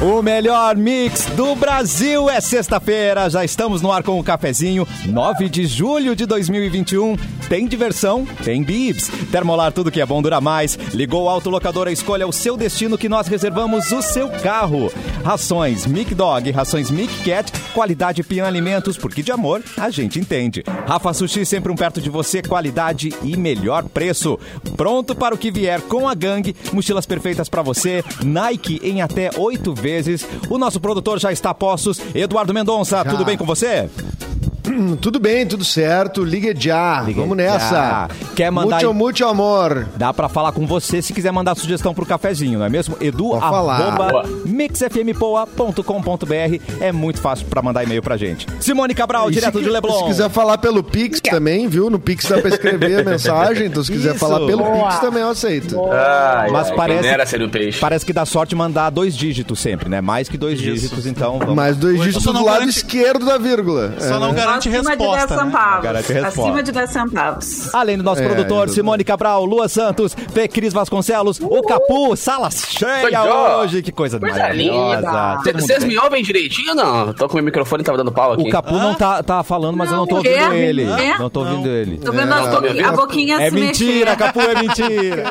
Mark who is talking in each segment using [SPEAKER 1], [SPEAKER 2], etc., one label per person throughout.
[SPEAKER 1] O melhor mix do Brasil é sexta-feira. Já estamos no ar com o cafezinho. 9 de julho de 2021. Tem diversão, tem bibs. Termolar tudo que é bom dura mais. Ligou o autolocador, escolha o seu destino que nós reservamos o seu carro. Rações Mic Dog, rações Mic Cat, qualidade Pian Alimentos, porque de amor a gente entende. Rafa Sushi sempre um perto de você, qualidade e melhor preço. Pronto para o que vier com a gangue, mochilas perfeitas para você, Nike em até oito vezes. O nosso produtor já está a postos, Eduardo Mendonça, tudo bem com você?
[SPEAKER 2] Tudo bem, tudo certo. Ligue já.
[SPEAKER 1] Ligue
[SPEAKER 2] Vamos
[SPEAKER 1] já.
[SPEAKER 2] nessa.
[SPEAKER 1] Quer mandar
[SPEAKER 2] Muito,
[SPEAKER 1] aí-
[SPEAKER 2] muito amor.
[SPEAKER 1] Dá pra falar com você se quiser mandar sugestão pro cafezinho, não é mesmo? Edu,
[SPEAKER 2] Pode falar.
[SPEAKER 1] arroba, mixfmpoa.com.br. É muito fácil pra mandar e-mail pra gente. Simone Cabral,
[SPEAKER 2] E
[SPEAKER 1] direto
[SPEAKER 2] se,
[SPEAKER 1] de Leblon.
[SPEAKER 2] Se quiser falar pelo Pix também, viu? No Pix dá pra escrever a mensagem. Então, se quiser
[SPEAKER 1] Isso.
[SPEAKER 2] falar pelo
[SPEAKER 3] Boa.
[SPEAKER 2] Pix também eu aceito.
[SPEAKER 3] Ai,
[SPEAKER 1] Mas
[SPEAKER 3] ai,
[SPEAKER 1] parece-
[SPEAKER 3] quem dera ser do peixe.
[SPEAKER 1] Parece que dá sorte mandar dois dígitos sempre, né? Mais que dois dígitos, então. Vamos...
[SPEAKER 2] Mais dois
[SPEAKER 4] Hoje
[SPEAKER 2] dígitos
[SPEAKER 4] só
[SPEAKER 2] do
[SPEAKER 4] não
[SPEAKER 2] lado
[SPEAKER 4] garante-
[SPEAKER 2] esquerdo da vírgula.
[SPEAKER 4] Só
[SPEAKER 2] É,
[SPEAKER 4] não
[SPEAKER 2] né?
[SPEAKER 4] garante
[SPEAKER 5] Acima de 10
[SPEAKER 4] resposta. né?
[SPEAKER 5] centavos.
[SPEAKER 1] Garante resposta.
[SPEAKER 5] Acima de 10 centavos.
[SPEAKER 1] Além do nosso
[SPEAKER 2] É,
[SPEAKER 1] produtor,
[SPEAKER 2] Edu.
[SPEAKER 1] Simone Cabral, Lua Santos, Fê Cris Vasconcelos, o Capu, sala cheia
[SPEAKER 3] Foi, ó.
[SPEAKER 1] hoje. Que coisa,
[SPEAKER 3] Coisa
[SPEAKER 1] maravilhosa.
[SPEAKER 5] linda.
[SPEAKER 1] Todo mundo
[SPEAKER 3] Vocês
[SPEAKER 1] bem?
[SPEAKER 3] me ouvem direitinho ou não? Tô com o meu microfone tava dando pau aqui.
[SPEAKER 1] O Capu não tá, tá falando, mas eu não tô
[SPEAKER 5] Não,
[SPEAKER 1] ouvindo
[SPEAKER 5] é?
[SPEAKER 1] ele.
[SPEAKER 5] É?
[SPEAKER 1] Não tô ouvindo ele.
[SPEAKER 5] Tô vendo
[SPEAKER 2] É,
[SPEAKER 5] as
[SPEAKER 2] tá
[SPEAKER 5] boqui-
[SPEAKER 3] me
[SPEAKER 5] a
[SPEAKER 3] ouvindo?
[SPEAKER 5] boquinha
[SPEAKER 1] É
[SPEAKER 5] se
[SPEAKER 1] mentira,
[SPEAKER 5] mexer.
[SPEAKER 1] Capu, é mentira.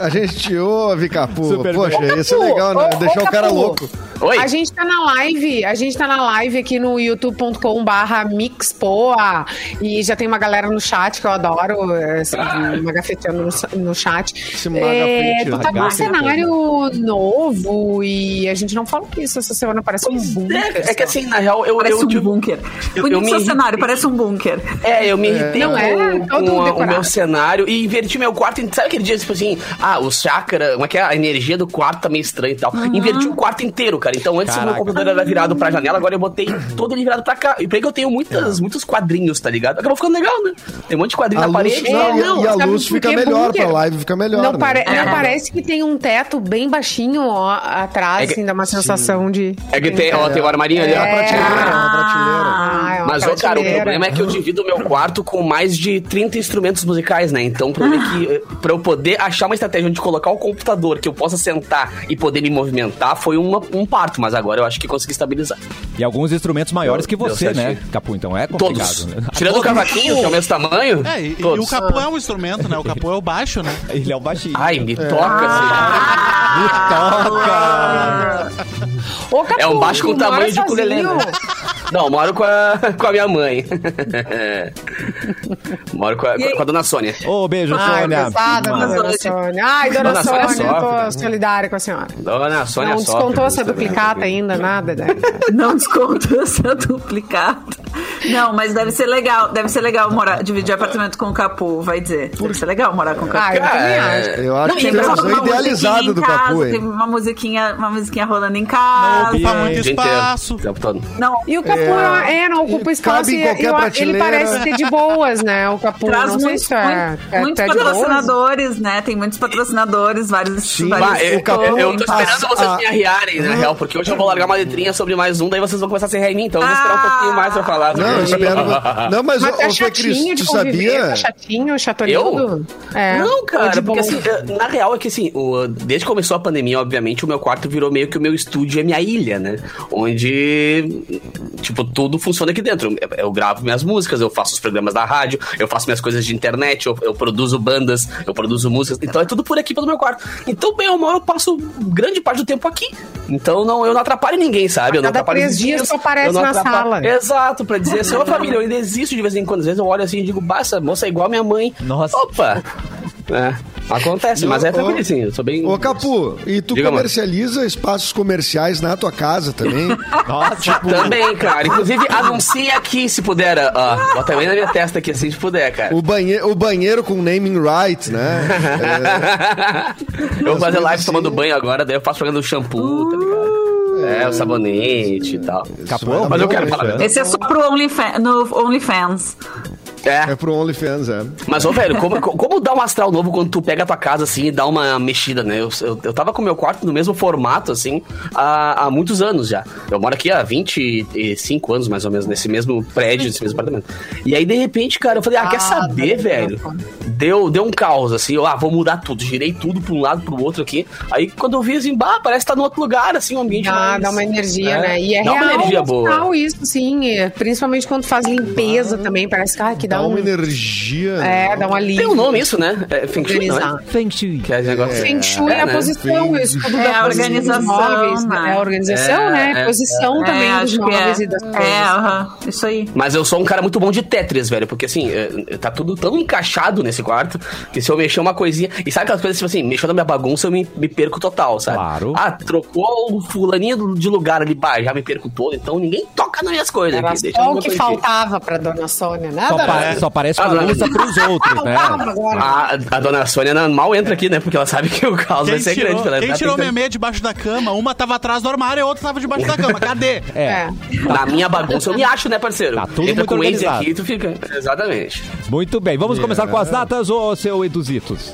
[SPEAKER 2] A gente te ouve, Capu.
[SPEAKER 1] Super
[SPEAKER 2] Poxa,
[SPEAKER 1] bem.
[SPEAKER 2] isso é legal, né?
[SPEAKER 6] Ô, ô,
[SPEAKER 2] Deixar o cara
[SPEAKER 6] Capu.
[SPEAKER 2] louco.
[SPEAKER 3] Oi?
[SPEAKER 6] A gente tá na live, a gente tá na live aqui no youtube.com barra mixpoa e já tem uma galera no chat que eu adoro, é, se
[SPEAKER 3] Ah.
[SPEAKER 6] magafeteando no, no chat.
[SPEAKER 2] Se
[SPEAKER 6] É,
[SPEAKER 2] magafeteando.
[SPEAKER 6] tu tá num
[SPEAKER 1] Magafeteando.
[SPEAKER 6] cenário novo e a gente não fala que isso essa semana, parece um boom.
[SPEAKER 3] É, é que assim, na real, eu.
[SPEAKER 5] Parece
[SPEAKER 3] eu,
[SPEAKER 5] um
[SPEAKER 3] tipo,
[SPEAKER 5] bunker.
[SPEAKER 3] eu- eu
[SPEAKER 5] Bonito
[SPEAKER 3] me
[SPEAKER 5] seu
[SPEAKER 3] irritei.
[SPEAKER 5] cenário, parece um bunker.
[SPEAKER 3] É, eu me irritei
[SPEAKER 6] Não
[SPEAKER 3] com,
[SPEAKER 6] é?
[SPEAKER 3] com
[SPEAKER 6] Todo
[SPEAKER 3] a- o
[SPEAKER 6] decorado.
[SPEAKER 3] meu cenário e inverti meu quarto. em- Sabe aquele dia, tipo assim, ah, o chakra, como é que é? A energia do quarto tá meio estranha e tal. Inverti o quarto inteiro, cara. Então antes o meu
[SPEAKER 1] Caraca.
[SPEAKER 3] computador era virado pra janela, agora eu botei todo ele virado pra cá. E por aí que eu tenho
[SPEAKER 1] É.
[SPEAKER 3] muitas, muitos quadrinhos, tá ligado? Acabou ficando legal, né? Tem um monte de quadrinho
[SPEAKER 2] A
[SPEAKER 3] na
[SPEAKER 2] luz,
[SPEAKER 3] parede.
[SPEAKER 2] não,
[SPEAKER 6] É,
[SPEAKER 2] e-
[SPEAKER 6] não,
[SPEAKER 2] e a
[SPEAKER 6] sabe
[SPEAKER 2] luz
[SPEAKER 6] por
[SPEAKER 2] fica
[SPEAKER 6] quê?
[SPEAKER 2] melhor,
[SPEAKER 6] Porque-
[SPEAKER 2] pra live fica melhor.
[SPEAKER 6] Não,
[SPEAKER 2] né?
[SPEAKER 6] pare- não
[SPEAKER 5] É.
[SPEAKER 6] parece que tem um teto bem baixinho ó, atrás,
[SPEAKER 3] É que-
[SPEAKER 6] assim, dá uma sensação de.
[SPEAKER 3] É que tem, ó, tem o armarinho ali,
[SPEAKER 2] É uma
[SPEAKER 3] ó.
[SPEAKER 2] prateleira, é uma prateleira.
[SPEAKER 6] Ah, é uma
[SPEAKER 3] Mas, ô, cara, o
[SPEAKER 6] prateleira.
[SPEAKER 3] problema é que eu divido o meu quarto com mais de 30 instrumentos musicais, né? Então, o problema é que eh, pra eu poder achar uma estratégia de colocar o computador que eu possa sentar e poder me movimentar foi uma- um parto, mas agora eu acho que consegui estabilizar.
[SPEAKER 1] E alguns instrumentos maiores que
[SPEAKER 3] Deu
[SPEAKER 1] você, né,
[SPEAKER 3] certinho.
[SPEAKER 1] Capu? Então é complicado.
[SPEAKER 3] Todos.
[SPEAKER 1] né?
[SPEAKER 3] Tirando o cavaquinho, que é o mesmo tamanho.
[SPEAKER 4] É, e, e
[SPEAKER 3] todos.
[SPEAKER 4] o capô é um instrumento, né? O capô é o baixo, né?
[SPEAKER 1] Ele é o baixinho.
[SPEAKER 3] Ai, me toca,
[SPEAKER 6] Ah.
[SPEAKER 3] assim.
[SPEAKER 1] Me toca!
[SPEAKER 6] Ô, Capu,
[SPEAKER 3] É um baixo com o
[SPEAKER 6] tu mora
[SPEAKER 3] tamanho de ukulele, né?
[SPEAKER 6] sozinho?
[SPEAKER 3] Não, moro com a, com a minha mãe. moro com a,
[SPEAKER 5] E aí?
[SPEAKER 3] com a dona Sônia.
[SPEAKER 1] Ô, beijo,
[SPEAKER 6] Ai,
[SPEAKER 1] Sônia.
[SPEAKER 6] Ah, pesada,
[SPEAKER 5] Mas
[SPEAKER 6] dona
[SPEAKER 5] hoje-
[SPEAKER 6] Sônia. Ai, dona,
[SPEAKER 3] Dona Sônia
[SPEAKER 6] Sônia, eu
[SPEAKER 3] sofre,
[SPEAKER 6] tô solidária com a senhora.
[SPEAKER 3] Dona Sônia
[SPEAKER 6] não
[SPEAKER 3] sofre,
[SPEAKER 6] descontou essa
[SPEAKER 3] justamente.
[SPEAKER 6] duplicata ainda, nada, né?
[SPEAKER 5] Não desconto essa duplicada. Não, mas deve ser legal. Deve ser legal morar, dividir apartamento com o Capu, vai dizer. Deve ser legal morar com o Capu.
[SPEAKER 6] Ah, eu também acho.
[SPEAKER 3] é,
[SPEAKER 2] Eu acho
[SPEAKER 5] Não,
[SPEAKER 2] que
[SPEAKER 5] e
[SPEAKER 2] tem uma
[SPEAKER 5] tava
[SPEAKER 2] visão
[SPEAKER 5] uma musiquinha
[SPEAKER 2] idealizada
[SPEAKER 5] em
[SPEAKER 2] do
[SPEAKER 5] casa,
[SPEAKER 2] Capu,
[SPEAKER 5] Teve
[SPEAKER 2] hein?
[SPEAKER 5] uma musiquinha, uma musiquinha rolando em casa.
[SPEAKER 4] Ocupa
[SPEAKER 1] aí?
[SPEAKER 4] muito
[SPEAKER 3] O dia inteiro,
[SPEAKER 4] espaço.
[SPEAKER 3] o tempo todo.
[SPEAKER 5] Não,
[SPEAKER 6] E o Capu,
[SPEAKER 2] É.
[SPEAKER 6] é, não
[SPEAKER 2] Ele
[SPEAKER 6] ocupa espaço
[SPEAKER 2] cabe em
[SPEAKER 6] e
[SPEAKER 2] qualquer
[SPEAKER 6] eu- ele
[SPEAKER 2] prateleira.
[SPEAKER 6] parece ter de boas, né? O Capu,
[SPEAKER 5] traz
[SPEAKER 6] não sei
[SPEAKER 5] muitos,
[SPEAKER 6] se é,
[SPEAKER 5] muito-
[SPEAKER 6] é
[SPEAKER 5] muitos
[SPEAKER 6] até de boas.
[SPEAKER 5] patrocinadores, né? Tem muitos patrocinadores, vários.
[SPEAKER 2] Sim,
[SPEAKER 5] vários
[SPEAKER 3] Bah, eu,
[SPEAKER 2] o Capu-
[SPEAKER 3] é, eu- eu tô
[SPEAKER 5] setores.
[SPEAKER 3] esperando vocês me arriarem, na real, porque hoje eu vou largar uma letrinha sobre mais um, daí vocês vão começar a se rir em mim, então eu vou esperar um
[SPEAKER 5] Ah.
[SPEAKER 3] pouquinho mais pra falar. sobre
[SPEAKER 2] Não, eu
[SPEAKER 3] isso.
[SPEAKER 2] espero. Não, mas,
[SPEAKER 6] Mas
[SPEAKER 2] ô,
[SPEAKER 6] tá
[SPEAKER 2] ô, Fê
[SPEAKER 6] chatinho
[SPEAKER 2] Cris,
[SPEAKER 6] de
[SPEAKER 2] tu
[SPEAKER 6] conviver,
[SPEAKER 2] sabia?
[SPEAKER 6] tá chatinho, chatolhudo. É,
[SPEAKER 3] Não,
[SPEAKER 6] ou de
[SPEAKER 3] cara, porque
[SPEAKER 6] boas.
[SPEAKER 3] assim, eh, na real é que assim, o- desde que começou a pandemia, obviamente, o meu quarto virou meio que o meu estúdio é minha ilha, né? Onde, tipo, tudo funciona aqui dentro. Eu, eu gravo minhas músicas, eu faço os programas da rádio, eu faço minhas coisas de internet, eu, eu produzo bandas, eu produzo músicas. Então é tudo por aqui pelo meu quarto. Então, bem ou mal, eu passo grande parte do tempo aqui. Então não, eu não atrapalho ninguém, sabe? Eu não
[SPEAKER 6] cada
[SPEAKER 3] atrapalho
[SPEAKER 6] três
[SPEAKER 3] os
[SPEAKER 6] dias
[SPEAKER 3] vizinhos,
[SPEAKER 6] tu aparece
[SPEAKER 3] eu não
[SPEAKER 6] na
[SPEAKER 3] atrapalho-
[SPEAKER 6] sala.
[SPEAKER 3] Exato, pra dizer assim, ó família, eu ainda existo de vez em quando. Às vezes eu olho assim e digo, basta, moça é igual a minha mãe.
[SPEAKER 1] Nossa.
[SPEAKER 3] Opa! É, acontece, mas é
[SPEAKER 2] Ô,
[SPEAKER 3] tranquilo assim, eu sou bem...
[SPEAKER 2] Ô, Capu, e tu
[SPEAKER 3] Diga,
[SPEAKER 2] comercializa espaços comerciais na tua casa também?
[SPEAKER 1] Nossa,
[SPEAKER 3] Também, cara. Inclusive, anuncia aqui, se puder. Ó, bota bem na minha testa aqui, assim, se puder, cara.
[SPEAKER 2] o, banhe o banheiro com naming right, né?
[SPEAKER 3] eu vou fazer
[SPEAKER 2] coisas
[SPEAKER 3] live
[SPEAKER 2] assim.
[SPEAKER 3] tomando banho agora, daí eu faço jogando shampoo, tá
[SPEAKER 2] Uh.
[SPEAKER 3] ligado? É, o sabonete e tal.
[SPEAKER 2] Isso é
[SPEAKER 1] Capu,
[SPEAKER 2] vai dar
[SPEAKER 1] mas eu
[SPEAKER 2] bom,
[SPEAKER 3] quero
[SPEAKER 2] né,
[SPEAKER 3] falar.
[SPEAKER 2] cara?
[SPEAKER 5] Esse é só pro OnlyFans, no OnlyFans.
[SPEAKER 2] É pro OnlyFans, é.
[SPEAKER 3] Mas, ô, velho, como, como dá um astral novo quando tu pega a tua casa, assim, e dá uma mexida, né? Eu, eu, eu tava com o meu quarto no mesmo formato, assim, há, há muitos anos já. Eu moro aqui há 25 anos, mais ou menos, nesse mesmo prédio, nesse mesmo apartamento. E aí, de repente, cara, eu falei, ah,
[SPEAKER 6] Ah,
[SPEAKER 3] quer saber,
[SPEAKER 6] tá
[SPEAKER 3] velho?
[SPEAKER 6] louco.
[SPEAKER 3] Deu, deu um caos, assim, eu, ah, vou mudar tudo. Girei tudo pra um lado, pro outro aqui. Aí, quando eu vi, assim, bah, parece que tá no outro lugar, assim, um ambiente
[SPEAKER 6] Ah,
[SPEAKER 3] mais-
[SPEAKER 6] dá uma energia,
[SPEAKER 3] É.
[SPEAKER 6] né? E é
[SPEAKER 3] Dá uma
[SPEAKER 6] real,
[SPEAKER 3] energia
[SPEAKER 6] no
[SPEAKER 3] boa.
[SPEAKER 6] final, isso, sim. É, Principalmente quando faz limpeza também, parece que, ah, que dá,
[SPEAKER 2] Dá
[SPEAKER 6] um...
[SPEAKER 2] uma energia. né?
[SPEAKER 6] É, dá um alívio.
[SPEAKER 3] Tem um nome isso, né? É, feng Shui, não é?
[SPEAKER 6] Organizar.
[SPEAKER 1] Feng Shui.
[SPEAKER 3] Que é esse negócio...
[SPEAKER 6] Feng Shui é, a
[SPEAKER 3] né?
[SPEAKER 6] posição,
[SPEAKER 2] Feng
[SPEAKER 6] isso tudo
[SPEAKER 5] É
[SPEAKER 6] da
[SPEAKER 5] a
[SPEAKER 6] posição dos
[SPEAKER 5] organização,
[SPEAKER 6] móveis, né?
[SPEAKER 5] né?
[SPEAKER 6] É a organização,
[SPEAKER 3] É,
[SPEAKER 6] né?
[SPEAKER 3] é,
[SPEAKER 6] posição também dos móveis e das coisas.
[SPEAKER 5] É, aham. Isso aí.
[SPEAKER 3] Mas eu sou um cara muito bom de Tetris, velho. Porque assim, é, tá tudo tão encaixado nesse quarto que se eu mexer uma coisinha. E sabe aquelas coisas, tipo assim, mexeu na minha bagunça, eu me, me perco total, sabe?
[SPEAKER 1] Claro.
[SPEAKER 3] Ah, trocou o fulaninho de lugar ali, bah, já me perco todo, então ninguém toca nas minhas coisas.
[SPEAKER 6] Era
[SPEAKER 3] aqui, deixa
[SPEAKER 6] só
[SPEAKER 3] eu
[SPEAKER 6] o que
[SPEAKER 3] mexer.
[SPEAKER 6] faltava pra dona Sônia,
[SPEAKER 1] Só,
[SPEAKER 6] nada.
[SPEAKER 1] pare- só parece bagunça pros outros, né?
[SPEAKER 6] Faltava agora.
[SPEAKER 3] A, Ah, a dona Sônia não- mal entra aqui, né? Porque ela sabe que o caos vai
[SPEAKER 4] Quem
[SPEAKER 3] ser
[SPEAKER 4] tirou,
[SPEAKER 3] grande. ela
[SPEAKER 4] quem
[SPEAKER 3] tá
[SPEAKER 4] tirou minha
[SPEAKER 3] tentando-
[SPEAKER 4] meia debaixo da cama? Uma tava atrás do armário e a outra tava debaixo da cama. Cadê?
[SPEAKER 1] É.
[SPEAKER 3] Na minha bagunça eu me acho, né, parceiro?
[SPEAKER 1] Tá tudo
[SPEAKER 3] entra
[SPEAKER 1] muito
[SPEAKER 3] com o Waze
[SPEAKER 1] organizado.
[SPEAKER 3] aqui e tu fica. Exatamente.
[SPEAKER 1] Muito bem, vamos começar com as datas, ô seu Eduzitos?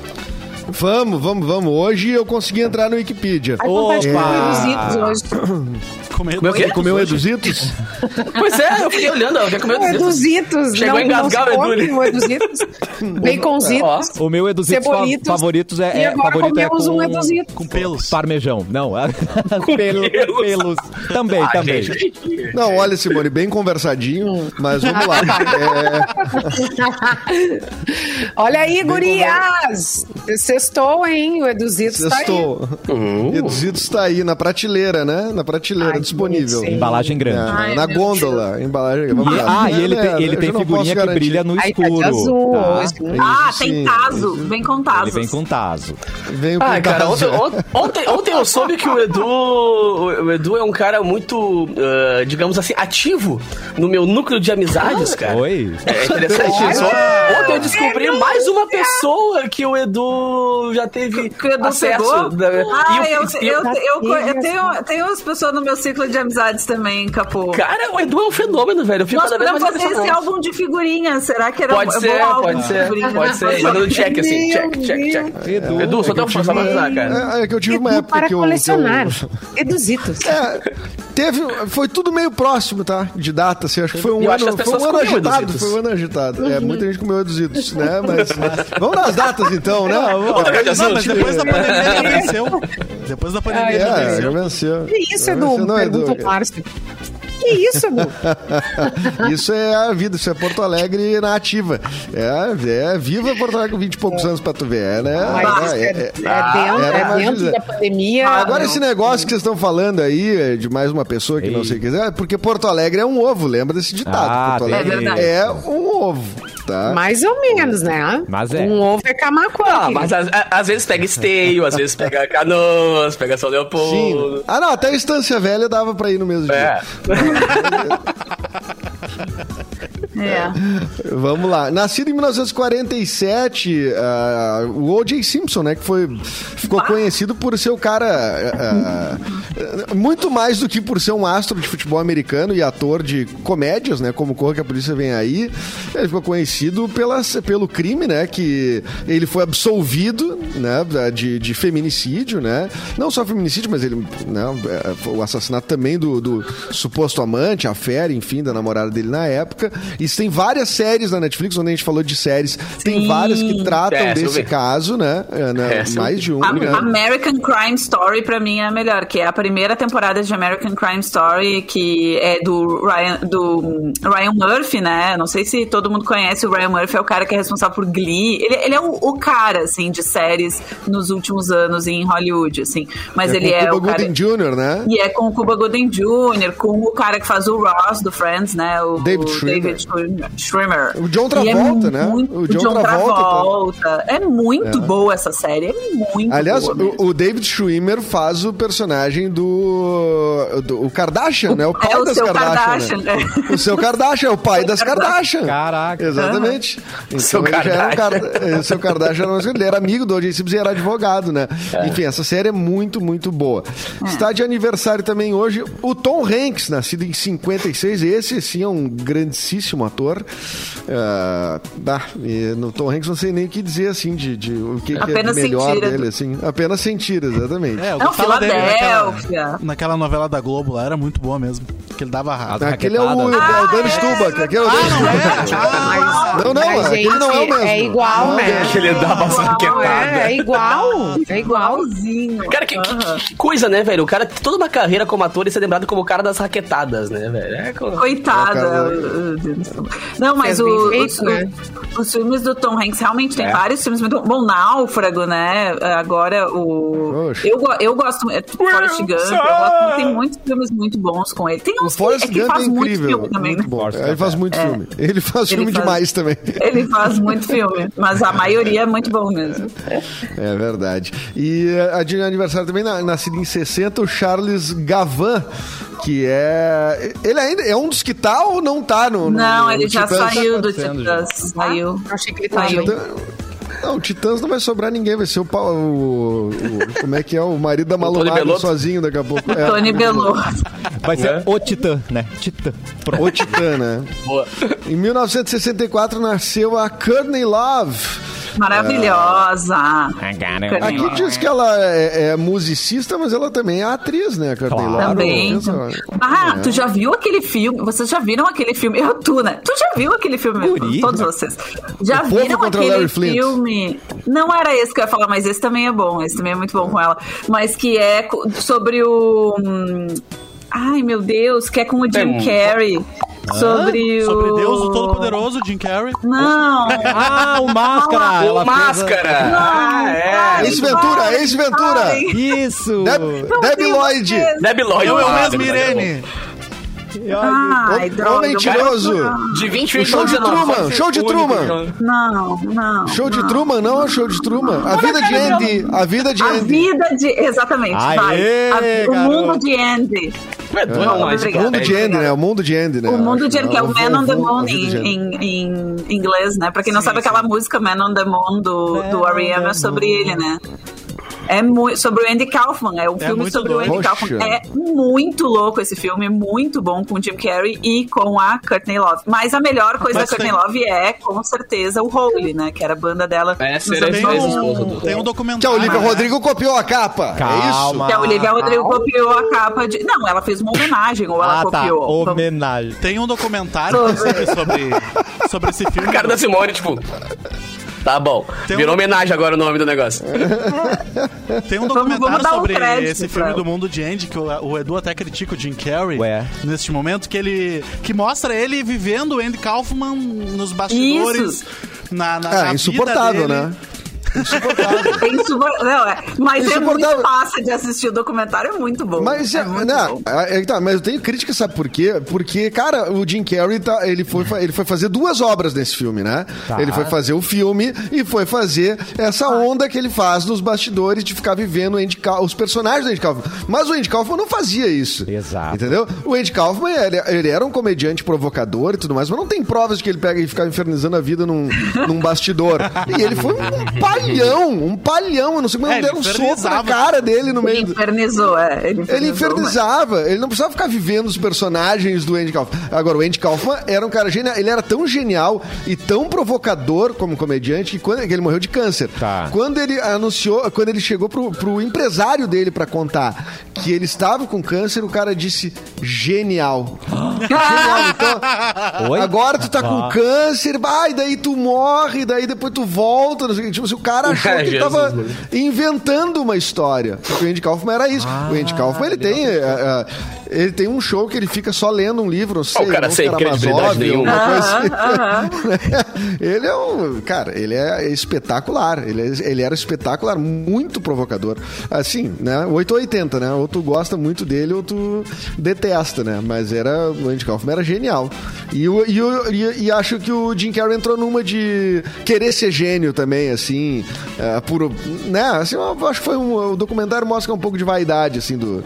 [SPEAKER 2] Vamos, vamos, vamos. Hoje eu consegui entrar no Wikipedia.
[SPEAKER 6] Ai, fantástico,
[SPEAKER 1] Opa!
[SPEAKER 6] reduzidos hoje.
[SPEAKER 4] Comeu
[SPEAKER 3] Comeu o quê?
[SPEAKER 2] Você comeu Eduzitos?
[SPEAKER 3] Pois é, eu fiquei olhando, eu já comeu
[SPEAKER 6] é Eduzitos.
[SPEAKER 3] Chegou a engasgar o Edu, né?
[SPEAKER 6] o Eduzitos.
[SPEAKER 3] Ó.
[SPEAKER 6] é Baconzitos.
[SPEAKER 1] O meu Eduzitos fa-
[SPEAKER 6] Cebolitos.
[SPEAKER 1] favoritos é,
[SPEAKER 6] e
[SPEAKER 1] é-
[SPEAKER 6] agora
[SPEAKER 1] favorito é
[SPEAKER 6] comemos
[SPEAKER 1] com...
[SPEAKER 6] um Eduzitos.
[SPEAKER 4] com pelos.
[SPEAKER 1] Parmejão, não. Pelo-
[SPEAKER 3] pelos.
[SPEAKER 1] pelos. Também,
[SPEAKER 3] Ah,
[SPEAKER 1] também.
[SPEAKER 3] gente.
[SPEAKER 2] Não, olha, Simone, bem conversadinho, mas vamos lá. É,
[SPEAKER 6] Olha aí,
[SPEAKER 1] né?
[SPEAKER 6] gurias! Sextou, hein? O Eduzitos tá aí.
[SPEAKER 2] sextou. É,
[SPEAKER 3] Uhum.
[SPEAKER 2] Eduzitos está aí na prateleira, né? Na prateleira,
[SPEAKER 6] Ai,
[SPEAKER 2] disponível.
[SPEAKER 6] gente.
[SPEAKER 1] Embalagem grande.
[SPEAKER 2] Na,
[SPEAKER 5] Ai,
[SPEAKER 2] Ah, é na
[SPEAKER 5] meu
[SPEAKER 2] gôndola, embalagem. Vamos
[SPEAKER 1] E-
[SPEAKER 2] lá.
[SPEAKER 1] ah, e ele
[SPEAKER 2] É,
[SPEAKER 1] tem, ele
[SPEAKER 2] eu
[SPEAKER 1] tem
[SPEAKER 2] não posso
[SPEAKER 1] figurinha que
[SPEAKER 2] garantir.
[SPEAKER 1] brilha no
[SPEAKER 6] Aí tá de
[SPEAKER 1] escuro.
[SPEAKER 6] azul
[SPEAKER 1] tá?
[SPEAKER 6] hoje, né?
[SPEAKER 5] Ah,
[SPEAKER 2] Isso,
[SPEAKER 5] tem
[SPEAKER 2] sim.
[SPEAKER 5] taso. Vem com
[SPEAKER 1] Ele
[SPEAKER 5] tasos.
[SPEAKER 1] vem com taso.
[SPEAKER 2] Veio com
[SPEAKER 3] Ah, cara,
[SPEAKER 2] tazo.
[SPEAKER 3] ontem, ont- ontem, ontem eu soube que o Edu, o Edu é um cara muito, ah, digamos assim, ativo no meu núcleo de amizades, cara.
[SPEAKER 1] Oi.
[SPEAKER 3] É interessante isso. Ontem eu descobri mais uma pessoa que o Edu já teve
[SPEAKER 5] Que o Edu
[SPEAKER 3] acesso.
[SPEAKER 5] pegou?
[SPEAKER 3] Da, e o-
[SPEAKER 5] Ah, eu,
[SPEAKER 3] e o-
[SPEAKER 5] eu, eu, eu, eu tenho, tenho as pessoas no meu ciclo de amizades também, Capô.
[SPEAKER 3] cara, o Edu é um fenômeno, velho. Eu fico
[SPEAKER 5] Nós
[SPEAKER 3] cada vez
[SPEAKER 5] podemos
[SPEAKER 3] mais
[SPEAKER 5] fazer esse
[SPEAKER 3] impressionado.
[SPEAKER 5] álbum de figurinhas. Será que era um
[SPEAKER 3] Pode
[SPEAKER 5] bom
[SPEAKER 3] ser,
[SPEAKER 5] álbum
[SPEAKER 3] pode
[SPEAKER 5] de
[SPEAKER 3] ser,
[SPEAKER 5] figurinhas?
[SPEAKER 3] pode ser. Manda no check, assim, check, check, check. Edu, sou teu fã, só pra avisar, cara.
[SPEAKER 2] É, é que eu tive uma
[SPEAKER 6] Edu
[SPEAKER 2] época
[SPEAKER 6] para
[SPEAKER 2] que eu. que eu-
[SPEAKER 6] colecionar. Eduzitos.
[SPEAKER 2] É, teve, foi tudo meio próximo, tá? De data, assim, acho que foi um
[SPEAKER 3] Eu acho
[SPEAKER 2] ano,
[SPEAKER 3] que as
[SPEAKER 2] foi um
[SPEAKER 3] pessoas
[SPEAKER 2] ano
[SPEAKER 3] comiam
[SPEAKER 2] agitado,
[SPEAKER 3] Eduzitos.
[SPEAKER 2] foi um ano agitado.
[SPEAKER 6] Uhum.
[SPEAKER 2] É, muita gente comeu eduzitos, né? Mas vamos nas datas então, né?
[SPEAKER 4] Não, mas depois da pandemia já venceu. Depois da pandemia já
[SPEAKER 2] É, já
[SPEAKER 4] venceu.
[SPEAKER 2] venceu.
[SPEAKER 6] Que isso,
[SPEAKER 2] Já
[SPEAKER 6] Edu? é
[SPEAKER 2] venceu. Não,
[SPEAKER 6] Pergunta o Márcio. Que isso, Edu?
[SPEAKER 2] Isso é a vida, isso é Porto Alegre na ativa. É, é viva Porto Alegre com 20 e poucos anos pra tu ver, né?
[SPEAKER 6] Mas isso
[SPEAKER 2] É,
[SPEAKER 6] é, é
[SPEAKER 2] é-
[SPEAKER 6] dentro,
[SPEAKER 2] era
[SPEAKER 6] é
[SPEAKER 2] uma
[SPEAKER 6] dentro
[SPEAKER 2] agilidade.
[SPEAKER 6] da pandemia.
[SPEAKER 2] Agora, esse negócio que vocês estão falando aí, é, de mais uma pessoa que não sei o que é, porque Porto Alegre é um ovo, lembra desse ditado?
[SPEAKER 1] Ah,
[SPEAKER 2] Porto
[SPEAKER 1] tem
[SPEAKER 2] Alegre
[SPEAKER 5] isso.
[SPEAKER 2] é um ovo, tá?
[SPEAKER 6] Mais ou menos, né?
[SPEAKER 1] Mas é.
[SPEAKER 6] Um ovo é camacuã.
[SPEAKER 3] Ah,
[SPEAKER 6] querido.
[SPEAKER 3] mas às- a- às vezes pega esteio, às vezes pega canoas, pega São Leopoldo.
[SPEAKER 2] Sim. Ah, não, até a Estância Velha dava pra ir no mesmo
[SPEAKER 3] É.
[SPEAKER 2] dia.
[SPEAKER 5] É.
[SPEAKER 2] Vamos lá. Nascido em 1947, ah, o O.J. Simpson, né, que foi ficou conhecido por ser o cara ah, ah, muito mais do que por ser um astro de futebol americano e ator de comédias, né, como Corra que a Polícia Vem Aí. Ele ficou conhecido pelas, pelo crime, né, que ele foi absolvido, né, da- de, de feminicídio, né? Não só feminicídio, mas ele, né, eh, foi o assassinato também do, do suposto amante, a fera, enfim, da namorada dele na época. Isso tem várias séries na Netflix, onde a gente falou de séries, tem várias que tratam
[SPEAKER 3] É, essa eu
[SPEAKER 2] desse
[SPEAKER 3] vi.
[SPEAKER 2] caso, né? É, né,
[SPEAKER 3] Essa eu
[SPEAKER 2] mais
[SPEAKER 3] vi.
[SPEAKER 2] de um,
[SPEAKER 5] A-
[SPEAKER 2] né?
[SPEAKER 5] American Crime Story pra mim é a melhor, que é a primeira temporada de American Crime Story que é do Ryan do hum, Ryan Murphy, né? Não sei se todo mundo conhece o Ryan Murphy, é o cara que é responsável por Glee. Ele, ele é o, o cara assim de séries nos últimos anos em Hollywood, assim. Mas ele
[SPEAKER 2] com
[SPEAKER 5] é
[SPEAKER 2] Cuba
[SPEAKER 5] o cara
[SPEAKER 2] Gooding Jr., né?
[SPEAKER 5] E é com o Cuba Gooding Jr., com o cara que faz o Ross do Friends, né? O
[SPEAKER 2] David
[SPEAKER 5] o
[SPEAKER 2] Schwimmer.
[SPEAKER 5] David Schwimmer. Schwimmer.
[SPEAKER 2] O John
[SPEAKER 5] E é
[SPEAKER 2] Travolta, né?
[SPEAKER 5] muito-
[SPEAKER 2] O
[SPEAKER 5] o
[SPEAKER 2] John
[SPEAKER 5] John,
[SPEAKER 2] Travolta,
[SPEAKER 5] Travolta. É muito boa essa série. É muito
[SPEAKER 2] Aliás,
[SPEAKER 5] boa
[SPEAKER 2] o,
[SPEAKER 5] mesmo.
[SPEAKER 2] o David Schwimmer faz o personagem do. do o Kardashian, né? O pai
[SPEAKER 5] é o
[SPEAKER 2] das
[SPEAKER 5] seu
[SPEAKER 2] Kardashian.
[SPEAKER 5] Kardashian,
[SPEAKER 2] né?
[SPEAKER 5] né?
[SPEAKER 2] O seu Kardashian, é o pai das Kardashian.
[SPEAKER 1] Caraca.
[SPEAKER 2] Exatamente. Então,
[SPEAKER 3] Seu
[SPEAKER 2] ele já era um
[SPEAKER 3] Kardashian.
[SPEAKER 2] Car- eh, Seu Kardashian era, um- ele era amigo do O.J. Simpson e era advogado, né? Enfim, essa série é muito, muito boa. Está de aniversário também hoje o Tom Hanks, nascido em 56. Esse, sim, é um grandíssimo ator. Ah, bah, e no Tom Hanks não sei nem o que dizer, assim, de, de o que, que é de
[SPEAKER 5] Apenas
[SPEAKER 2] melhor
[SPEAKER 5] sentira.
[SPEAKER 2] dele, assim. Apenas sentir, exatamente.
[SPEAKER 4] É, eu
[SPEAKER 5] É o
[SPEAKER 4] gostava dele
[SPEAKER 5] Filadélfia.
[SPEAKER 4] naquela, naquela novela da Globo lá, era muito boa mesmo. Que ele dava
[SPEAKER 3] Ah,
[SPEAKER 4] raiva.
[SPEAKER 2] Aquele é o, é o
[SPEAKER 5] Ah,
[SPEAKER 2] Dani
[SPEAKER 5] é,
[SPEAKER 2] Stubach. Aquele é o Dani Stubach.
[SPEAKER 5] Ah,
[SPEAKER 6] Mas-
[SPEAKER 2] Não, não,
[SPEAKER 6] mas,
[SPEAKER 2] aquele não é o mesmo.
[SPEAKER 6] É igual,
[SPEAKER 2] Não,
[SPEAKER 6] né?
[SPEAKER 3] Que ele dá uma saquetada.
[SPEAKER 6] É, é igual. É igual.
[SPEAKER 5] Igualzinho.
[SPEAKER 3] Cara, que, que-
[SPEAKER 5] Aham.
[SPEAKER 3] que coisa, né, velho? O cara tem toda uma carreira como ator e ser lembrado como o cara das raquetadas, né, velho? É, co-
[SPEAKER 5] Coitada.
[SPEAKER 2] Cara,
[SPEAKER 5] uh, Dennis Tom. Não, mas
[SPEAKER 6] Fez bem
[SPEAKER 5] o-
[SPEAKER 6] feito,
[SPEAKER 5] os,
[SPEAKER 6] né?
[SPEAKER 5] os filmes do Tom Hanks realmente
[SPEAKER 2] É.
[SPEAKER 5] tem vários filmes muito bom. Náufrago, né? Agora o.
[SPEAKER 2] Oxe.
[SPEAKER 5] Eu, go- eu gosto. É, Forrest Gump, eu gosto, tem muitos filmes muito bons com ele. Tem
[SPEAKER 2] O
[SPEAKER 5] uns que, é
[SPEAKER 2] Forrest
[SPEAKER 5] que ele
[SPEAKER 2] Gump é
[SPEAKER 5] faz muito
[SPEAKER 2] incrível.
[SPEAKER 5] filme também, né?
[SPEAKER 2] Muito bom. Ele faz muito filme. Ele faz
[SPEAKER 5] Ele
[SPEAKER 2] filme é
[SPEAKER 5] faz- É
[SPEAKER 2] demais também.
[SPEAKER 5] Ele faz muito filme, mas a maioria é muito bom mesmo.
[SPEAKER 2] É verdade. E eh, a de aniversário também, na- nascido em 60, o Charles Gavan, que é. Ele ainda é um dos que tá ou não tá no. no-
[SPEAKER 5] Não,
[SPEAKER 2] no
[SPEAKER 5] ele já
[SPEAKER 2] Titãs?
[SPEAKER 5] saiu do
[SPEAKER 1] acontecendo,
[SPEAKER 5] Titãs. Saiu.
[SPEAKER 6] Eu achei que ele tava.
[SPEAKER 5] Saiu.
[SPEAKER 6] bem.
[SPEAKER 2] Não, o Titãs não vai sobrar ninguém, vai ser o. Paulo- o, o- como é que é? O marido da
[SPEAKER 3] Tony
[SPEAKER 2] Malumada
[SPEAKER 3] Bellotto?
[SPEAKER 2] sozinho daqui a pouco. É,
[SPEAKER 5] Tony Belo.
[SPEAKER 1] Vai ser
[SPEAKER 3] É.
[SPEAKER 1] o Titã, né? Titã. Pronto.
[SPEAKER 2] O Titã, né?
[SPEAKER 3] Boa.
[SPEAKER 2] Em 1964 nasceu a Courtney Love.
[SPEAKER 5] Maravilhosa.
[SPEAKER 2] É. Aqui diz que ela é, é musicista, mas ela também é atriz, né, Courtney
[SPEAKER 1] Claro.
[SPEAKER 2] Love?
[SPEAKER 5] Também. Ah,
[SPEAKER 2] É.
[SPEAKER 5] tu já viu aquele filme? Vocês já viram aquele filme? Eu, tu, né? Tu já viu aquele filme?
[SPEAKER 1] Guri.
[SPEAKER 5] Todos vocês. Já
[SPEAKER 2] povo
[SPEAKER 5] viram
[SPEAKER 2] contra
[SPEAKER 5] aquele
[SPEAKER 2] Larry Flint.
[SPEAKER 5] filme? Não era esse que eu ia falar, mas esse também é bom. Esse também é muito bom com ela. Mas que é co- sobre o. hum, Ai, meu Deus, que é com o Jim
[SPEAKER 3] um-
[SPEAKER 5] Carrey. Sobre o.
[SPEAKER 4] Sobre Deus, o Todo-Poderoso, Jim Carrey.
[SPEAKER 5] Não!
[SPEAKER 1] Ah, o Máscara!
[SPEAKER 3] Ô,
[SPEAKER 1] Ela fez a-
[SPEAKER 3] máscara!
[SPEAKER 5] Não,
[SPEAKER 3] ah,
[SPEAKER 5] vai,
[SPEAKER 3] é.
[SPEAKER 2] Ace Ventura,
[SPEAKER 5] vai,
[SPEAKER 2] Ace Ventura.
[SPEAKER 5] vai.
[SPEAKER 1] Isso!
[SPEAKER 2] Deb,
[SPEAKER 5] Não
[SPEAKER 2] Debbie
[SPEAKER 5] tem
[SPEAKER 2] Lloyd.
[SPEAKER 5] vocês.
[SPEAKER 3] Debbie Lloyd.
[SPEAKER 4] Eu, eu
[SPEAKER 3] Ah,
[SPEAKER 4] mesmo,
[SPEAKER 3] Debbie Lloyd.
[SPEAKER 4] Irene.
[SPEAKER 5] Ai,
[SPEAKER 2] Homem
[SPEAKER 5] droga, eu
[SPEAKER 2] Mentiroso.
[SPEAKER 5] quero-
[SPEAKER 3] De 20
[SPEAKER 2] O show de Truman, show de
[SPEAKER 3] É,
[SPEAKER 2] Truman.
[SPEAKER 5] Não, não.
[SPEAKER 2] Show de
[SPEAKER 5] não.
[SPEAKER 2] Truman, não é show de Truman. A vida de Andy, a vida de
[SPEAKER 5] A
[SPEAKER 2] Andy.
[SPEAKER 5] vida de. Exatamente,
[SPEAKER 1] Aê,
[SPEAKER 5] vai. A- o
[SPEAKER 1] garoto.
[SPEAKER 5] mundo de Andy.
[SPEAKER 3] É doido, mas-
[SPEAKER 2] O mundo de Andy, né? O mundo de Andy, né?
[SPEAKER 5] O mundo de Andy, que é o
[SPEAKER 2] Eu
[SPEAKER 5] Man on the
[SPEAKER 2] vou-
[SPEAKER 5] Moon
[SPEAKER 2] a vida
[SPEAKER 5] em,
[SPEAKER 2] de Andy.
[SPEAKER 5] em, em inglês, né? Pra quem não sabe, aquela música Man on the Moon do, do R.E.M. é sobre ele, né? É muito sobre o Andy Kaufman, é um
[SPEAKER 4] É
[SPEAKER 5] filme
[SPEAKER 4] muito
[SPEAKER 5] sobre o
[SPEAKER 4] doido.
[SPEAKER 5] Andy
[SPEAKER 2] Poxa.
[SPEAKER 5] Kaufman. É muito louco esse filme, muito bom com o Jim Carrey e com a Courtney Love. Mas a melhor coisa
[SPEAKER 4] Mas
[SPEAKER 5] da Courtney
[SPEAKER 4] tem-
[SPEAKER 5] Love é, com certeza, o Holy, né? Que era a banda dela.
[SPEAKER 3] É,
[SPEAKER 5] nos
[SPEAKER 3] será
[SPEAKER 5] anos
[SPEAKER 4] Tem
[SPEAKER 5] 90.
[SPEAKER 4] um, tem um
[SPEAKER 2] Que a
[SPEAKER 4] documentário.
[SPEAKER 2] Olivia
[SPEAKER 4] né?
[SPEAKER 2] Rodrigo copiou a capa. É isso?
[SPEAKER 1] Calma.
[SPEAKER 5] Que a Olivia
[SPEAKER 1] Ah,
[SPEAKER 5] Rodrigo copiou a capa de. Não, ela fez uma homenagem, ou ela
[SPEAKER 1] Ah, tá.
[SPEAKER 5] copiou. Então, Vamos-
[SPEAKER 1] Homenagem.
[SPEAKER 4] Tem um documentário sobre, sobre, sobre esse filme.
[SPEAKER 3] A cara da Simone, tipo. Tá bom.
[SPEAKER 4] Tem
[SPEAKER 3] Virou
[SPEAKER 4] um-
[SPEAKER 3] homenagem agora o nome do negócio.
[SPEAKER 4] Tem um
[SPEAKER 5] Vamos- vamos
[SPEAKER 4] documentário
[SPEAKER 5] dar um
[SPEAKER 4] sobre
[SPEAKER 5] crédito
[SPEAKER 4] esse
[SPEAKER 5] pra
[SPEAKER 4] filme
[SPEAKER 5] ela.
[SPEAKER 4] do mundo de Andy, que o, o Edu até critica o Jim Carrey
[SPEAKER 1] Ué.
[SPEAKER 4] neste momento, que ele. que mostra ele vivendo o Andy Kaufman nos bastidores.
[SPEAKER 5] Isso.
[SPEAKER 4] Na, na, na
[SPEAKER 2] É,
[SPEAKER 4] vida
[SPEAKER 2] insuportável,
[SPEAKER 4] dele.
[SPEAKER 2] né?
[SPEAKER 5] É insupor- não, é. Mas é muito
[SPEAKER 2] Insuportável.
[SPEAKER 5] fácil de assistir o documentário, é muito bom.
[SPEAKER 2] Mas, é,
[SPEAKER 5] muito
[SPEAKER 2] não,
[SPEAKER 5] bom.
[SPEAKER 2] é, é que tá, mas eu tenho crítica, sabe por quê? Porque, cara, o Jim Carrey, tá, ele, foi, fa- ele foi fazer duas obras nesse filme, né? Ele foi fazer o filme e foi fazer essa onda que ele faz nos bastidores de ficar vivendo o Andy Kaufman, os personagens do Andy Kaufman. Mas o Andy Kaufman não fazia isso.
[SPEAKER 1] Exato.
[SPEAKER 2] Entendeu? O Andy Kaufman, ele, ele era um comediante provocador e tudo mais, mas não tem provas de que ele pega e fica infernizando a vida num, num bastidor. E ele foi um palhão, um palhão. Eu não sei como
[SPEAKER 4] É,
[SPEAKER 2] ele
[SPEAKER 4] ele
[SPEAKER 2] deram um soco na
[SPEAKER 4] infernizava.
[SPEAKER 2] cara dele no
[SPEAKER 5] Ele
[SPEAKER 2] meio... do-
[SPEAKER 5] infernizou, é. Ele infernizou.
[SPEAKER 2] ele infernizava, ele não precisava ficar vivendo os personagens do Andy Kaufman. Agora, o Andy Kaufman era um cara genial, ele era tão genial e tão provocador como comediante que, quando, que ele morreu de câncer.
[SPEAKER 1] Tá.
[SPEAKER 2] Quando ele anunciou, quando ele chegou pro, pro empresário dele pra contar que ele estava com câncer, o cara disse: genial. genial. Então,
[SPEAKER 1] Oi?
[SPEAKER 2] Agora tu tá com câncer, vai, daí tu morre, daí depois tu volta. Não sei, o quê. tipo, se o cara achou que ele
[SPEAKER 3] Jesus, né?
[SPEAKER 2] tava
[SPEAKER 3] mano.
[SPEAKER 2] inventando uma história. Porque o Andy Kaufman era isso. o Andy Kaufman, ele tem. é, é, ele tem um show que ele fica só lendo um livro, não sei,
[SPEAKER 3] Ah, cara
[SPEAKER 2] não,
[SPEAKER 3] sem
[SPEAKER 2] Karamazov,
[SPEAKER 3] credibilidade nenhuma.
[SPEAKER 2] alguma coisa assim.
[SPEAKER 5] Aham,
[SPEAKER 2] ele é um. Cara, ele é espetacular. Ele, é- ele era espetacular, muito provocador. Assim, né? 880, né? Ou tu gosta muito dele ou tu detesta, né? Mas era. O Andy Kaufman era genial. E, o- e, o- e- e acho que o Jim Carrey entrou numa de querer ser gênio também, assim. assim, é, por, né, assim, eu acho que foi um, o documentário mostra um pouco de vaidade, assim, do,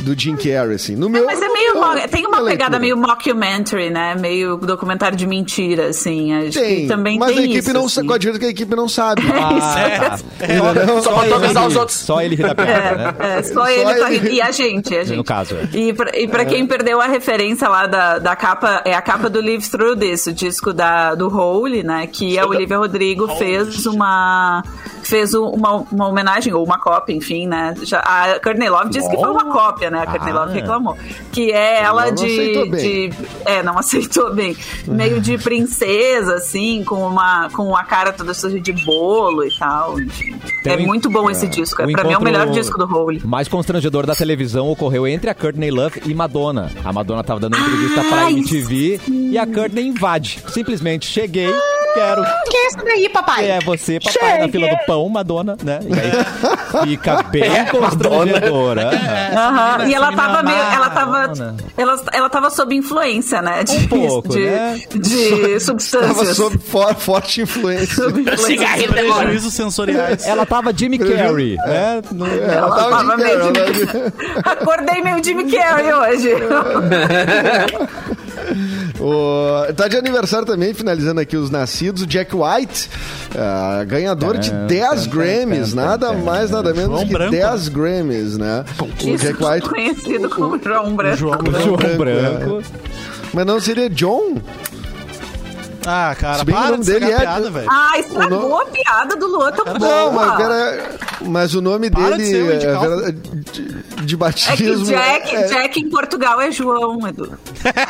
[SPEAKER 2] do Jim Carrey, assim. No meu,
[SPEAKER 5] Mas é meio.
[SPEAKER 2] no-
[SPEAKER 5] mock- Tem uma
[SPEAKER 2] na
[SPEAKER 5] pegada
[SPEAKER 2] leitura.
[SPEAKER 5] meio mockumentary, né? Meio documentário de mentira, assim. Acho que
[SPEAKER 2] Tem,
[SPEAKER 5] também
[SPEAKER 2] mas
[SPEAKER 5] tem
[SPEAKER 2] a equipe
[SPEAKER 5] isso,
[SPEAKER 2] não
[SPEAKER 5] assim.
[SPEAKER 2] sabe, com a diferença que a equipe não sabe.
[SPEAKER 1] Ah, é,
[SPEAKER 2] Entendeu?
[SPEAKER 3] Só faltou
[SPEAKER 1] ele-
[SPEAKER 3] avisar os outros.
[SPEAKER 1] Só ele ri da piada, né?
[SPEAKER 5] É, só, ele,
[SPEAKER 2] ele.
[SPEAKER 5] tá rindo. e a gente, a gente.
[SPEAKER 1] No caso, é.
[SPEAKER 5] E pra, e pra quem perdeu a referência lá da, da capa, é a capa do Live Through This, o disco da, do Hole, né? Que a Olivia Rodrigo fez uma fez um- uma, uma homenagem, ou uma cópia, enfim, né? Já- a Courtney Love disse que foi uma cópia, né? A Courtney
[SPEAKER 1] Ah.
[SPEAKER 5] Love reclamou. Que é ela
[SPEAKER 2] não
[SPEAKER 5] de,
[SPEAKER 2] aceitou bem.
[SPEAKER 5] de- É, não aceitou bem. Meio de princesa, assim, com uma com a cara toda suja de bolo e tal. enfim.
[SPEAKER 1] Tem
[SPEAKER 5] é
[SPEAKER 1] um-
[SPEAKER 5] muito bom esse disco.
[SPEAKER 1] O
[SPEAKER 5] pra mim é o
[SPEAKER 1] encontro
[SPEAKER 5] melhor disco do Hole.
[SPEAKER 1] mais constrangedor da televisão ocorreu entre a Courtney Love e Madonna. A Madonna tava dando uma entrevista pra
[SPEAKER 5] Ah,
[SPEAKER 1] MTV e a Courtney invade. Simplesmente cheguei, quero.
[SPEAKER 6] Quem é essa daí, papai?
[SPEAKER 1] É você, papai, na fila do pão, Madonna, né? E aí fica
[SPEAKER 3] É,
[SPEAKER 1] bem constrangedora.
[SPEAKER 5] Aham, E ela tava meio. Ela tava,
[SPEAKER 1] Madonna.
[SPEAKER 5] ela, ela tava sob influência, né? De,
[SPEAKER 1] Um pouco,
[SPEAKER 5] de,
[SPEAKER 1] né?
[SPEAKER 5] de substâncias.
[SPEAKER 2] Tava sob for- forte influência.
[SPEAKER 5] Sob influência.
[SPEAKER 3] Cigarrinho demora.
[SPEAKER 4] Prejuízos
[SPEAKER 5] É.
[SPEAKER 4] sensoriais.
[SPEAKER 1] Ela tava Jimmy Carrey, né?
[SPEAKER 3] É.
[SPEAKER 1] No-
[SPEAKER 2] Ela
[SPEAKER 5] Ela
[SPEAKER 2] tava
[SPEAKER 5] tava
[SPEAKER 2] de
[SPEAKER 5] meio
[SPEAKER 2] cara,
[SPEAKER 5] de-
[SPEAKER 2] ela-
[SPEAKER 5] Acordei meio Jimmy Carrey hoje.
[SPEAKER 2] O- Tá de aniversário também, finalizando aqui os nascidos, o Jack White, ah, ganhador de 10 Grammys, nada mais, nada menos
[SPEAKER 4] João
[SPEAKER 2] que
[SPEAKER 4] Branco.
[SPEAKER 2] 10 Grammys, né? O
[SPEAKER 5] Isso,
[SPEAKER 2] Jack White,
[SPEAKER 5] conhecido como João Branco.
[SPEAKER 4] João Branco.
[SPEAKER 1] João
[SPEAKER 2] Branco,
[SPEAKER 1] Branco.
[SPEAKER 3] né?
[SPEAKER 2] mas não seria John?
[SPEAKER 4] Ah, cara,
[SPEAKER 2] Se bem que o
[SPEAKER 4] para
[SPEAKER 2] nome
[SPEAKER 4] de estragar
[SPEAKER 2] dele é-
[SPEAKER 4] a piada, velho.
[SPEAKER 5] Ah, estragou a piada do Lua tão
[SPEAKER 2] Ah, Não,
[SPEAKER 5] boa.
[SPEAKER 2] mas, pera- mas o nome
[SPEAKER 4] Para de
[SPEAKER 2] dele
[SPEAKER 4] ser o
[SPEAKER 2] é
[SPEAKER 4] Andy Kaufman.
[SPEAKER 2] vera- de, de
[SPEAKER 5] É que
[SPEAKER 2] batismo.
[SPEAKER 5] Jack,
[SPEAKER 2] é-
[SPEAKER 5] Jack em Portugal é João, Edu.
[SPEAKER 2] é, tá,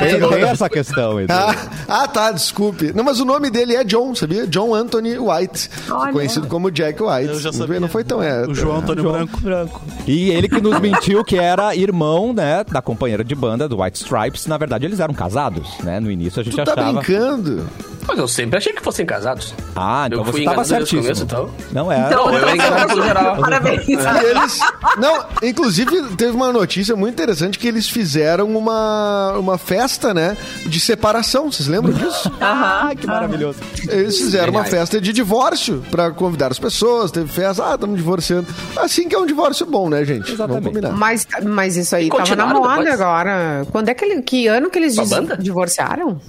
[SPEAKER 3] Ah,
[SPEAKER 1] Isso, tem,
[SPEAKER 2] tem-
[SPEAKER 1] tem essa questão, Edu.
[SPEAKER 2] Ah, ah, tá, desculpe. Não, mas o nome dele é John, sabia? John Anthony White.
[SPEAKER 5] Olha.
[SPEAKER 2] Conhecido como Jack White.
[SPEAKER 4] Eu já
[SPEAKER 2] Muito bem,
[SPEAKER 4] sabia.
[SPEAKER 2] Não foi tão é.
[SPEAKER 4] O João Antônio Branco.
[SPEAKER 1] E ele que nos mentiu que era irmão, né, da companheira de banda do White Stripes. Na verdade, eles eram casados, né? No início a gente
[SPEAKER 2] Tu tá
[SPEAKER 1] achava.
[SPEAKER 2] brincando?
[SPEAKER 3] Mas eu sempre achei que fossem casados.
[SPEAKER 1] Ah, então
[SPEAKER 3] Eu
[SPEAKER 1] você
[SPEAKER 3] fui
[SPEAKER 1] tava
[SPEAKER 3] enganado desde o
[SPEAKER 1] certíssimo.
[SPEAKER 3] começo,
[SPEAKER 1] Não era.
[SPEAKER 5] Então,
[SPEAKER 3] eu era enganado pelo geral.
[SPEAKER 5] parabéns.
[SPEAKER 4] É.
[SPEAKER 2] E eles. Não, inclusive teve uma notícia muito interessante que eles fizeram uma, uma festa, né? De separação. Vocês lembram disso?
[SPEAKER 1] Ah, que maravilhoso.
[SPEAKER 2] Eles fizeram uma
[SPEAKER 3] Verdade.
[SPEAKER 2] festa de divórcio pra convidar as pessoas. Teve festa, ah, estamos divorciando. Assim que é um divórcio bom, né, gente?
[SPEAKER 1] Exatamente.
[SPEAKER 2] Vamos combinar.
[SPEAKER 6] Mas, mas isso aí tava na
[SPEAKER 3] continuaram
[SPEAKER 6] moda
[SPEAKER 3] depois?
[SPEAKER 6] agora. Quando é que ele, que ano que eles
[SPEAKER 3] Com a
[SPEAKER 6] dis-
[SPEAKER 3] banda?
[SPEAKER 6] divorciaram?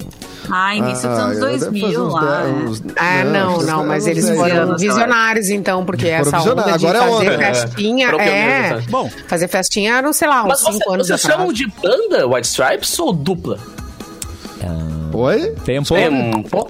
[SPEAKER 5] Ah, início dos anos
[SPEAKER 2] Ah, deve fazer
[SPEAKER 5] 2000
[SPEAKER 2] uns
[SPEAKER 5] lá.
[SPEAKER 2] dez-
[SPEAKER 5] né?
[SPEAKER 2] uns-
[SPEAKER 6] Ah, não, não,
[SPEAKER 2] uns
[SPEAKER 6] mas
[SPEAKER 2] dez
[SPEAKER 6] eles
[SPEAKER 2] anos.
[SPEAKER 6] foram
[SPEAKER 5] anos,
[SPEAKER 6] visionários, então, porque essa
[SPEAKER 2] visionários,
[SPEAKER 6] onda de
[SPEAKER 2] agora é
[SPEAKER 6] fazer
[SPEAKER 2] onda.
[SPEAKER 6] festinha,
[SPEAKER 3] Trocando
[SPEAKER 6] é,
[SPEAKER 3] mesmo, tá?
[SPEAKER 4] Bom.
[SPEAKER 6] fazer festinha eram, sei lá, uns
[SPEAKER 3] Mas você,
[SPEAKER 6] 5 anos
[SPEAKER 3] vocês
[SPEAKER 6] atrás.
[SPEAKER 3] chamam de banda White Stripes ou dupla?
[SPEAKER 2] Oi?
[SPEAKER 1] Tempo.
[SPEAKER 3] Tempo.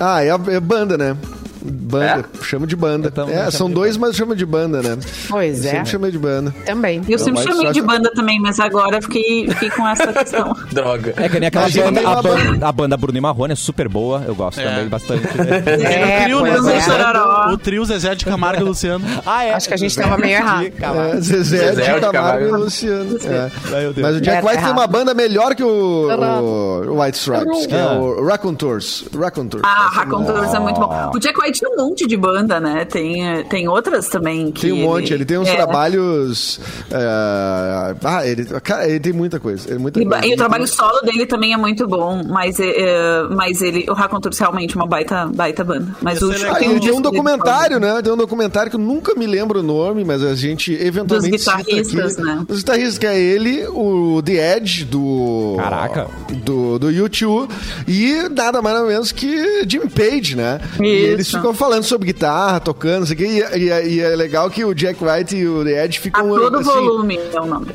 [SPEAKER 2] Ah, é, a- é banda, né? Banda, chama de banda.
[SPEAKER 1] Então,
[SPEAKER 2] É,
[SPEAKER 1] chama
[SPEAKER 2] são
[SPEAKER 1] de
[SPEAKER 2] dois, mas chama de banda, né?
[SPEAKER 6] Pois
[SPEAKER 2] Eu
[SPEAKER 6] é,
[SPEAKER 2] Sempre chamei de banda.
[SPEAKER 6] também.
[SPEAKER 5] Eu sempre
[SPEAKER 2] White
[SPEAKER 5] chamei de
[SPEAKER 2] Stripes-
[SPEAKER 5] banda também, mas agora fiquei, fiquei com essa questão.
[SPEAKER 3] Droga.
[SPEAKER 1] É que nem aquela
[SPEAKER 2] A gente
[SPEAKER 1] banda
[SPEAKER 2] tem
[SPEAKER 1] a,
[SPEAKER 2] uma
[SPEAKER 1] banda. a banda Bruno e Marrone é super boa. Eu gosto também bastante. né?
[SPEAKER 6] É,
[SPEAKER 4] o trio, né?
[SPEAKER 6] pois
[SPEAKER 5] Zezé
[SPEAKER 4] Zezé,
[SPEAKER 5] de
[SPEAKER 6] é.
[SPEAKER 5] Chororó.
[SPEAKER 4] O trio Zezé de Camargo e Luciano.
[SPEAKER 1] ah, é.
[SPEAKER 6] Acho que a gente tava meio errado.
[SPEAKER 1] Tá
[SPEAKER 2] É, Zezé,
[SPEAKER 3] Zezé,
[SPEAKER 2] de
[SPEAKER 3] de
[SPEAKER 2] Camargo
[SPEAKER 3] Camargo.
[SPEAKER 2] e Luciano. É.
[SPEAKER 1] Ai, meu Deus.
[SPEAKER 2] Mas o Jack
[SPEAKER 6] É, tá
[SPEAKER 2] White tem
[SPEAKER 6] errado.
[SPEAKER 2] uma banda melhor que o,
[SPEAKER 6] Tá lá.
[SPEAKER 2] o White Stripes, que é
[SPEAKER 1] Ah.
[SPEAKER 2] o Raconteurs. Raconteurs.
[SPEAKER 5] Ah, Raconteurs é muito bom. O Jack White tem um monte de banda, né? Tem, eh, tem outras também que.
[SPEAKER 2] Tem um monte, ele tem uns
[SPEAKER 5] é.
[SPEAKER 2] trabalhos. é, Ah, ele, cara, ele tem muita coisa. Ele, muita
[SPEAKER 5] E, ba-
[SPEAKER 2] coisa.
[SPEAKER 5] e o trabalho solo dele também é muito bom, mas, eh, eh, mas ele, o Raconteurs realmente é uma baita, baita banda. Mas
[SPEAKER 4] Ia
[SPEAKER 5] o
[SPEAKER 4] ser
[SPEAKER 5] tem
[SPEAKER 4] legal.
[SPEAKER 2] Ah, e
[SPEAKER 5] um
[SPEAKER 2] tem
[SPEAKER 5] disco
[SPEAKER 2] um
[SPEAKER 5] dele
[SPEAKER 2] documentário, né? Tem um documentário que eu nunca me lembro o nome, mas a gente eventualmente.
[SPEAKER 5] Dos
[SPEAKER 2] cita aqui.
[SPEAKER 5] guitarristas, né?
[SPEAKER 2] Dos guitarristas, que é ele, o The Edge do.
[SPEAKER 1] Caraca.
[SPEAKER 2] Do, do YouTube. E nada mais ou menos que Jimmy Page, né? E
[SPEAKER 5] Isso.
[SPEAKER 2] eles ficam falando sobre guitarra, tocando, não sei o quê. E, e- e é legal que o Jack White e o The Edge
[SPEAKER 5] A
[SPEAKER 2] ficam.
[SPEAKER 5] Ah, todo
[SPEAKER 2] assim,
[SPEAKER 5] volume é o nome.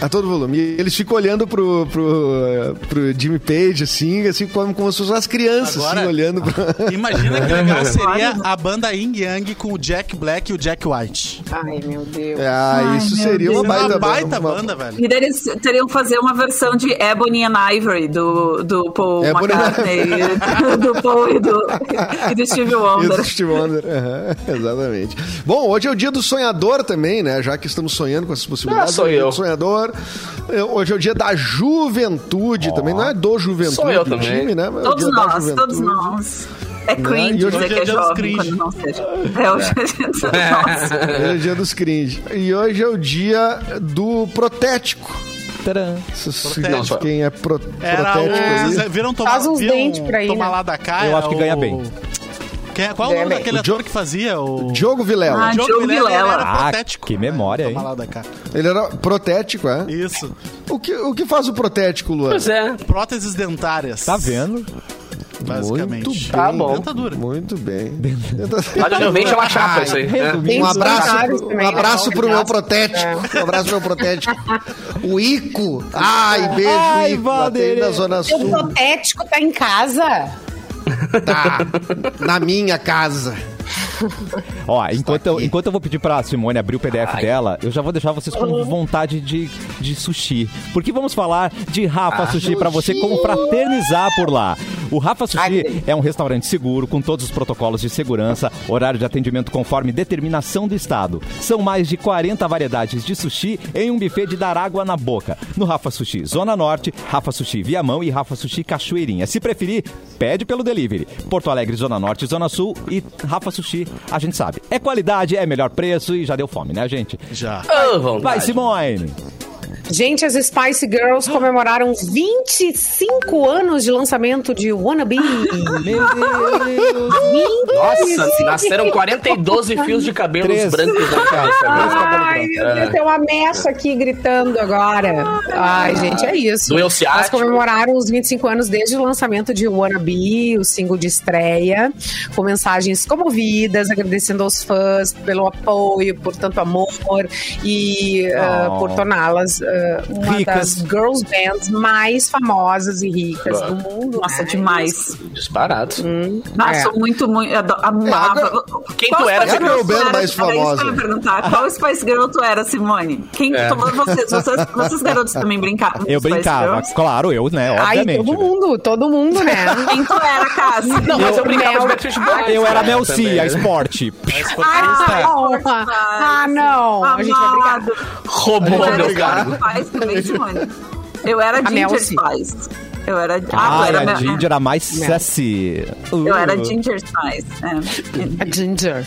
[SPEAKER 2] a todo volume. E eles ficam olhando pro, pro, pro Jimmy Page, assim, assim como, como se fossem as crianças, assim,
[SPEAKER 4] Agora-
[SPEAKER 2] olhando pra.
[SPEAKER 4] Imagina que legal seria a banda Ying Yang com o Jack Black e o Jack White.
[SPEAKER 6] Ai, meu Deus.
[SPEAKER 2] Ah, isso seria uma baita, banda,
[SPEAKER 4] Seria uma baita
[SPEAKER 2] uma-
[SPEAKER 4] banda, velho.
[SPEAKER 5] E eles teriam que fazer uma versão de Ebony and Ivory do, do Paul
[SPEAKER 2] Ebony and
[SPEAKER 5] McCartney, do Paul e do, e do Steve Wonder.
[SPEAKER 2] Isso, Steve Wonder. Aham, exatamente. Bom, hoje é o dia do sonhador também, né? Já que estamos sonhando com essas possibilidades.
[SPEAKER 3] Ah, sou
[SPEAKER 2] hoje é o dia
[SPEAKER 3] eu.
[SPEAKER 2] do Sonhador. É, Hoje é o dia da juventude também. Não é do juventude,
[SPEAKER 3] Sou eu
[SPEAKER 2] do
[SPEAKER 3] também.
[SPEAKER 2] time, né? Mas é o
[SPEAKER 5] Todos
[SPEAKER 2] dia da
[SPEAKER 5] nós, todos
[SPEAKER 2] juventude. Né?
[SPEAKER 5] nós. É cringe
[SPEAKER 2] E hoje
[SPEAKER 5] dizer
[SPEAKER 4] é
[SPEAKER 5] que é
[SPEAKER 4] dia dos
[SPEAKER 5] jovem
[SPEAKER 4] cringe.
[SPEAKER 5] quando não seja. É hoje é dia dos nós.
[SPEAKER 2] Hoje é o dia dos cringe. E hoje é o dia do protético.
[SPEAKER 1] Tcharam.
[SPEAKER 2] Vocês-
[SPEAKER 4] Protético.
[SPEAKER 2] gente, Quem é pro- protético
[SPEAKER 4] Era o.
[SPEAKER 2] aí?
[SPEAKER 3] um
[SPEAKER 4] Vocês viram tomar,
[SPEAKER 6] Faz uns
[SPEAKER 4] viram
[SPEAKER 6] dentes por aí,
[SPEAKER 4] tomar
[SPEAKER 6] né?
[SPEAKER 4] lá da cá.
[SPEAKER 1] Eu acho que
[SPEAKER 4] o-
[SPEAKER 1] ganha bem.
[SPEAKER 4] Quem é- qual é o nome
[SPEAKER 6] Dele.
[SPEAKER 4] daquele
[SPEAKER 2] O
[SPEAKER 4] ator
[SPEAKER 2] Jo-
[SPEAKER 4] que fazia? O
[SPEAKER 2] Diogo Vilela.
[SPEAKER 5] Ah, Diogo Vilela.
[SPEAKER 4] era
[SPEAKER 1] Ah,
[SPEAKER 4] protético.
[SPEAKER 1] que memória,
[SPEAKER 4] Ai,
[SPEAKER 1] hein?
[SPEAKER 4] toma lá da cá.
[SPEAKER 2] Ele era protético, é?
[SPEAKER 4] Isso.
[SPEAKER 2] O que, o que faz o protético, Luan?
[SPEAKER 3] Pois é.
[SPEAKER 4] Próteses dentárias.
[SPEAKER 1] Tá vendo?
[SPEAKER 4] Basicamente.
[SPEAKER 2] Muito
[SPEAKER 3] Tá
[SPEAKER 2] bem.
[SPEAKER 3] bom.
[SPEAKER 4] Dentadura. né?
[SPEAKER 2] Muito bem.
[SPEAKER 3] Basicamente é uma chapa isso aí. né?
[SPEAKER 2] Um abraço,
[SPEAKER 6] dentários
[SPEAKER 2] pro- um
[SPEAKER 6] também, né?
[SPEAKER 2] abraço pro meu
[SPEAKER 6] Obrigado.
[SPEAKER 2] protético. Um abraço pro meu protético. O Ico. Ai, beijo,
[SPEAKER 1] Ai,
[SPEAKER 2] Ico.
[SPEAKER 1] Valderê.
[SPEAKER 2] Batei na Zona
[SPEAKER 6] Seu
[SPEAKER 2] Sul.
[SPEAKER 6] protético tá em casa?
[SPEAKER 2] Tá. Na minha casa.
[SPEAKER 1] Ó, enquanto eu, enquanto eu vou pedir pra Simone abrir o PDF dela, eu já vou deixar vocês com vontade de, de sushi. Porque vamos falar de Rafa Sushi pra você confraternizar por lá. O Rafa Sushi é um restaurante seguro, com todos os protocolos de segurança, horário de atendimento conforme determinação do Estado. São mais de 40 variedades de sushi em um buffet de dar água na boca. No Rafa Sushi Zona Norte, Rafa Sushi Viamão e Rafa Sushi Cachoeirinha. Se preferir, pede pelo delivery. Porto Alegre, Zona Norte, Zona Sul e Rafa Sushi, a gente sabe. É qualidade, é melhor preço e já deu fome, né, gente?
[SPEAKER 4] Já.
[SPEAKER 3] Ah, vontade.
[SPEAKER 1] Vai, Simone!
[SPEAKER 6] Gente, as Spice Girls comemoraram 25 anos de lançamento de Wannabe.
[SPEAKER 3] Nossa, nasceram 42 fios de cabelos
[SPEAKER 1] Três.
[SPEAKER 3] brancos na cabeça.
[SPEAKER 6] Ai, meu Deus,
[SPEAKER 3] É.
[SPEAKER 6] tem uma mecha aqui gritando agora. Ai, gente, é isso.
[SPEAKER 3] Doeu
[SPEAKER 6] Elas
[SPEAKER 3] ciático.
[SPEAKER 6] comemoraram os 25 anos desde o lançamento de Wannabe, o single de estreia, com mensagens comovidas, agradecendo aos fãs pelo apoio, por tanto amor e ah,
[SPEAKER 1] Oh.
[SPEAKER 6] por torná-las ah, uma
[SPEAKER 1] Ricas.
[SPEAKER 6] das girls bands mais famosas e ricas
[SPEAKER 3] Claro.
[SPEAKER 6] do mundo.
[SPEAKER 5] Nossa,
[SPEAKER 6] né?
[SPEAKER 5] demais.
[SPEAKER 3] Desbarato.
[SPEAKER 5] Nossa,
[SPEAKER 6] É.
[SPEAKER 5] sou muito, muito. ado- Amava.
[SPEAKER 2] É, agora-
[SPEAKER 3] Quem
[SPEAKER 5] Qual
[SPEAKER 3] tu era,
[SPEAKER 5] Spice
[SPEAKER 2] Gabriel
[SPEAKER 5] Girl tu
[SPEAKER 2] Belo
[SPEAKER 5] era?
[SPEAKER 2] mais
[SPEAKER 5] Era isso que eu ia
[SPEAKER 2] famosa.
[SPEAKER 5] perguntar. Qual Spice Girl tu era, Simone? Quem
[SPEAKER 3] É.
[SPEAKER 5] tu- vocês, vocês, vocês garotos também brincavam? com
[SPEAKER 1] Eu
[SPEAKER 5] Spice
[SPEAKER 1] brincava,
[SPEAKER 5] Girls?
[SPEAKER 1] claro, eu, né?
[SPEAKER 6] Ai,
[SPEAKER 1] Obviamente.
[SPEAKER 6] todo mundo, todo mundo, né?
[SPEAKER 5] Quem tu era, Cassi?
[SPEAKER 3] Não, mas eu brincava de
[SPEAKER 6] Mel-
[SPEAKER 3] Backstreet Boys.
[SPEAKER 1] Eu era
[SPEAKER 3] cara,
[SPEAKER 1] Mel C,
[SPEAKER 3] também,
[SPEAKER 1] a
[SPEAKER 3] né?
[SPEAKER 1] esporte.
[SPEAKER 6] Ah, honra. ah, não! A gente vai brigar.
[SPEAKER 5] Amado.
[SPEAKER 3] Roubou
[SPEAKER 5] Eu
[SPEAKER 3] meu
[SPEAKER 5] era
[SPEAKER 3] cargo.
[SPEAKER 5] Ginger Spice também, Simone. Eu era Ginger
[SPEAKER 6] Melcy.
[SPEAKER 5] Spice. Eu era.
[SPEAKER 1] Ah,
[SPEAKER 5] eu era
[SPEAKER 1] a
[SPEAKER 5] Mel-
[SPEAKER 1] Ginger era mais sassy.
[SPEAKER 5] Eu era
[SPEAKER 1] Uh.
[SPEAKER 5] Ginger Spice. é.
[SPEAKER 6] A Ginger.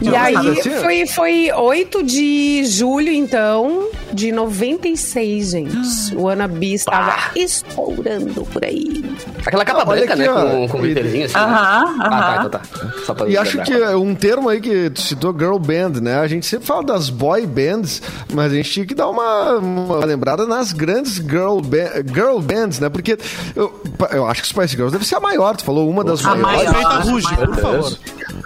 [SPEAKER 6] E
[SPEAKER 2] Não,
[SPEAKER 6] aí,
[SPEAKER 2] mas assim-
[SPEAKER 6] foi, foi 8 de julho, então, de 96, gente. O Ana B estava estourando por aí.
[SPEAKER 3] Aquela capa
[SPEAKER 2] Olha
[SPEAKER 3] branca,
[SPEAKER 2] aqui,
[SPEAKER 3] né?
[SPEAKER 2] ó.
[SPEAKER 3] Com, com o glitterinho, assim.
[SPEAKER 5] Aham,
[SPEAKER 3] né? Ah,
[SPEAKER 5] aham.
[SPEAKER 3] tá, tá, tá. Só pra
[SPEAKER 2] E acho
[SPEAKER 3] lembrar.
[SPEAKER 2] que é um termo aí que tu citou, girl band, né? A gente sempre fala das boy bands, mas a gente tinha que dar uma, uma lembrada nas grandes girl, ba- girl bands, né? Porque eu, eu acho que Spice Girls deve ser a maior. Tu falou uma das
[SPEAKER 3] Ah,
[SPEAKER 5] A
[SPEAKER 2] maiores.
[SPEAKER 5] maior.
[SPEAKER 4] Respeita a Ruge, por favor.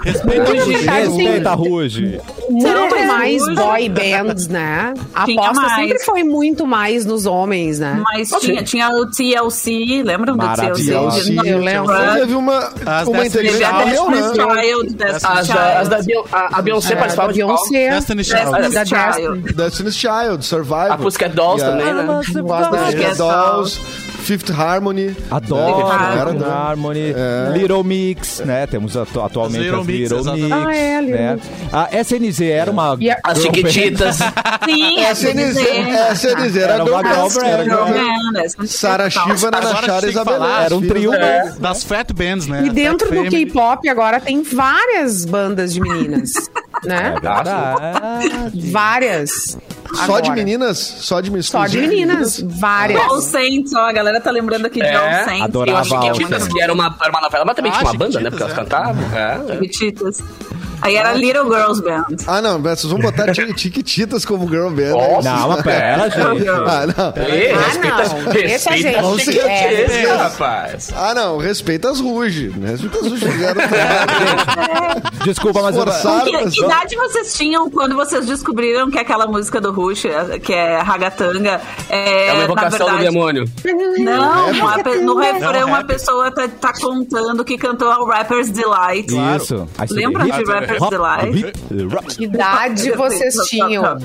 [SPEAKER 4] Respeita a
[SPEAKER 6] Meu
[SPEAKER 4] Ruge.
[SPEAKER 6] Deus. Cara, assim-
[SPEAKER 1] Respeita, Ruge.
[SPEAKER 6] Muito
[SPEAKER 5] Tinha
[SPEAKER 6] mais
[SPEAKER 5] mais.
[SPEAKER 6] boy bands, né? A
[SPEAKER 5] Tinha
[SPEAKER 6] aposta
[SPEAKER 5] é mais.
[SPEAKER 6] sempre foi muito mais nos homens, né?
[SPEAKER 5] Mas tinha, tinha o TLC, lembram do TLC?
[SPEAKER 1] Maravilhosa.
[SPEAKER 2] TLC,
[SPEAKER 5] Não,
[SPEAKER 6] eu lembro.
[SPEAKER 5] Run.
[SPEAKER 2] Teve uma,
[SPEAKER 4] As
[SPEAKER 2] uma
[SPEAKER 4] Destiny's
[SPEAKER 2] integrante
[SPEAKER 5] Teve a
[SPEAKER 4] Child,
[SPEAKER 2] que morreu,
[SPEAKER 5] Destiny's
[SPEAKER 2] né?
[SPEAKER 5] Child, Destiny's
[SPEAKER 3] As, da- as da
[SPEAKER 5] Child.
[SPEAKER 3] Beyon- a, a Beyoncé
[SPEAKER 6] É,
[SPEAKER 3] participava
[SPEAKER 6] da
[SPEAKER 3] de qual?
[SPEAKER 6] Beyoncé.
[SPEAKER 4] Destiny Child.
[SPEAKER 5] Destiny's
[SPEAKER 6] Da
[SPEAKER 5] Child.
[SPEAKER 6] Destiny.
[SPEAKER 2] Destiny's Child, Survivor.
[SPEAKER 3] A Pussycat Dolls
[SPEAKER 2] Yeah.
[SPEAKER 3] também, né?
[SPEAKER 6] Eu gosto da-
[SPEAKER 2] Pussycat Dolls, Fifth Harmony.
[SPEAKER 1] Adoro,
[SPEAKER 5] Harmony.
[SPEAKER 1] Adoro Harmony, Little Mix, né? Temos atu atualmente
[SPEAKER 4] Little
[SPEAKER 1] as
[SPEAKER 4] Mix,
[SPEAKER 1] Little Mix,
[SPEAKER 4] exatamente.
[SPEAKER 6] Ah, é, Little
[SPEAKER 1] né?
[SPEAKER 6] Mix.
[SPEAKER 1] A SNZ era uma...
[SPEAKER 6] E a-
[SPEAKER 3] As
[SPEAKER 1] girl band.
[SPEAKER 3] Chiquititas.
[SPEAKER 5] Sim, é,
[SPEAKER 2] É CNZ, é CNZ,
[SPEAKER 1] Era
[SPEAKER 2] era
[SPEAKER 1] uma
[SPEAKER 2] Girl
[SPEAKER 1] girl
[SPEAKER 2] Bands,
[SPEAKER 1] band,
[SPEAKER 2] era Girl Bands. é né? Sara Shiva,
[SPEAKER 4] Agora a gente
[SPEAKER 2] Nanachara
[SPEAKER 4] tem
[SPEAKER 2] e
[SPEAKER 4] que
[SPEAKER 2] Isabela.
[SPEAKER 4] falar,
[SPEAKER 1] Era um trio, né?
[SPEAKER 4] Das Fat Bands, né?
[SPEAKER 6] É. E dentro
[SPEAKER 4] Fat
[SPEAKER 6] do
[SPEAKER 4] Family.
[SPEAKER 6] K-pop agora tem várias bandas de meninas, né?
[SPEAKER 1] Verdade.
[SPEAKER 6] Várias.
[SPEAKER 2] Só de
[SPEAKER 6] Agora.
[SPEAKER 2] meninas? Só de meninas?
[SPEAKER 6] Só de meninas, várias.
[SPEAKER 5] All É Saints, ó, a galera tá lembrando aqui de
[SPEAKER 3] É,
[SPEAKER 5] All Saints.
[SPEAKER 3] Eu
[SPEAKER 1] adorava
[SPEAKER 3] acho
[SPEAKER 5] é
[SPEAKER 3] que Chiquititas,
[SPEAKER 1] Valsa.
[SPEAKER 3] que era uma, era uma novela, mas também
[SPEAKER 4] Ah,
[SPEAKER 3] tinha uma banda, né?
[SPEAKER 4] Chiquititas,
[SPEAKER 3] Porque elas
[SPEAKER 4] é.
[SPEAKER 3] cantavam. É.
[SPEAKER 5] Chiquititas. Aí era Little Girls Band.
[SPEAKER 2] Ah, não, mas vocês vão botar ti- Tiquititas como girl band.
[SPEAKER 3] Nossa.
[SPEAKER 2] né?
[SPEAKER 1] Não, mas pera, gente.
[SPEAKER 2] Ah, não.
[SPEAKER 3] Ei,
[SPEAKER 6] Ah,
[SPEAKER 3] É, respeita,
[SPEAKER 6] não. Essa
[SPEAKER 3] respeita
[SPEAKER 6] gente-
[SPEAKER 3] as Chiquititas,
[SPEAKER 2] É.
[SPEAKER 3] rapaz.
[SPEAKER 2] Ah, não, respeita as Ruge. Respeita as Ruge. fizeram trabalho
[SPEAKER 1] Desculpa, mas... eu-
[SPEAKER 2] Forçado,
[SPEAKER 5] Que,
[SPEAKER 2] mas-
[SPEAKER 5] que idade vocês tinham quando vocês descobriram que aquela música do Rush, que é Ragatanga, é,
[SPEAKER 3] É uma
[SPEAKER 5] na
[SPEAKER 3] evocação do é.
[SPEAKER 5] verdade,
[SPEAKER 3] demônio.
[SPEAKER 5] É, Não, uma pe- no refrão
[SPEAKER 4] Não,
[SPEAKER 5] uma
[SPEAKER 4] rap.
[SPEAKER 5] pessoa tá, tá contando que cantou All Rapper's Delight.
[SPEAKER 1] Isso. Aí você
[SPEAKER 5] Lembra
[SPEAKER 1] tem
[SPEAKER 5] de
[SPEAKER 1] hip,
[SPEAKER 5] Rapper's
[SPEAKER 1] hop,
[SPEAKER 5] Delight?
[SPEAKER 1] hip, rap.
[SPEAKER 6] Que idade vocês tinham?
[SPEAKER 5] tá,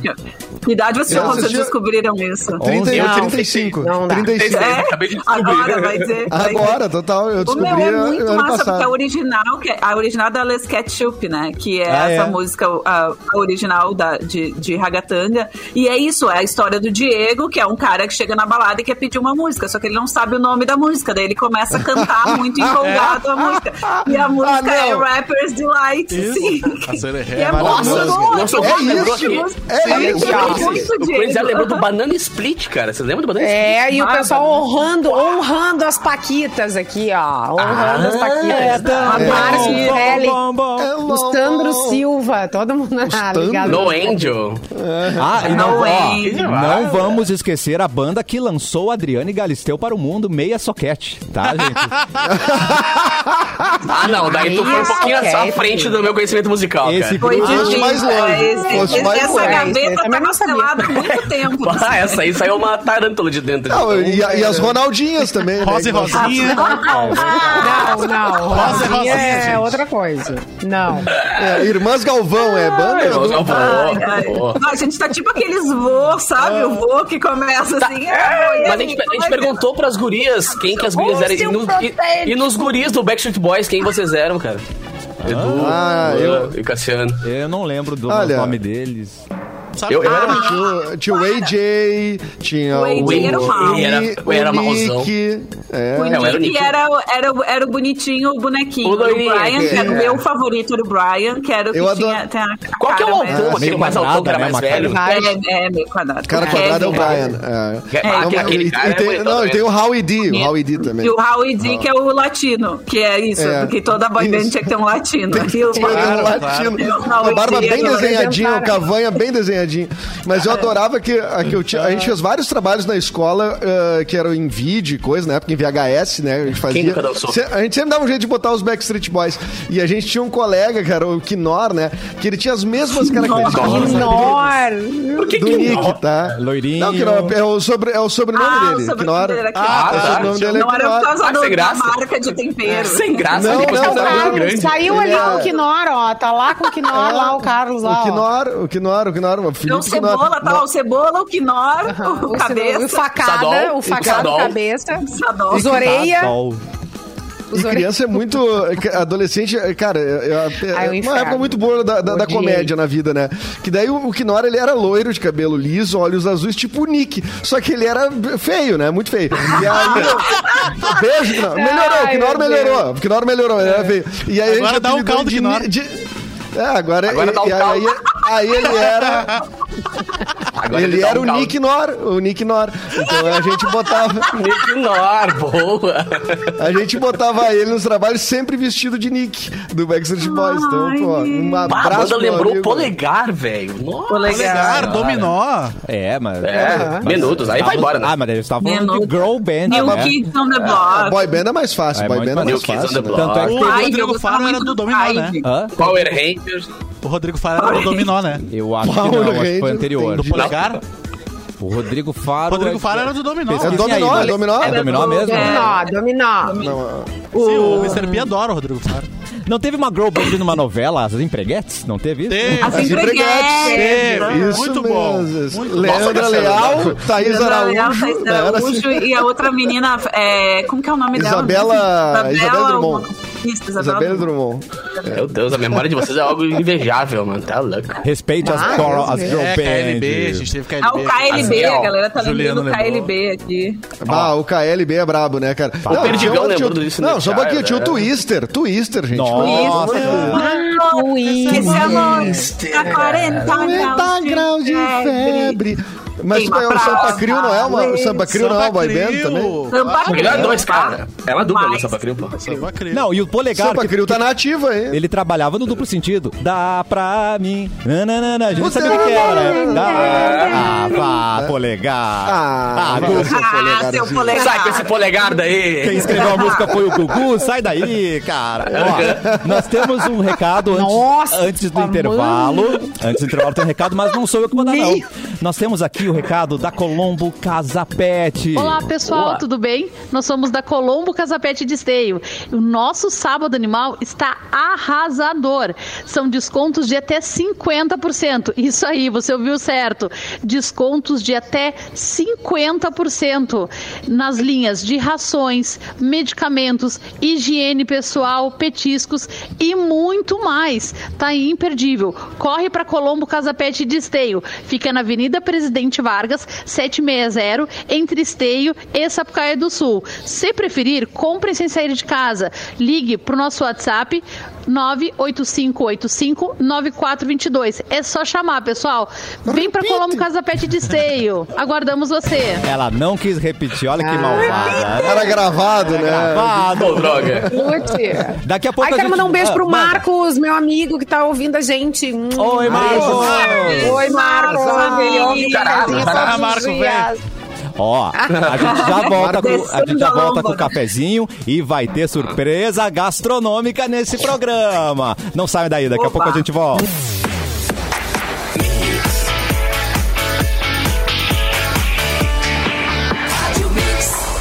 [SPEAKER 5] Que idade vocês tinham
[SPEAKER 2] Eu
[SPEAKER 5] quando vocês
[SPEAKER 2] assistia-
[SPEAKER 5] descobriram isso?
[SPEAKER 2] 30, eu,
[SPEAKER 6] Não,
[SPEAKER 2] 35.
[SPEAKER 6] não dá.
[SPEAKER 2] 35.
[SPEAKER 5] É,
[SPEAKER 3] acabei de descobrir.
[SPEAKER 5] agora vai dizer. vai dizer.
[SPEAKER 2] Agora, total, eu
[SPEAKER 5] O
[SPEAKER 2] descobri
[SPEAKER 5] meu é
[SPEAKER 2] ano
[SPEAKER 5] muito massa, porque a
[SPEAKER 2] passado.
[SPEAKER 5] original, que é- a original é da Les Ketchup, né? Que é
[SPEAKER 1] Ah,
[SPEAKER 5] essa
[SPEAKER 1] é?
[SPEAKER 5] música, a, a original da, de, de Ragatanga. E é isso, é a história do Diego, que é um cara que chega na balada e quer pedir uma música, só que ele não sabe o nome da música. Daí ele começa a cantar muito empolgado a música. E a música é
[SPEAKER 2] É. Ah, não.
[SPEAKER 5] Rapper's Delight,
[SPEAKER 4] Isso.
[SPEAKER 5] sim.
[SPEAKER 4] Acerei.
[SPEAKER 5] E é
[SPEAKER 2] Nossa,
[SPEAKER 5] muito boa,
[SPEAKER 3] nossa,
[SPEAKER 5] é
[SPEAKER 2] É
[SPEAKER 5] muito boa.
[SPEAKER 2] isso, é isso.
[SPEAKER 6] Olha aqui, ó.
[SPEAKER 3] Nossa,
[SPEAKER 5] muito
[SPEAKER 3] o
[SPEAKER 5] dinheiro.
[SPEAKER 3] Crazy lembrou do Banana Split, cara. Vocês lembram do Banana Split?
[SPEAKER 6] É, e o
[SPEAKER 5] Bárbaro,
[SPEAKER 6] pessoal
[SPEAKER 5] né?
[SPEAKER 6] honrando, honrando as paquitas aqui, ó. Honrando as paquitas.
[SPEAKER 1] tá
[SPEAKER 6] a
[SPEAKER 1] bom,
[SPEAKER 6] Márcia
[SPEAKER 1] bom,
[SPEAKER 6] Pirelli,
[SPEAKER 1] bom, bom.
[SPEAKER 2] É
[SPEAKER 6] o Sandro Silva, todo mundo ah,
[SPEAKER 2] Sandro?
[SPEAKER 6] ligado.
[SPEAKER 3] No Angel.
[SPEAKER 1] Ah, e não,
[SPEAKER 5] Não,
[SPEAKER 1] ó,
[SPEAKER 4] é.
[SPEAKER 5] hein?
[SPEAKER 1] não vamos esquecer a banda que lançou Adriane Galisteu para o mundo, Meia Soquete, tá, gente?
[SPEAKER 3] Ah, não, daí tu foi um
[SPEAKER 6] Isso,
[SPEAKER 3] pouquinho
[SPEAKER 6] ok,
[SPEAKER 3] só à frente do meu conhecimento musical.
[SPEAKER 1] Esse
[SPEAKER 3] cara.
[SPEAKER 5] Foi
[SPEAKER 2] Fosse
[SPEAKER 5] difícil.
[SPEAKER 2] mais longe,
[SPEAKER 5] é, esse-
[SPEAKER 2] fosse
[SPEAKER 5] esse-
[SPEAKER 2] mais
[SPEAKER 5] essa
[SPEAKER 2] longe.
[SPEAKER 6] Esse
[SPEAKER 5] gaveta
[SPEAKER 6] também não
[SPEAKER 5] tava
[SPEAKER 6] sabia.
[SPEAKER 5] selada há muito tempo.
[SPEAKER 3] Ah, essa aí saiu uma tarântula de dentro.
[SPEAKER 2] Não, e, e as Ronaldinhas também. né?
[SPEAKER 4] Rosa e Rosinha.
[SPEAKER 6] Ah, Não, não.
[SPEAKER 4] Rosa é
[SPEAKER 6] Rosinha
[SPEAKER 4] rosinha,
[SPEAKER 6] é
[SPEAKER 4] gente.
[SPEAKER 6] outra coisa. Não.
[SPEAKER 2] É, Irmãs Galvão, é banda?
[SPEAKER 3] Ai,
[SPEAKER 2] do-
[SPEAKER 3] não, não,
[SPEAKER 5] Ai,
[SPEAKER 3] não,
[SPEAKER 5] ai.
[SPEAKER 3] não.
[SPEAKER 5] Não, a gente tá tipo aqueles vô, sabe? O vô que começa assim.
[SPEAKER 3] Ah. Tá. É, Mas a gente, a gente perguntou pras gurias quem que as gurias eram. E, no- e- e nos guris do Backstreet Boys, quem vocês eram, cara? Edu,
[SPEAKER 2] Ah,
[SPEAKER 3] Luan e Cassiano.
[SPEAKER 1] Eu não lembro do
[SPEAKER 2] Olha.
[SPEAKER 1] nome deles.
[SPEAKER 4] Sabe? é
[SPEAKER 3] Eu- eu
[SPEAKER 2] Ah,
[SPEAKER 3] era- um-
[SPEAKER 2] Tinha, tinha o AJ, tinha
[SPEAKER 5] O AJ era o mal.
[SPEAKER 2] Ni-
[SPEAKER 3] Era- eu era malzão.
[SPEAKER 2] Nick, é.
[SPEAKER 5] O
[SPEAKER 3] era o
[SPEAKER 5] Nick
[SPEAKER 3] Nick.
[SPEAKER 5] era, o- era, o- era o bonitinho, o bonequinho.
[SPEAKER 3] O
[SPEAKER 5] O,
[SPEAKER 3] loirinho,
[SPEAKER 5] Brian,
[SPEAKER 3] que-
[SPEAKER 5] que era o
[SPEAKER 2] é.
[SPEAKER 5] meu favorito, era o Brian, que era o que
[SPEAKER 2] Eu
[SPEAKER 5] tinha...
[SPEAKER 2] adoro-
[SPEAKER 5] tem a
[SPEAKER 3] Qual que é o
[SPEAKER 5] cara mais-
[SPEAKER 3] autor? Aquele
[SPEAKER 1] meio
[SPEAKER 3] mais
[SPEAKER 1] quadrado,
[SPEAKER 3] autor que era
[SPEAKER 1] né,
[SPEAKER 3] mais
[SPEAKER 1] uma
[SPEAKER 3] velho?
[SPEAKER 6] cara-
[SPEAKER 5] É, é, meio quadrado.
[SPEAKER 2] Cara
[SPEAKER 5] O
[SPEAKER 2] quadrado é o
[SPEAKER 5] Kevin,
[SPEAKER 2] Brian. É.
[SPEAKER 3] É,
[SPEAKER 2] Não,
[SPEAKER 3] aquele
[SPEAKER 2] e- e
[SPEAKER 3] cara
[SPEAKER 2] tem-
[SPEAKER 3] é
[SPEAKER 2] não, e tem o Howie D, o
[SPEAKER 5] Isso.
[SPEAKER 2] Howie D também.
[SPEAKER 5] E
[SPEAKER 2] Ah.
[SPEAKER 5] o Howie D, que é o latino, que é isso,
[SPEAKER 2] É,
[SPEAKER 5] porque toda boy band
[SPEAKER 2] isso.
[SPEAKER 5] tinha que ter um latino. E o-
[SPEAKER 2] Tinha
[SPEAKER 4] Claro,
[SPEAKER 2] um latino.
[SPEAKER 5] claro.
[SPEAKER 2] A barba bem
[SPEAKER 5] Eles
[SPEAKER 2] desenhadinha, o
[SPEAKER 6] inventaram.
[SPEAKER 2] cavanha bem desenhadinho. Mas eu adorava que a, que eu tinha- a gente fez vários trabalhos na escola eh, que eram em vídeo e coisa, na época em VHS, né? A gente fazia.
[SPEAKER 3] nunca dançou?
[SPEAKER 2] Se- A gente sempre dava um jeito de botar os Backstreet Boys. E a gente tinha um colega, cara, o Knorr, né? Que ele tinha as mesmas características.
[SPEAKER 3] Nossa.
[SPEAKER 6] Ignor.
[SPEAKER 3] Por que
[SPEAKER 2] Do
[SPEAKER 3] que não?
[SPEAKER 2] Nick, tá?
[SPEAKER 1] Loirinho.
[SPEAKER 2] Não, Knorr, é o, sobre, é o sobrenome
[SPEAKER 5] Ah, o
[SPEAKER 2] dele.
[SPEAKER 5] sobrenome
[SPEAKER 2] Knorr.
[SPEAKER 5] dele era Knorr.
[SPEAKER 2] Ah,
[SPEAKER 3] tá.
[SPEAKER 2] O sobrenome dele é
[SPEAKER 5] Não era por
[SPEAKER 2] Knorr.
[SPEAKER 5] causa
[SPEAKER 3] Ah,
[SPEAKER 5] do-
[SPEAKER 3] sem
[SPEAKER 5] da
[SPEAKER 3] graça.
[SPEAKER 5] marca de tempero.
[SPEAKER 3] Sem graça,
[SPEAKER 2] Não,
[SPEAKER 3] depois
[SPEAKER 2] não,
[SPEAKER 3] que
[SPEAKER 2] não.
[SPEAKER 3] eu tava
[SPEAKER 2] Carlos,
[SPEAKER 3] tá grande.
[SPEAKER 6] Saiu ali
[SPEAKER 2] Ele é-
[SPEAKER 6] com o Quinor, ó. Tá lá com o Quinor, lá o Carlos lá.
[SPEAKER 2] O
[SPEAKER 6] ó.
[SPEAKER 2] Knorr, o Knorr, o Knorr, o Felipe
[SPEAKER 5] Então, o cebola,
[SPEAKER 2] Knorr.
[SPEAKER 5] tá lá o cebola, o quinor, o
[SPEAKER 6] O Quinor, o
[SPEAKER 5] cabeça,
[SPEAKER 6] facada,
[SPEAKER 3] Sadol.
[SPEAKER 6] o facada,
[SPEAKER 3] Sadol.
[SPEAKER 6] o cabeça,
[SPEAKER 5] Sadol.
[SPEAKER 6] os
[SPEAKER 2] É.
[SPEAKER 6] orelha,
[SPEAKER 1] Tadol.
[SPEAKER 2] E
[SPEAKER 6] os orelha.
[SPEAKER 2] criança é muito. Adolescente, cara, é, é-
[SPEAKER 6] Ai, o
[SPEAKER 2] é uma
[SPEAKER 6] Ah, um inferno.
[SPEAKER 2] época muito boa da, da- da
[SPEAKER 6] Odiei.
[SPEAKER 2] comédia na vida, né? Que daí o, o Knorr, ele era loiro de cabelo liso, olhos azuis, tipo o Nick. Só que ele era feio, né? Muito feio. E aí. beijo, Knorr. Melhorou, o
[SPEAKER 6] Ai,
[SPEAKER 2] Knorr
[SPEAKER 6] meu É.
[SPEAKER 2] melhorou. O Knorr melhorou, ele era feio. E aí a
[SPEAKER 4] Agora
[SPEAKER 2] gente
[SPEAKER 4] dá um
[SPEAKER 2] apelidou
[SPEAKER 4] caldo,
[SPEAKER 2] de-
[SPEAKER 4] Knorr.
[SPEAKER 2] de- é, agora,
[SPEAKER 3] Agora
[SPEAKER 2] e-
[SPEAKER 3] dá um
[SPEAKER 2] e aí,
[SPEAKER 3] caldo.
[SPEAKER 2] aí ele era.
[SPEAKER 3] Agora
[SPEAKER 2] ele
[SPEAKER 3] dá
[SPEAKER 2] era
[SPEAKER 3] um
[SPEAKER 2] o
[SPEAKER 3] caldo.
[SPEAKER 2] Nick Nor, o Nick Nor. Então a gente botava.
[SPEAKER 3] Nick Nor, boa.
[SPEAKER 2] A gente botava ele nos trabalhos sempre vestido de Nick do Backstreet Boys. Então, pô, um
[SPEAKER 3] Bah, a
[SPEAKER 2] abraço.
[SPEAKER 3] banda
[SPEAKER 2] pro
[SPEAKER 3] lembrou
[SPEAKER 2] amigo.
[SPEAKER 3] polegar, velho. Nossa,
[SPEAKER 4] Polegar,
[SPEAKER 3] cara.
[SPEAKER 4] dominó.
[SPEAKER 1] É, mas...
[SPEAKER 3] É, minutos, aí vai embora, né?
[SPEAKER 1] Ah, mas eles estavam falando de
[SPEAKER 5] Menudo.
[SPEAKER 1] girl band,
[SPEAKER 5] New
[SPEAKER 1] né?
[SPEAKER 5] Kids on the
[SPEAKER 2] Ah,
[SPEAKER 5] Block.
[SPEAKER 2] boy band é mais fácil,
[SPEAKER 1] É
[SPEAKER 2] boy
[SPEAKER 1] muito
[SPEAKER 2] band é mais
[SPEAKER 1] mais
[SPEAKER 3] fácil.
[SPEAKER 2] fácil.
[SPEAKER 3] New
[SPEAKER 2] né?
[SPEAKER 3] Kids on
[SPEAKER 1] Tanto é
[SPEAKER 4] O
[SPEAKER 1] que...
[SPEAKER 5] Ai, eu
[SPEAKER 4] Rodrigo
[SPEAKER 5] gostava
[SPEAKER 4] Faro era
[SPEAKER 5] muito
[SPEAKER 4] do
[SPEAKER 5] do
[SPEAKER 4] dominó, né?
[SPEAKER 5] Tide.
[SPEAKER 1] Hã?
[SPEAKER 3] Power Rangers.
[SPEAKER 4] O Rodrigo Faro era do dominó, né?
[SPEAKER 1] Eu acho que
[SPEAKER 2] Power
[SPEAKER 1] não, acho que foi
[SPEAKER 2] Ranger,
[SPEAKER 1] anterior.
[SPEAKER 4] Do polegar.
[SPEAKER 1] O Rodrigo Faro...
[SPEAKER 4] Rodrigo Faro era do dominó.
[SPEAKER 1] Pesquisem
[SPEAKER 2] É dominó,
[SPEAKER 1] aí,
[SPEAKER 2] é dominó?
[SPEAKER 1] É dominó mesmo?
[SPEAKER 6] Dominó, dominó.
[SPEAKER 4] Sim, o Mr. P adora o Rodrigo Faro.
[SPEAKER 1] Não teve uma girl band numa novela, As Empreguetes? Não teve isso?
[SPEAKER 4] Teve,
[SPEAKER 5] As
[SPEAKER 2] As
[SPEAKER 5] empreguetes.
[SPEAKER 4] teve.
[SPEAKER 2] Isso
[SPEAKER 4] Muito
[SPEAKER 2] mesmo.
[SPEAKER 4] bom. Muito bom.
[SPEAKER 2] Leandra
[SPEAKER 3] Nossa,
[SPEAKER 2] Leal, Thaís
[SPEAKER 5] Leandra Leal,
[SPEAKER 2] Araújo.
[SPEAKER 5] Thaís
[SPEAKER 2] né, era assim.
[SPEAKER 5] Araújo e a outra menina, é, como que é o nome
[SPEAKER 2] Isabela-
[SPEAKER 5] dela?
[SPEAKER 2] Isabela
[SPEAKER 5] alguma-
[SPEAKER 2] Drummond.
[SPEAKER 5] Isso, Isabela
[SPEAKER 2] Isabela
[SPEAKER 5] Drummond.
[SPEAKER 2] Drummond.
[SPEAKER 3] Meu Deus, a memória de vocês é algo invejável, mano. Tá louco.
[SPEAKER 1] Respeite as,
[SPEAKER 6] Ah,
[SPEAKER 1] girl,
[SPEAKER 2] né?
[SPEAKER 6] é
[SPEAKER 1] as girl
[SPEAKER 4] É, KLB, a
[SPEAKER 1] band.
[SPEAKER 4] gente teve KLB.
[SPEAKER 5] Ah, o KLB,
[SPEAKER 3] Assim, ó,
[SPEAKER 5] a galera tá
[SPEAKER 4] Juliano
[SPEAKER 5] lembrando do
[SPEAKER 4] lembrou.
[SPEAKER 5] KLB aqui.
[SPEAKER 2] Ah, o KLB é brabo, né, cara? Não,
[SPEAKER 3] Perdigão
[SPEAKER 2] tinha outro-
[SPEAKER 3] lembrou disso, né,
[SPEAKER 2] Não, só um
[SPEAKER 3] cara,
[SPEAKER 2] pouquinho. Tinha o
[SPEAKER 3] né?
[SPEAKER 2] Twister. Twister, gente.
[SPEAKER 1] Nossa,
[SPEAKER 5] Esse amor tá 40
[SPEAKER 2] 40 graus tá de febre. Mas
[SPEAKER 5] Queima
[SPEAKER 2] é, o
[SPEAKER 5] pra
[SPEAKER 2] Sampa Crio não é uma. O
[SPEAKER 5] além.
[SPEAKER 2] Sampa Crio não é uma boy band também?
[SPEAKER 5] Sampa
[SPEAKER 3] Melhor
[SPEAKER 5] Crio.
[SPEAKER 3] dois, cara. É uma dupla, né,
[SPEAKER 5] Mas-
[SPEAKER 3] Sampa Crio, pô.
[SPEAKER 4] Sampa Crio.
[SPEAKER 1] Não, e o polegar...
[SPEAKER 2] Sampa
[SPEAKER 1] que-
[SPEAKER 2] Crio tá na ativa aí.
[SPEAKER 1] Ele trabalhava no duplo sentido. Dá pra mim. Nananana. A gente não sabia o que que era, né? Dá. Ah, pá, polegar.
[SPEAKER 2] Ah,
[SPEAKER 1] Ah,
[SPEAKER 2] vai.
[SPEAKER 1] Gugu.
[SPEAKER 5] Ah, seu polegar.
[SPEAKER 3] Sai com esse polegar
[SPEAKER 1] Quem
[SPEAKER 3] daí.
[SPEAKER 1] escreveu a música foi o Gugu. Sai daí, cara. Ó, nós temos um recado antes,
[SPEAKER 6] Nossa,
[SPEAKER 1] antes do
[SPEAKER 6] mano.
[SPEAKER 1] intervalo. Antes do intervalo tem um recado, mas não sou eu que vou dar, não. Nós temos aqui o recado da Colombo Casapete.
[SPEAKER 7] Olá pessoal, tudo bem? Nós somos da Colombo Casapete de Esteio. O nosso sábado animal está arrasador. São descontos de até 50%. Isso aí, você ouviu certo. Descontos de até 50% nas linhas de rações, medicamentos, higiene pessoal, petiscos e muito mais. Tá imperdível. Corre para Colombo Casapete de Esteio. Fica na Avenida Avenida Presidente Vargas, 760, entre Esteio e Sapucaia do Sul. Se preferir, compre sem sair de casa. Ligue para o nosso WhatsApp 985859422. É só chamar, pessoal. Vem para Colombo Casa Pet de Esteio. Aguardamos você.
[SPEAKER 1] Ela não quis repetir, olha que malvada.
[SPEAKER 2] Era gravado, né?
[SPEAKER 1] Malvado.
[SPEAKER 3] Ô, droga.
[SPEAKER 6] Lute.
[SPEAKER 1] Daqui a pouco
[SPEAKER 6] Aí
[SPEAKER 1] a
[SPEAKER 6] quero
[SPEAKER 1] gente-
[SPEAKER 6] mandar um beijo pro
[SPEAKER 1] Ah,
[SPEAKER 6] Marcos, meu amigo que tá ouvindo a gente. Hum,
[SPEAKER 1] Oi, Marcos.
[SPEAKER 6] beijo. Oi, Marcos. Ele ouve
[SPEAKER 3] Caralho,
[SPEAKER 6] casinha
[SPEAKER 3] caralho,
[SPEAKER 6] todos os
[SPEAKER 4] Marco,
[SPEAKER 6] dias.
[SPEAKER 4] velho.
[SPEAKER 1] Ó, a gente já volta com, a gente já volta com o cafezinho e vai ter surpresa gastronômica nesse programa. Não sai daí, daqui a pouco a gente volta.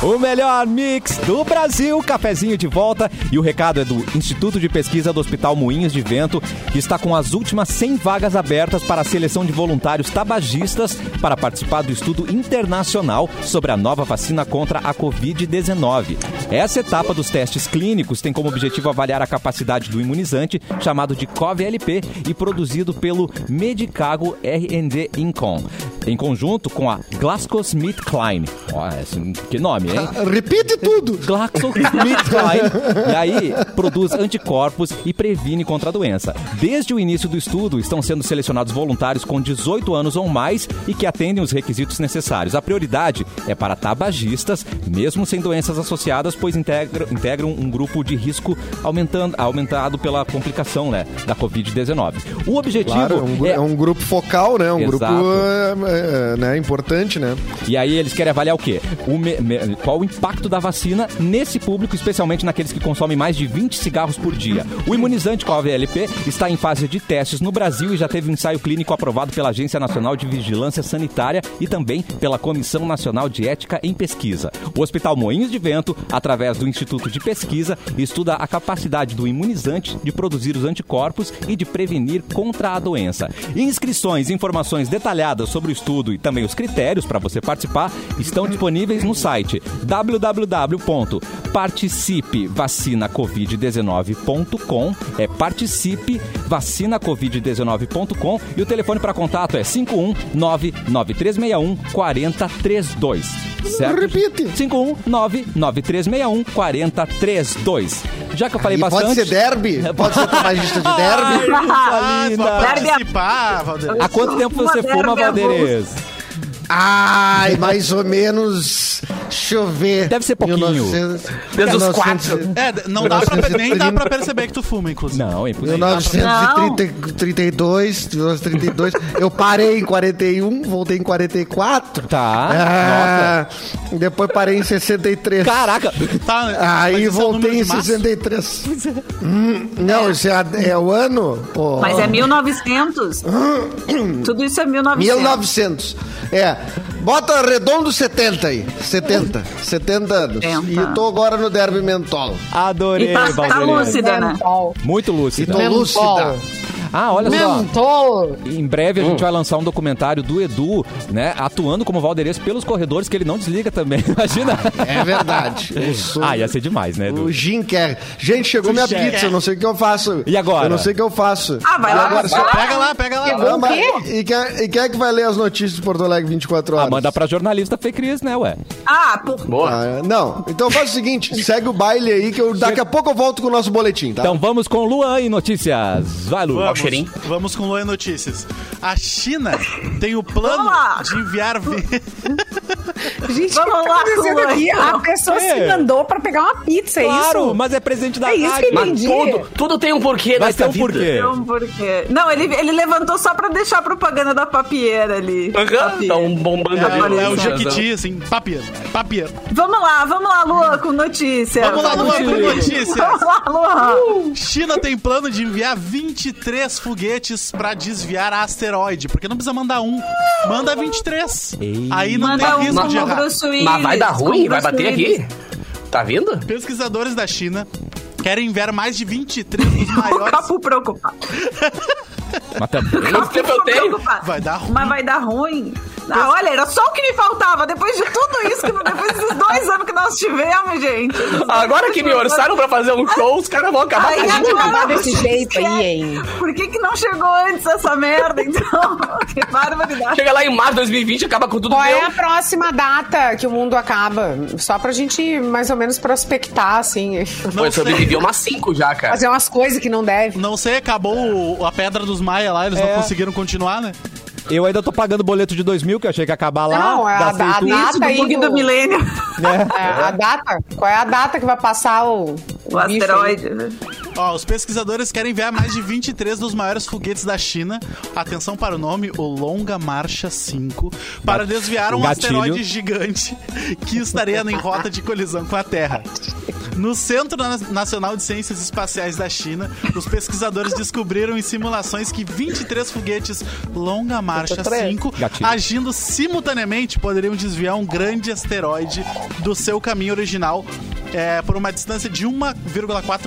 [SPEAKER 1] O melhor mix do Brasil, cafezinho de volta. E o recado é do Instituto de Pesquisa do Hospital Moinhos de Vento, que está com as últimas 100 vagas abertas para a seleção de voluntários tabagistas para participar do estudo internacional sobre a nova vacina contra a Covid-19. Essa etapa dos testes clínicos tem como objetivo avaliar a capacidade do imunizante, chamado de COVLP, e produzido pelo Medicago R&D Incon, em conjunto com a GlaxoSmithKline. Ó, esse- que nome, hein?
[SPEAKER 2] Repite tudo.
[SPEAKER 1] GlaxoSmithKline. e aí, produz anticorpos e previne contra a doença. Desde o início do estudo, estão sendo selecionados voluntários com 18 anos ou mais e que atendem os requisitos necessários. A prioridade é para tabagistas, mesmo sem doenças associadas, pois integra- integram um grupo de risco aumentando, aumentado pela complicação né, da Covid-19. O objetivo
[SPEAKER 2] Claro, é um, gru-
[SPEAKER 1] é-
[SPEAKER 2] é um grupo focal, né? Um
[SPEAKER 1] Exato.
[SPEAKER 2] grupo é, é, né? importante, né?
[SPEAKER 1] E aí eles querem avaliar o quê? O me- me- qual o impacto da vacina nesse público, especialmente naqueles que consomem mais de 20 cigarros por dia. O imunizante com a VLP está em fase de testes no Brasil e já teve ensaio clínico aprovado pela Agência Nacional de Vigilância Sanitária e também pela Comissão Nacional de Ética em Pesquisa. O Hospital Moinhos de Vento, através do Instituto de Pesquisa, estuda a capacidade do imunizante de produzir os anticorpos e de prevenir contra a doença. Inscrições e informações detalhadas sobre o estudo e também os critérios para você participar estão disponíveis no site www.participevacinacovid19.com é participevacinacovid19.com e o telefone para contato é 51993614032. Certo?
[SPEAKER 2] Repite.
[SPEAKER 1] 51993614032. Já que eu falei
[SPEAKER 2] E
[SPEAKER 1] bastante.
[SPEAKER 2] pode ser derby? Pode ser tabagista de derby?
[SPEAKER 1] Ah,
[SPEAKER 4] Ah,
[SPEAKER 1] linda.
[SPEAKER 4] só participar, Valdir.
[SPEAKER 1] Há quanto tempo você
[SPEAKER 5] Uma
[SPEAKER 1] fuma,
[SPEAKER 5] derby é
[SPEAKER 1] Valdeires?
[SPEAKER 2] Ai, mais ou menos. Deixa eu ver.
[SPEAKER 1] Deve ser pouquinho.
[SPEAKER 3] Desde os
[SPEAKER 2] 1900
[SPEAKER 3] quatro.
[SPEAKER 4] É, não dá pra, nem dá pra perceber que tu fuma, inclusive.
[SPEAKER 1] Não, é impossível.
[SPEAKER 2] 1932, 1932. Eu parei em 41, voltei em 44.
[SPEAKER 1] Tá.
[SPEAKER 2] Ah, depois parei em 63.
[SPEAKER 1] Caraca.
[SPEAKER 4] Tá, mas
[SPEAKER 2] Aí
[SPEAKER 4] esse é o número
[SPEAKER 2] voltei em
[SPEAKER 4] de março?
[SPEAKER 2] 63. Hum, não, isso é, a- é o ano? pô.
[SPEAKER 5] é. Mas é 1900? Tudo isso é 1900.
[SPEAKER 2] 1900. É. Bota redondo 70 aí. 70. 70 anos.
[SPEAKER 5] 70.
[SPEAKER 2] E tô agora no Derby Mentol.
[SPEAKER 1] Adorei,
[SPEAKER 5] E tá- tá
[SPEAKER 1] Valdeires.
[SPEAKER 5] lúcida, né?
[SPEAKER 6] Mentol.
[SPEAKER 1] Muito
[SPEAKER 2] E
[SPEAKER 1] lúcida.
[SPEAKER 2] tô
[SPEAKER 6] Mentol.
[SPEAKER 2] lúcida.
[SPEAKER 1] Ah, olha só.
[SPEAKER 6] Mentol.
[SPEAKER 1] Em breve a gente vai lançar um documentário do Edu, né? Atuando como Valdeires pelos corredores que ele não desliga também. Imagina.
[SPEAKER 2] É verdade. Eu sou-
[SPEAKER 1] Ah, ia ser demais, né, Edu?
[SPEAKER 2] O Jim quer. Gente, chegou minha
[SPEAKER 1] Jim
[SPEAKER 2] pizza, eu não sei o que eu faço.
[SPEAKER 1] E agora?
[SPEAKER 2] Eu não sei o que eu faço.
[SPEAKER 5] Ah, vai
[SPEAKER 2] E
[SPEAKER 5] lá,
[SPEAKER 2] agora,
[SPEAKER 5] vai lá. um
[SPEAKER 4] Pega lá, pega lá.
[SPEAKER 6] Chegou.
[SPEAKER 2] Ah, mas- E, quem, e quem é que vai ler as notícias de Porto Alegre 24 horas?
[SPEAKER 1] Ah, manda pra jornalista Fê Cris, né, ué?
[SPEAKER 5] Ah, por...
[SPEAKER 3] Boa.
[SPEAKER 2] Ah, não, então faz o seguinte, segue o baile aí que eu, daqui a pouco eu volto com o nosso boletim, tá?
[SPEAKER 1] Então vamos com o Luan em notícias. Vai, Lu.
[SPEAKER 3] Ó, cheirinho.
[SPEAKER 4] Vamos com Luan Notícias. A China tem o plano
[SPEAKER 5] Olá.
[SPEAKER 4] de enviar. vi-
[SPEAKER 6] Gente, o que
[SPEAKER 5] Vamos
[SPEAKER 6] tá
[SPEAKER 5] lá,
[SPEAKER 6] acontecendo
[SPEAKER 5] Luan.
[SPEAKER 6] aqui? A pessoa
[SPEAKER 1] É.
[SPEAKER 6] se mandou pra pegar uma pizza, é
[SPEAKER 1] Claro,
[SPEAKER 6] isso?
[SPEAKER 1] mas é presente da
[SPEAKER 6] É isso
[SPEAKER 1] rádio.
[SPEAKER 6] que
[SPEAKER 3] Mas
[SPEAKER 6] Entendi.
[SPEAKER 3] tudo, tudo tem um porquê
[SPEAKER 1] Vai ter
[SPEAKER 3] nessa
[SPEAKER 1] um
[SPEAKER 3] vida.
[SPEAKER 4] é.
[SPEAKER 1] porquê.
[SPEAKER 5] Então, por quê? Não, ele, ele levantou só pra deixar a propaganda da papieira ali.
[SPEAKER 3] Aham,
[SPEAKER 5] Papieira.
[SPEAKER 3] Tá um bombando
[SPEAKER 4] É, o- é o
[SPEAKER 5] Valeu,
[SPEAKER 4] Jequiti, assim, papier, papier.
[SPEAKER 5] Vamos lá, vamos lá, Lua, com notícia.
[SPEAKER 4] Vamos lá, Luan, com notícias.
[SPEAKER 5] Vamos lá, Lua.
[SPEAKER 4] China tem plano de enviar 23 foguetes pra desviar asteroide. Porque não precisa mandar um, manda 23.
[SPEAKER 1] Ei.
[SPEAKER 4] Aí não
[SPEAKER 5] Manda
[SPEAKER 4] tem
[SPEAKER 5] um
[SPEAKER 4] risco de
[SPEAKER 5] como
[SPEAKER 4] errar.
[SPEAKER 5] Bruce Willis.
[SPEAKER 3] Mas vai dar ruim?
[SPEAKER 5] como
[SPEAKER 3] Vai
[SPEAKER 5] Bruce
[SPEAKER 3] bater
[SPEAKER 5] Willis.
[SPEAKER 3] aqui? Tá vindo?
[SPEAKER 4] Pesquisadores da China querem enviar mais de 23 dos
[SPEAKER 5] O
[SPEAKER 4] maiores
[SPEAKER 5] capo preocupado.
[SPEAKER 1] Mas também.
[SPEAKER 3] Quanto tempo eu tenho?
[SPEAKER 4] Vai dar ruim.
[SPEAKER 5] Mas vai dar ruim. Ah, olha, era só o que me faltava. Depois de tudo isso, que, depois desses dois anos que nós tivemos, gente.
[SPEAKER 3] Agora que me orçaram pra fazer um show, os caras vão acabar
[SPEAKER 5] Aí
[SPEAKER 3] com a gente.
[SPEAKER 5] agora-
[SPEAKER 6] acabar desse jeito aí, hein?
[SPEAKER 5] Por que, que não chegou antes essa merda, então? que barbaridade.
[SPEAKER 3] Chega lá em março de 2020 acaba com tudo
[SPEAKER 6] Qual é
[SPEAKER 3] meu.
[SPEAKER 6] a próxima data que o mundo acaba? Só pra gente mais ou menos prospectar, assim.
[SPEAKER 3] Pô, eu sobrevivi umas 5 já, cara.
[SPEAKER 6] Fazer umas coisas que não deve.
[SPEAKER 4] Não sei, acabou o- a pedra dos Maia lá, eles
[SPEAKER 1] É.
[SPEAKER 4] não conseguiram continuar, né?
[SPEAKER 1] Eu ainda tô pagando boleto de 2 mil, que eu achei que ia acabar lá.
[SPEAKER 6] Não, é a
[SPEAKER 1] gastei
[SPEAKER 6] da-
[SPEAKER 1] tudo.
[SPEAKER 6] da-
[SPEAKER 5] Isso, do
[SPEAKER 6] aí
[SPEAKER 5] bug
[SPEAKER 6] do-
[SPEAKER 5] do milênio.
[SPEAKER 1] né?
[SPEAKER 6] É, a data? Qual é a data que vai passar o.
[SPEAKER 5] O
[SPEAKER 6] bicho aí?
[SPEAKER 5] asteroide.
[SPEAKER 4] Ó, os pesquisadores querem enviar mais de 23 dos maiores foguetes da China. Atenção para o nome, o Longa Marcha 5, para desviar um
[SPEAKER 1] gatilho.
[SPEAKER 4] asteroide gigante que estaria em rota de colisão com a Terra. No Centro Na- Nacional de Ciências Espaciais da China, os pesquisadores descobriram em simulações que 23 foguetes Longa Marcha 5,
[SPEAKER 1] Gatilho.
[SPEAKER 4] agindo simultaneamente, poderiam desviar um grande asteroide do seu caminho original é, por uma distância de 1,4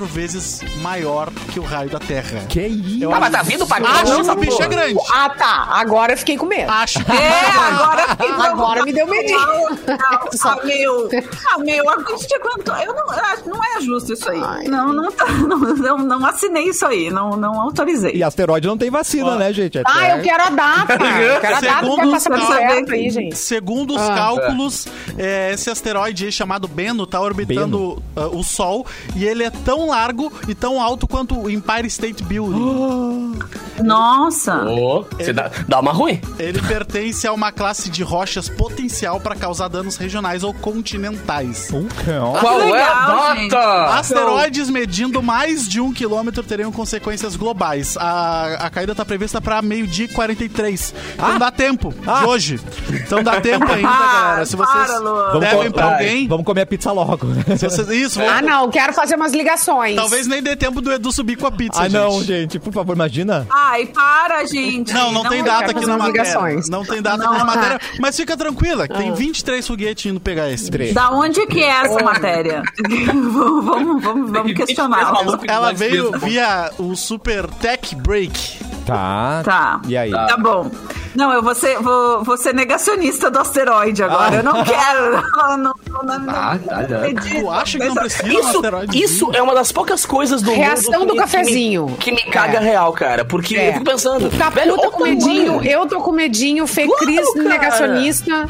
[SPEAKER 4] vezes maior que o raio da Terra.
[SPEAKER 1] Que isso?
[SPEAKER 4] Eu
[SPEAKER 3] Ah, mas tá vindo pra cá,
[SPEAKER 4] acho que
[SPEAKER 3] essa
[SPEAKER 4] o bicho é
[SPEAKER 3] porra.
[SPEAKER 4] grande.
[SPEAKER 6] Ah, tá. Agora eu fiquei com medo.
[SPEAKER 4] Acho que
[SPEAKER 5] É, agora eu fiquei
[SPEAKER 6] Agora me deu medinho.
[SPEAKER 5] tá. Não, ah, meu, ah, meu, a gente aguentou. Eu não, ah, não é justo isso aí. Não, não, tá, não, não, não assinei isso aí, não, não autorizei.
[SPEAKER 1] E asteroide não tem vacina, né, gente? É
[SPEAKER 6] Ah,
[SPEAKER 1] até-
[SPEAKER 6] eu quero a data. Eu quero a data que vai
[SPEAKER 4] Segundo
[SPEAKER 6] passar
[SPEAKER 5] os
[SPEAKER 6] por
[SPEAKER 5] cálculos-
[SPEAKER 6] perto aí, gente.
[SPEAKER 4] Segundo os cálculos, é, esse asteroide aí chamado Beno tá orbitando ah, o Sol e ele é tão largo e tão alto quanto o Empire State Building.
[SPEAKER 5] Nossa.
[SPEAKER 3] Ô, você dá, dá uma ruim.
[SPEAKER 4] Ele pertence a uma classe de rochas potencial para causar danos regionais ou continentais.
[SPEAKER 1] Um cão.
[SPEAKER 3] Qual é
[SPEAKER 5] legal,
[SPEAKER 3] a
[SPEAKER 5] gente.
[SPEAKER 3] data?
[SPEAKER 4] Asteroides medindo mais de um quilômetro teriam consequências globais. A, a caída está prevista para meio-dia e 43. Então dá tempo, de hoje. Então dá tempo ainda,
[SPEAKER 5] Ah,
[SPEAKER 4] galera. Se vocês
[SPEAKER 5] para, Luan.
[SPEAKER 4] devem
[SPEAKER 1] co-
[SPEAKER 4] para
[SPEAKER 1] vai,
[SPEAKER 4] alguém,
[SPEAKER 1] Vamos comer a pizza logo.
[SPEAKER 4] se vocês- isso, vão-
[SPEAKER 6] Ah, não. Quero fazer umas ligações.
[SPEAKER 4] É. talvez nem dê tempo do Edu subir com a pizza,
[SPEAKER 1] Ah,
[SPEAKER 4] gente.
[SPEAKER 1] não, gente, por favor, imagina.
[SPEAKER 5] Ai, para, gente. é
[SPEAKER 4] Não, não, tem
[SPEAKER 5] eu
[SPEAKER 4] data
[SPEAKER 5] quero
[SPEAKER 4] aqui
[SPEAKER 6] fazer
[SPEAKER 4] na
[SPEAKER 6] umas
[SPEAKER 4] matéria.
[SPEAKER 6] ligações.
[SPEAKER 4] Não Ah. tem data aqui na matéria. Mas fica tranquila, que tem 23 foguetes indo pegar esse.
[SPEAKER 1] Três.
[SPEAKER 5] Da onde que é essa matéria? vamos, vamos, vamos, vamos questionar.
[SPEAKER 4] Ela veio via o Super Tech Break.
[SPEAKER 1] Tá.
[SPEAKER 5] Tá.
[SPEAKER 1] E aí?
[SPEAKER 5] Tá bom. Não, eu vou ser, vou, vou ser negacionista do asteroide agora.
[SPEAKER 1] Ah.
[SPEAKER 5] Eu não quero. Não, não, não, não,
[SPEAKER 3] Ah, tá, tá.
[SPEAKER 5] acredito.
[SPEAKER 4] Tu acha que não
[SPEAKER 5] Mas-
[SPEAKER 4] precisa um
[SPEAKER 3] Isso,
[SPEAKER 4] asteroide?
[SPEAKER 3] isso é uma das poucas coisas do
[SPEAKER 6] Reação
[SPEAKER 3] mundo
[SPEAKER 6] do
[SPEAKER 3] que-
[SPEAKER 6] cafezinho.
[SPEAKER 3] Que me, que me caga
[SPEAKER 6] É.
[SPEAKER 3] real, cara. Porque
[SPEAKER 6] É.
[SPEAKER 3] eu fico pensando.
[SPEAKER 6] Tá,
[SPEAKER 3] velho,
[SPEAKER 6] eu
[SPEAKER 3] olha
[SPEAKER 6] tô
[SPEAKER 3] o
[SPEAKER 6] com
[SPEAKER 3] tamanho.
[SPEAKER 6] medinho, eu tô com medinho, Fê
[SPEAKER 3] Claro,
[SPEAKER 6] Cris
[SPEAKER 3] cara.
[SPEAKER 6] negacionista.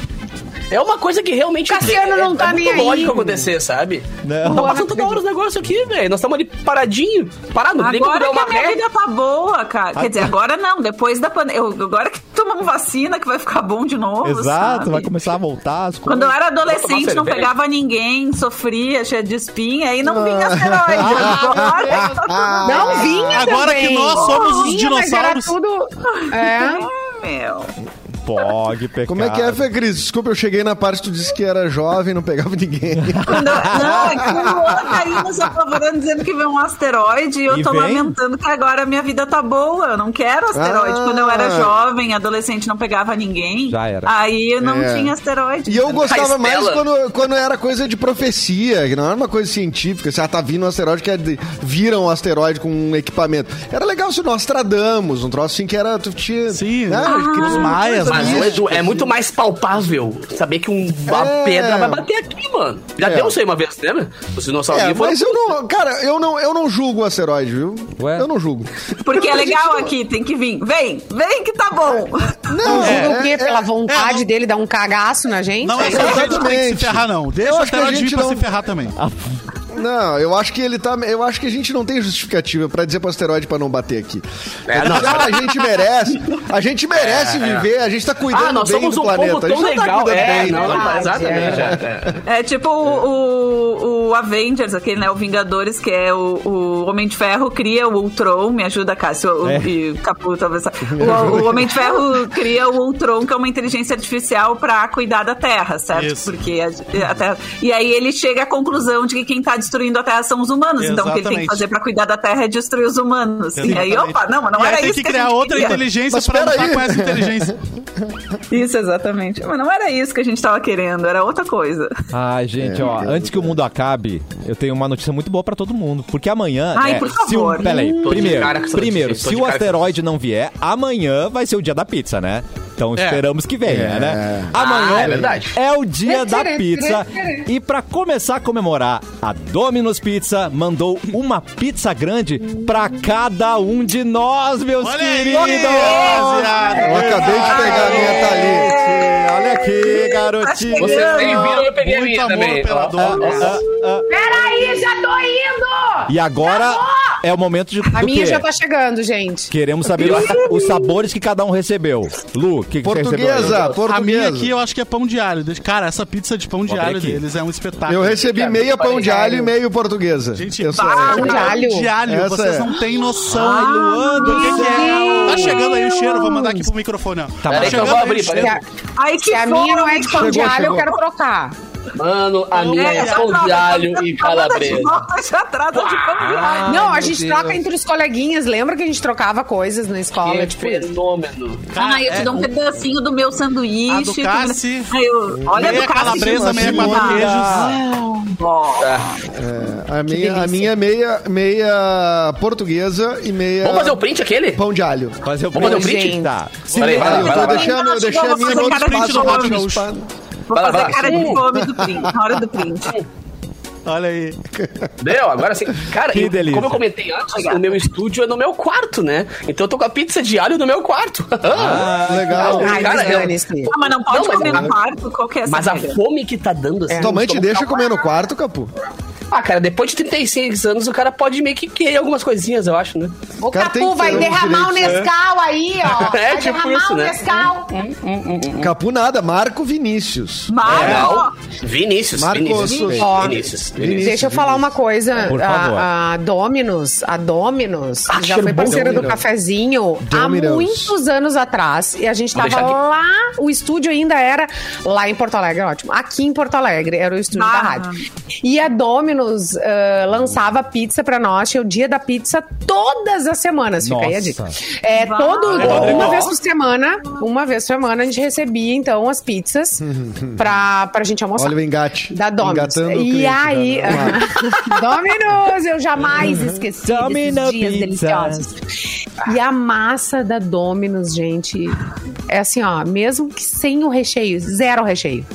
[SPEAKER 3] É uma coisa que realmente.
[SPEAKER 6] Cassiano
[SPEAKER 3] é-
[SPEAKER 6] não tá
[SPEAKER 3] é muito
[SPEAKER 6] nem aí.
[SPEAKER 3] lógico acontecer, sabe?
[SPEAKER 1] Não.
[SPEAKER 3] Tá passando toda hora os negócios aqui, velho. Nós estamos ali paradinho, parado. Não tem como
[SPEAKER 5] Agora
[SPEAKER 3] dar
[SPEAKER 5] que
[SPEAKER 3] uma
[SPEAKER 5] a minha
[SPEAKER 3] merda.
[SPEAKER 5] vida tá boa, cara. Quer
[SPEAKER 4] Ah, tá.
[SPEAKER 5] dizer, agora não. Depois da pandemia. Agora que tomamos vacina, que vai ficar bom de novo.
[SPEAKER 1] Exato,
[SPEAKER 5] sabe?
[SPEAKER 1] vai começar a voltar as coisas.
[SPEAKER 5] Quando eu era
[SPEAKER 3] Vou tomar
[SPEAKER 5] adolescente, não
[SPEAKER 3] cerveja.
[SPEAKER 5] pegava ninguém, sofria, cheia de espinha, aí não vinha asteroide. Agora que tá tudo
[SPEAKER 6] Não vinha
[SPEAKER 4] Agora que
[SPEAKER 6] também.
[SPEAKER 4] nós somos os
[SPEAKER 6] Vinha, mas era
[SPEAKER 4] dinossauros.
[SPEAKER 6] tudo... É.
[SPEAKER 5] bem, meu.
[SPEAKER 1] Pog, pecado.
[SPEAKER 2] Como é que é, Fê Cris? Desculpa, eu cheguei na parte que tu disse que era jovem, não pegava ninguém.
[SPEAKER 5] Quando eu- não, é que o Luan tá aí nos apavorando dizendo que vem um asteroide e eu
[SPEAKER 1] E
[SPEAKER 5] tô
[SPEAKER 1] vem?
[SPEAKER 5] lamentando que agora a minha vida tá boa. Eu não quero asteroide.
[SPEAKER 2] Ah.
[SPEAKER 5] Quando eu era jovem, adolescente, não pegava ninguém.
[SPEAKER 1] Já era.
[SPEAKER 5] Aí eu não
[SPEAKER 2] É.
[SPEAKER 5] tinha asteroide.
[SPEAKER 2] E eu gostava
[SPEAKER 3] Estela.
[SPEAKER 2] mais quando, quando era coisa de profecia, que não era uma coisa científica. Se ah, tá vindo um asteroide, que é de- viram um asteroide com um equipamento. Era legal se nós tradamos, um troço assim que era. Tu tinha,
[SPEAKER 4] Sim,
[SPEAKER 2] né, que-
[SPEAKER 4] os
[SPEAKER 6] tá
[SPEAKER 4] maias,
[SPEAKER 3] Mas,
[SPEAKER 4] né?
[SPEAKER 3] ô, Edu, é muito mais palpável saber que um, uma
[SPEAKER 2] É.
[SPEAKER 3] pedra vai bater aqui, mano.
[SPEAKER 2] É.
[SPEAKER 3] Já deu isso aí uma vez, lembra? Os
[SPEAKER 2] É,
[SPEAKER 3] dinossaurinhos foram.
[SPEAKER 2] mas eu não. Cara, eu não, eu não julgo o asteroide, viu?
[SPEAKER 1] Ué?
[SPEAKER 2] Eu não julgo.
[SPEAKER 5] Porque é
[SPEAKER 2] A gente
[SPEAKER 5] legal
[SPEAKER 2] não-
[SPEAKER 5] aqui, tem que vir. Vem, vem que tá bom.
[SPEAKER 2] Não,
[SPEAKER 6] Julga
[SPEAKER 2] é-
[SPEAKER 6] o quê?
[SPEAKER 2] é-
[SPEAKER 6] Pela vontade dele dar um cagaço na gente?
[SPEAKER 4] Não é só a gente que tem que se
[SPEAKER 2] Então, Exatamente.
[SPEAKER 4] ferrar, não. Deixa
[SPEAKER 2] Eu
[SPEAKER 4] o
[SPEAKER 2] acho que a
[SPEAKER 4] asteroide
[SPEAKER 2] gente
[SPEAKER 4] vir pra
[SPEAKER 2] não- Assim,
[SPEAKER 4] se ferrar também.
[SPEAKER 2] Não, eu acho que ele tá. Eu acho que a gente não tem justificativa pra dizer pro asteroide pra não bater aqui.
[SPEAKER 3] É, não. É,
[SPEAKER 2] Ah, a gente merece. A nós merece viver, a gente tá cuidando
[SPEAKER 3] Ah, nós
[SPEAKER 2] bem
[SPEAKER 3] somos
[SPEAKER 2] do
[SPEAKER 3] um
[SPEAKER 2] planeta.
[SPEAKER 3] povo
[SPEAKER 2] a gente
[SPEAKER 3] tão
[SPEAKER 2] não tá
[SPEAKER 3] legal.
[SPEAKER 2] cuidando
[SPEAKER 3] é,
[SPEAKER 2] bem,
[SPEAKER 3] não,
[SPEAKER 2] né?
[SPEAKER 3] não,
[SPEAKER 6] verdade,
[SPEAKER 3] exatamente.
[SPEAKER 6] é.
[SPEAKER 3] é, é.
[SPEAKER 5] É tipo o, o, o Avengers, aquele, né? O Vingadores, que é o, o Homem de Ferro cria o Ultron. Me ajuda, Cássio. O,
[SPEAKER 1] É.
[SPEAKER 5] e Capu, talvez. O, o Homem de Ferro cria o Ultron, que é uma inteligência artificial pra cuidar da Terra, certo?
[SPEAKER 4] Isso.
[SPEAKER 5] Porque a, a Terra. E aí ele chega à conclusão de que quem tá destruindo a Terra são os humanos. Então o que ele tem
[SPEAKER 4] Exatamente.
[SPEAKER 5] que fazer pra cuidar da Terra é destruir os humanos. E aí,
[SPEAKER 4] Exatamente.
[SPEAKER 5] opa, não, mas não
[SPEAKER 4] e
[SPEAKER 5] era
[SPEAKER 4] aí tem
[SPEAKER 5] isso
[SPEAKER 4] que
[SPEAKER 5] que,
[SPEAKER 4] criar
[SPEAKER 5] a gente
[SPEAKER 4] outra
[SPEAKER 5] queria.
[SPEAKER 4] inteligência
[SPEAKER 2] Mas
[SPEAKER 4] pra
[SPEAKER 2] pera
[SPEAKER 4] lutar
[SPEAKER 2] aí.
[SPEAKER 4] com essa inteligência.
[SPEAKER 5] Isso, exatamente. Mas não era isso que a gente tava querendo, era outra coisa.
[SPEAKER 1] Ai, gente,
[SPEAKER 2] É,
[SPEAKER 1] ó,
[SPEAKER 2] meu Deus
[SPEAKER 1] antes que o
[SPEAKER 3] né?
[SPEAKER 1] mundo acabe, eu tenho uma notícia muito boa pra todo mundo. Porque amanhã.
[SPEAKER 5] Ai,
[SPEAKER 1] né,
[SPEAKER 5] por
[SPEAKER 1] Se o,
[SPEAKER 5] favor. Hum.
[SPEAKER 1] peraí,
[SPEAKER 3] Tô de
[SPEAKER 1] primeiro,
[SPEAKER 3] cara com essa
[SPEAKER 1] primeiro
[SPEAKER 3] notícia, tô
[SPEAKER 1] se
[SPEAKER 3] de
[SPEAKER 1] o
[SPEAKER 3] cara com essa
[SPEAKER 1] asteroide não vier, amanhã vai ser o dia da pizza, né? Então esperamos que venha,
[SPEAKER 2] É.
[SPEAKER 1] né? Amanhã
[SPEAKER 3] Ah, é verdade.
[SPEAKER 1] é o dia da pizza. E pra começar a comemorar, a Domino's Pizza mandou uma pizza grande pra cada um de nós, meus
[SPEAKER 4] Olha aí,
[SPEAKER 1] queridos!
[SPEAKER 4] rapaziada.
[SPEAKER 2] Eu acabei de pegar a minha Thalita.
[SPEAKER 1] tá Olha aqui, garotinho!
[SPEAKER 5] Vocês
[SPEAKER 3] Vocês nem viram, eu peguei a
[SPEAKER 4] Muito
[SPEAKER 3] minha
[SPEAKER 4] amor
[SPEAKER 3] também.
[SPEAKER 4] pela
[SPEAKER 3] Ó,
[SPEAKER 1] ah,
[SPEAKER 6] Ah,
[SPEAKER 4] dona.
[SPEAKER 3] ó, ó.
[SPEAKER 8] Peraí, já tô indo!
[SPEAKER 1] E agora é o momento de.
[SPEAKER 6] A
[SPEAKER 1] do
[SPEAKER 6] minha
[SPEAKER 1] quê?
[SPEAKER 6] já tá chegando, gente.
[SPEAKER 1] Queremos saber os, os sabores que cada um recebeu. Lu, o que, que você recebeu?
[SPEAKER 2] Portuguesa,
[SPEAKER 4] A minha
[SPEAKER 2] portuguesa.
[SPEAKER 4] aqui eu acho que é pão de alho. Deixa- Cara, essa pizza de pão de
[SPEAKER 1] Vou abrir
[SPEAKER 4] alho
[SPEAKER 1] aqui.
[SPEAKER 4] deles é um espetáculo.
[SPEAKER 2] Eu recebi meia pão de alho e meio portuguesa.
[SPEAKER 4] Gente,
[SPEAKER 2] eu sou é,
[SPEAKER 4] pá,
[SPEAKER 2] eu.
[SPEAKER 6] de alho.
[SPEAKER 4] de alho,
[SPEAKER 2] Essa
[SPEAKER 4] vocês
[SPEAKER 2] é.
[SPEAKER 4] não têm noção
[SPEAKER 5] Ah,
[SPEAKER 4] do que, que é. Tá chegando aí o cheiro, vou mandar aqui pro microfone, ó. Tá
[SPEAKER 3] Peraí que eu então vou
[SPEAKER 4] chegando aí o
[SPEAKER 3] abrir,
[SPEAKER 4] cheiro.
[SPEAKER 6] Se
[SPEAKER 3] peraí.
[SPEAKER 6] a,
[SPEAKER 5] Aí que
[SPEAKER 6] se a minha não é de pão de
[SPEAKER 2] Chegou,
[SPEAKER 6] alho, eu
[SPEAKER 2] chegou.
[SPEAKER 6] quero trocar.
[SPEAKER 3] Mano, a minha é pão de alho e
[SPEAKER 5] calabresa.
[SPEAKER 3] calabresa.
[SPEAKER 5] Já trata de pão de alho.
[SPEAKER 6] não, a
[SPEAKER 3] Ah, meu
[SPEAKER 6] gente
[SPEAKER 3] Deus.
[SPEAKER 6] troca entre os coleguinhas. Lembra que a gente trocava coisas na escola?
[SPEAKER 3] Que
[SPEAKER 6] tipo,
[SPEAKER 3] fenômeno.
[SPEAKER 5] ah, eu te
[SPEAKER 4] é,
[SPEAKER 5] dou um pedacinho do meu
[SPEAKER 4] A do
[SPEAKER 5] sanduíche.
[SPEAKER 4] Cassi.
[SPEAKER 5] Aí eu- olha
[SPEAKER 4] meia
[SPEAKER 5] do Cassi.
[SPEAKER 4] calabresa, meia quatro queijos.
[SPEAKER 5] Ó,
[SPEAKER 2] A minha, a minha é meia, meia portuguesa e meia
[SPEAKER 3] Vamos fazer um- o print aquele?
[SPEAKER 2] pão de alho.
[SPEAKER 1] Fazer o
[SPEAKER 3] Vamos fazer um
[SPEAKER 1] print?
[SPEAKER 6] print?
[SPEAKER 1] Tá. Se
[SPEAKER 3] Peraí, vai lá,
[SPEAKER 2] Eu
[SPEAKER 3] vai
[SPEAKER 2] tô
[SPEAKER 3] lá, vai lá.
[SPEAKER 2] deixando, eu deixei a minha no outro
[SPEAKER 5] Print
[SPEAKER 2] espaço,
[SPEAKER 5] do
[SPEAKER 2] no outro
[SPEAKER 4] Rock.
[SPEAKER 2] espaço.
[SPEAKER 5] vou
[SPEAKER 3] Vai
[SPEAKER 5] fazer
[SPEAKER 3] lá, vai lá. É,
[SPEAKER 5] cara de
[SPEAKER 3] Sim.
[SPEAKER 5] fome do print, na hora do print.
[SPEAKER 4] Olha aí.
[SPEAKER 3] Deu, agora sim. Cara,
[SPEAKER 1] Que
[SPEAKER 3] eu-
[SPEAKER 1] delícia.
[SPEAKER 3] como eu comentei antes, o meu estúdio é no meu quarto, né? Então eu tô com a pizza de alho no meu quarto.
[SPEAKER 4] um-
[SPEAKER 2] Ah, legal.
[SPEAKER 6] Ai,
[SPEAKER 3] Cara, eu-
[SPEAKER 6] desane-se.
[SPEAKER 5] Ah, mas não pode
[SPEAKER 3] Não, mas- um
[SPEAKER 5] comer no quarto, qual que é essa
[SPEAKER 3] Mas a
[SPEAKER 5] regra?
[SPEAKER 3] fome que tá dando assim.
[SPEAKER 2] É. Tua mãe te
[SPEAKER 3] estômago
[SPEAKER 2] deixa
[SPEAKER 3] tá-
[SPEAKER 2] comer no quarto, Capu?
[SPEAKER 3] Ah, cara, depois de 36 anos o cara pode meio que querer algumas coisinhas, eu acho, né?
[SPEAKER 6] O
[SPEAKER 2] cara tem
[SPEAKER 6] Capu
[SPEAKER 2] que
[SPEAKER 6] vai
[SPEAKER 2] ter um
[SPEAKER 6] derramar o
[SPEAKER 2] direito, né?
[SPEAKER 6] Nescau aí, ó.
[SPEAKER 3] É,
[SPEAKER 6] vai
[SPEAKER 3] tipo
[SPEAKER 6] derramar
[SPEAKER 3] isso,
[SPEAKER 6] o
[SPEAKER 3] né?
[SPEAKER 6] Nescau.
[SPEAKER 2] Hum. Capu nada, Marco
[SPEAKER 3] é
[SPEAKER 2] Vinícius.
[SPEAKER 5] Mas,
[SPEAKER 3] Vinícius,
[SPEAKER 2] Marcos Vinícius.
[SPEAKER 3] Vinícius, Vinícius, Vinícius, Vinícius. É,
[SPEAKER 6] Deixa eu falar uma coisa.
[SPEAKER 1] Por favor.
[SPEAKER 6] A, a Dominus, a Dominus,
[SPEAKER 3] Ah,
[SPEAKER 6] já
[SPEAKER 3] cheiro
[SPEAKER 6] foi
[SPEAKER 3] bom.
[SPEAKER 6] parceira do
[SPEAKER 2] Dominus.
[SPEAKER 6] cafezinho há
[SPEAKER 2] Dominus.
[SPEAKER 6] muitos anos atrás. E a gente
[SPEAKER 3] Vou
[SPEAKER 6] tava
[SPEAKER 3] deixar aqui.
[SPEAKER 6] lá, o estúdio ainda era lá em Porto Alegre, ótimo. Aqui em Porto Alegre era o estúdio
[SPEAKER 5] Ah.
[SPEAKER 6] da rádio. E a Dominus ah, lançava pizza pra nós, tinha o dia da pizza todas as semanas. Fica aí a dica.
[SPEAKER 1] Nossa.
[SPEAKER 6] É,
[SPEAKER 5] Vai.
[SPEAKER 6] todo,
[SPEAKER 3] Rodrigo.
[SPEAKER 6] uma vez por semana, uma vez por semana a gente recebia então as pizzas pra, pra gente almoçar.
[SPEAKER 2] Olha o engate.
[SPEAKER 6] Da Dominus.
[SPEAKER 2] Engatando o
[SPEAKER 6] E
[SPEAKER 2] cliente,
[SPEAKER 6] aí.
[SPEAKER 2] né? Vamos lá. Uhum.
[SPEAKER 6] Dominus, eu jamais esqueci
[SPEAKER 1] Domino
[SPEAKER 6] desses dias
[SPEAKER 1] pizza.
[SPEAKER 6] deliciosos. E a massa da Dominus, gente, é assim, ó, mesmo que sem o recheio, zero recheio.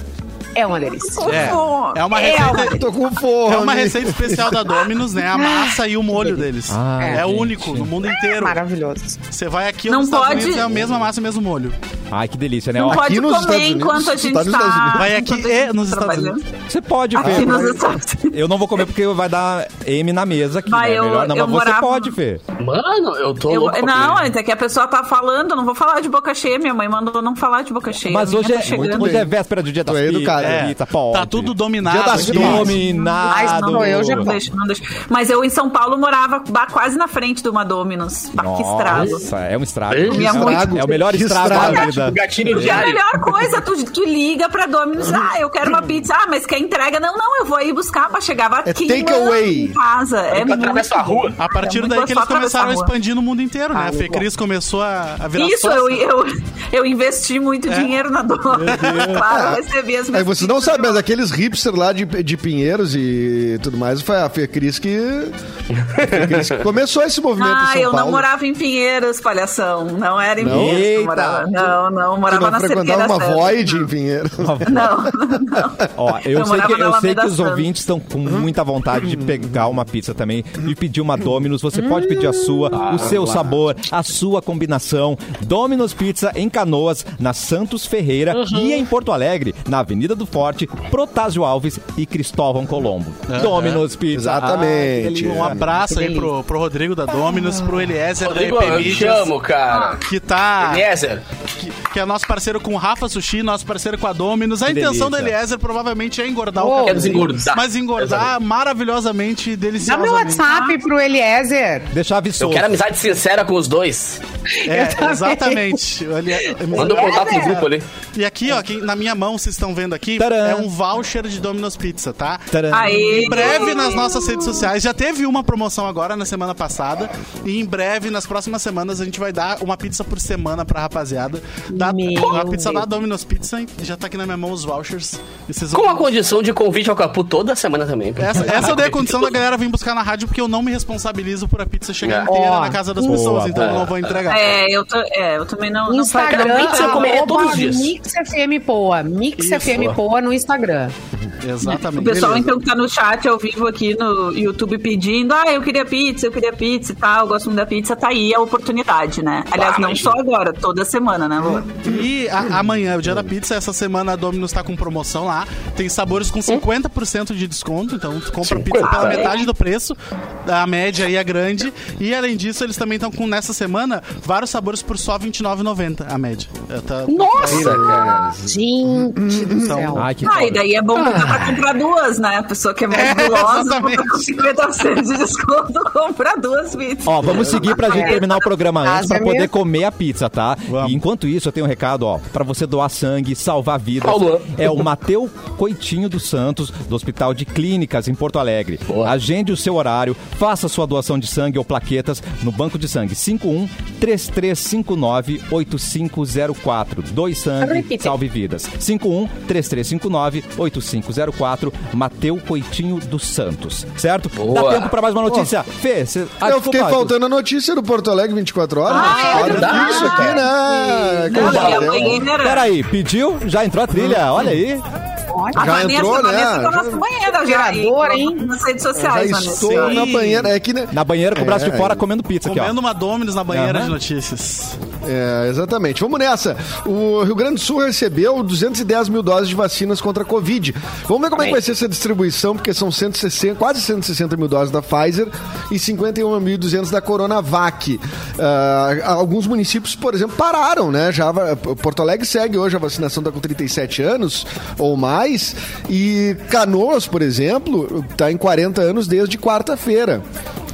[SPEAKER 6] É uma delícia.
[SPEAKER 4] É, é uma
[SPEAKER 6] É,
[SPEAKER 4] receita.
[SPEAKER 2] Tô com fome.
[SPEAKER 4] É uma receita especial da Dominus, né? A massa e o molho deles.
[SPEAKER 1] Ah,
[SPEAKER 4] é
[SPEAKER 1] gente.
[SPEAKER 4] único no mundo inteiro.
[SPEAKER 6] Maravilhoso.
[SPEAKER 4] Você vai aqui
[SPEAKER 5] Não
[SPEAKER 4] nos Estados
[SPEAKER 5] pode-
[SPEAKER 4] Unidos, é a mesma massa, o mesmo molho.
[SPEAKER 1] Ai, que delícia, né?
[SPEAKER 5] não
[SPEAKER 1] Ó,
[SPEAKER 5] pode
[SPEAKER 2] nos Estados
[SPEAKER 5] comer
[SPEAKER 2] Unidos,
[SPEAKER 5] enquanto a
[SPEAKER 2] tá
[SPEAKER 5] gente
[SPEAKER 2] nos Estados
[SPEAKER 5] tá...
[SPEAKER 2] Unidos.
[SPEAKER 4] Vai aqui
[SPEAKER 5] enquanto a
[SPEAKER 4] e
[SPEAKER 5] gente
[SPEAKER 4] nos
[SPEAKER 5] tá
[SPEAKER 4] Estados
[SPEAKER 5] trabalhando.
[SPEAKER 4] Unidos.
[SPEAKER 1] Você pode,
[SPEAKER 5] Aqui
[SPEAKER 1] Fê.
[SPEAKER 5] nos Estados Unidos.
[SPEAKER 1] Eu não vou comer porque vai dar M na mesa aqui,
[SPEAKER 5] Vai,
[SPEAKER 1] né?
[SPEAKER 5] eu-
[SPEAKER 1] Melhor não,
[SPEAKER 5] eu
[SPEAKER 1] mas você
[SPEAKER 5] morava-
[SPEAKER 1] pode, Fê.
[SPEAKER 3] Mano, eu tô
[SPEAKER 5] Eu-
[SPEAKER 3] louco. pra
[SPEAKER 5] não,
[SPEAKER 3] comer.
[SPEAKER 5] até que a pessoa tá falando, não vou falar de boca cheia. Minha mãe mandou não falar de boca cheia.
[SPEAKER 1] Mas
[SPEAKER 5] a minha
[SPEAKER 1] hoje
[SPEAKER 5] tá
[SPEAKER 1] é,
[SPEAKER 5] chegando.
[SPEAKER 1] hoje é véspera do dia né? da
[SPEAKER 2] Tu é educado.
[SPEAKER 4] É.
[SPEAKER 1] pizza, pode.
[SPEAKER 4] Tá tudo dominado.
[SPEAKER 2] Dia das
[SPEAKER 4] aqui.
[SPEAKER 2] Dominus.
[SPEAKER 1] dominado.
[SPEAKER 6] Ai, não, eu já
[SPEAKER 5] Não deixa, não deixa. Mas eu em São Paulo morava ba- quase na frente de uma Dominus. Bah, Que estrago.
[SPEAKER 1] Nossa, é um estrago.
[SPEAKER 3] Eu
[SPEAKER 5] ia muito-
[SPEAKER 1] É o melhor
[SPEAKER 2] Que
[SPEAKER 1] estrago da
[SPEAKER 2] estrago.
[SPEAKER 1] vida.
[SPEAKER 3] Gatilho
[SPEAKER 5] Que é a
[SPEAKER 3] diário.
[SPEAKER 5] melhor coisa, tu, tu liga pra Dominus, ah, eu quero uma pizza, ah, mas quer entrega? Não, não, eu vou aí buscar, mas chegava
[SPEAKER 2] É
[SPEAKER 5] queimando
[SPEAKER 2] take away.
[SPEAKER 5] em casa. É
[SPEAKER 3] Eu
[SPEAKER 5] muito
[SPEAKER 3] atravesso a rua.
[SPEAKER 4] A partir
[SPEAKER 5] É muito
[SPEAKER 4] daí que
[SPEAKER 5] gostoso
[SPEAKER 4] eles começaram a
[SPEAKER 5] atravessar a rua.
[SPEAKER 4] expandir no mundo inteiro,
[SPEAKER 2] Ah,
[SPEAKER 4] né? A Fê Cris começou a, a virar
[SPEAKER 5] Isso,
[SPEAKER 4] sócia.
[SPEAKER 5] eu, eu, eu investi muito dinheiro na Dominus, claro, eu recebi as
[SPEAKER 2] Aí
[SPEAKER 5] minhas
[SPEAKER 2] você não
[SPEAKER 5] pizzas.
[SPEAKER 2] sabe, mas aqueles hipster lá de, de Pinheiros e tudo mais, foi a Fê Cris que, a Fê Cris que começou esse movimento em
[SPEAKER 5] Ah,
[SPEAKER 2] São
[SPEAKER 5] eu não
[SPEAKER 2] Paulo.
[SPEAKER 5] morava em Pinheiros, palhação. Não era em
[SPEAKER 2] Não?
[SPEAKER 5] Pinheiros. que eu
[SPEAKER 1] Eita.
[SPEAKER 5] morava. Não, não, eu
[SPEAKER 2] Tu
[SPEAKER 5] morava
[SPEAKER 2] não
[SPEAKER 5] na
[SPEAKER 2] frequentava
[SPEAKER 5] Cerqueira
[SPEAKER 2] uma
[SPEAKER 5] Santa.
[SPEAKER 2] void em Pinheiros.
[SPEAKER 5] Não, não.
[SPEAKER 1] Ó, eu, sei
[SPEAKER 5] morava
[SPEAKER 1] que,
[SPEAKER 5] na
[SPEAKER 1] eu sei
[SPEAKER 5] Alameda
[SPEAKER 1] que os
[SPEAKER 5] Santos. Uhum.
[SPEAKER 1] ouvintes estão com muita vontade de pegar uma pizza também e pedir uma Dominus. Você pode pedir a sua, o seu sabor, a sua combinação. Dominus Pizza em Canoas, na Santos Ferreira
[SPEAKER 5] Uhum.
[SPEAKER 1] e em Porto Alegre, na Avenida do Forte, Protásio Alves e Cristóvão Colombo. Dominus Pizza.
[SPEAKER 2] Exatamente.
[SPEAKER 1] Ah, que delícia.
[SPEAKER 4] Um abraço aí
[SPEAKER 6] delícia.
[SPEAKER 4] pro, pro Rodrigo da Dominus, pro Eliezer da
[SPEAKER 3] Rodrigo, eu
[SPEAKER 4] EP
[SPEAKER 3] te amo, cara.
[SPEAKER 6] Ah.
[SPEAKER 4] que tá...
[SPEAKER 3] Eliezer,
[SPEAKER 4] que- que é nosso parceiro com o Rafa Sushi, nosso parceiro com a Dominus. A intenção do
[SPEAKER 1] delícia.
[SPEAKER 4] Eliezer provavelmente é engordar
[SPEAKER 6] Oh.
[SPEAKER 4] o
[SPEAKER 3] Quero
[SPEAKER 4] cafezinho,
[SPEAKER 3] engordar.
[SPEAKER 4] mas engordar maravilhosamente
[SPEAKER 6] Dá
[SPEAKER 4] deliciosamente.
[SPEAKER 6] meu WhatsApp pro Eliezer.
[SPEAKER 1] Deixar avisou.
[SPEAKER 3] Eu quero amizade sincera com os dois.
[SPEAKER 6] Eu também.
[SPEAKER 4] É, exatamente. Olha,
[SPEAKER 3] Manda o contato no grupo ali.
[SPEAKER 4] E aqui, ó, quem- na minha mão, vocês estão vendo aqui,
[SPEAKER 1] Tcharam.
[SPEAKER 4] é um voucher de Domino's Pizza, tá?
[SPEAKER 5] Aí.
[SPEAKER 4] Em breve nas nossas redes sociais. Já teve uma promoção agora na semana passada. E em breve, nas próximas semanas, a gente vai dar uma pizza por semana pra rapaziada. Da,
[SPEAKER 6] Meu
[SPEAKER 4] uma pizza da
[SPEAKER 6] Deus.
[SPEAKER 4] Domino's Pizza. hein? Já tá aqui na minha mão os vouchers. E vocês vão-
[SPEAKER 3] Com a
[SPEAKER 5] assim?
[SPEAKER 3] condição de convite ao Capu toda semana também.
[SPEAKER 4] Essa, essa eu dei a condição da galera vir buscar na rádio, porque eu não me responsabilizo por a pizza chegar
[SPEAKER 3] É.
[SPEAKER 4] inteira
[SPEAKER 6] Ó.
[SPEAKER 4] na casa das
[SPEAKER 1] Boa,
[SPEAKER 4] pessoas, então eu
[SPEAKER 1] boa.
[SPEAKER 4] não vou entregar.
[SPEAKER 5] É, eu, tô, é, eu também não. não faço-
[SPEAKER 6] Instagram,
[SPEAKER 3] Cara, pizza eu comeria todos os
[SPEAKER 6] arroba
[SPEAKER 3] dias.
[SPEAKER 6] Mix FM Poa. Mix
[SPEAKER 4] Isso.
[SPEAKER 6] FM Poa no Instagram.
[SPEAKER 4] Exatamente.
[SPEAKER 5] O pessoal,
[SPEAKER 4] Beleza.
[SPEAKER 5] então, que tá no chat ao vivo aqui no YouTube pedindo, ah, eu queria pizza, eu queria pizza e tal, eu gosto muito da pizza, tá aí a oportunidade, né? Aliás, não só agora, toda semana, né, Lu?
[SPEAKER 4] E a- amanhã, é o dia da pizza, essa semana a Domino's tá com promoção lá. Tem sabores
[SPEAKER 1] Hum?
[SPEAKER 4] com 50% de desconto, então tu compra pizza
[SPEAKER 3] 50?
[SPEAKER 4] pela metade do preço, a média aí é grande. E além disso, eles também estão com, nessa semana, vários sabores por só R$29,90 a média. É, tá-
[SPEAKER 3] Nossa, cara.
[SPEAKER 2] Uhum.
[SPEAKER 6] Gente do céu.
[SPEAKER 1] Ai, que
[SPEAKER 5] Ah, e daí é bom que dá pra comprar duas, né? A pessoa que é mais gulosa,
[SPEAKER 4] exatamente.
[SPEAKER 5] compra com 50% de desconto, compra duas pizzas.
[SPEAKER 1] Ó, vamos seguir pra gente terminar o programa antes pra
[SPEAKER 6] Casa
[SPEAKER 1] poder
[SPEAKER 6] mesmo.
[SPEAKER 1] comer a pizza, tá?
[SPEAKER 4] Vamos.
[SPEAKER 1] E enquanto isso, eu tenho um recado, ó, pra você doar sangue, salvar vidas.
[SPEAKER 3] Paulo.
[SPEAKER 1] É o Mateu Coitinho dos Santos, do Hospital de Clínicas em Porto Alegre. Agende o seu horário, faça sua doação de sangue ou plaquetas no Banco de Sangue 51 3359 8504. Doe sangue,
[SPEAKER 6] Repita.
[SPEAKER 1] salve vidas. 51 3359 8504, Mateu Coitinho dos Santos, certo? Dá
[SPEAKER 3] Boa.
[SPEAKER 1] tempo pra mais uma notícia. Fê, cê... Ah,
[SPEAKER 2] eu
[SPEAKER 1] desculpa,
[SPEAKER 2] fiquei faltando a notícia do Porto Alegre 24 horas.
[SPEAKER 5] Ah, é
[SPEAKER 2] Olha
[SPEAKER 5] verdade.
[SPEAKER 2] isso aqui, né?
[SPEAKER 5] Não,
[SPEAKER 2] Cara,
[SPEAKER 5] e é a
[SPEAKER 2] deu-
[SPEAKER 5] mãe era-
[SPEAKER 1] Peraí, pediu? Já entrou a trilha? Olha aí.
[SPEAKER 5] A
[SPEAKER 2] Já
[SPEAKER 5] Vanessa,
[SPEAKER 2] entrou,
[SPEAKER 5] a Vanessa
[SPEAKER 2] né?
[SPEAKER 5] tá na banheira já. aí,
[SPEAKER 6] Gerador, hein?
[SPEAKER 5] Nas redes
[SPEAKER 2] já
[SPEAKER 5] sociais, Vanessa.
[SPEAKER 2] estou
[SPEAKER 4] Sim.
[SPEAKER 2] na banheira. É que, né,
[SPEAKER 1] Na banheira com o braço
[SPEAKER 2] É,
[SPEAKER 1] de fora
[SPEAKER 2] é.
[SPEAKER 1] comendo pizza aqui,
[SPEAKER 4] Comendo
[SPEAKER 1] ó.
[SPEAKER 4] uma Domino's na banheira
[SPEAKER 1] Aham.
[SPEAKER 4] de notícias.
[SPEAKER 2] É, exatamente. Vamos nessa. O Rio Grande do Sul recebeu 210 mil doses de vacinas contra a Covid. Vamos ver como é que vai ser essa distribuição, porque são 160, quase 160 mil doses da Pfizer e 51.200 da Coronavac. Ah, alguns municípios, por exemplo, pararam, né? Já, va- Porto Alegre segue hoje a vacinação tá com 37 anos ou mais. E Canoas, por exemplo, está tá em 40 anos desde quarta-feira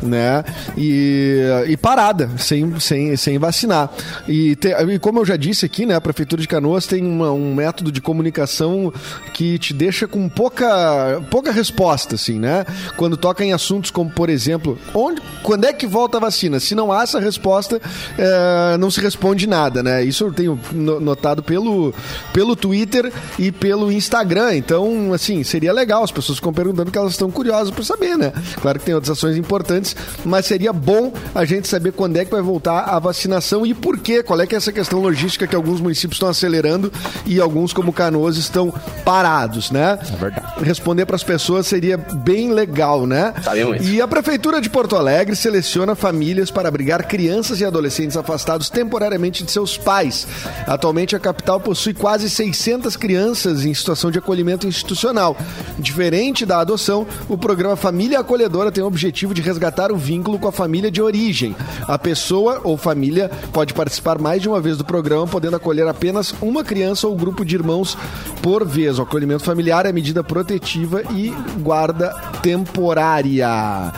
[SPEAKER 2] né? E, e parada, sem, sem, sem vacinar. E, te- e como eu já disse aqui, né? A Prefeitura de Canoas tem uma- um método de comunicação que te deixa com pouca, pouca resposta, assim, né? Quando toca em assuntos como, por exemplo, onde, quando é que volta a vacina? Se não há essa resposta, eh, não se responde nada, né? Isso eu tenho no- notado pelo, pelo Twitter e pelo Instagram. Então, assim, seria legal. As pessoas ficam perguntando porque elas estão curiosas para saber, né? Claro que tem outras ações importantes, mas seria bom a gente saber quando é que vai voltar a vacinação e por quê. Qual é que é essa questão logística que alguns municípios estão acelerando e alguns, como Canoas, estão parados, né? É verdade. Responder para as pessoas seria bem legal, né?
[SPEAKER 3] Sabia muito.
[SPEAKER 2] E a Prefeitura de Porto Alegre seleciona famílias para abrigar crianças e adolescentes afastados temporariamente de seus pais. Atualmente, a capital possui quase 600 crianças em situação de acolhimento institucional. Diferente da adoção, o programa Família Acolhedora tem o objetivo de resgatar o vínculo com a família de origem. A pessoa ou família pode participar mais de uma vez do programa, podendo acolher apenas uma criança ou grupo de irmãos por vez. O acolhimento familiar é medida protetiva e guarda temporária.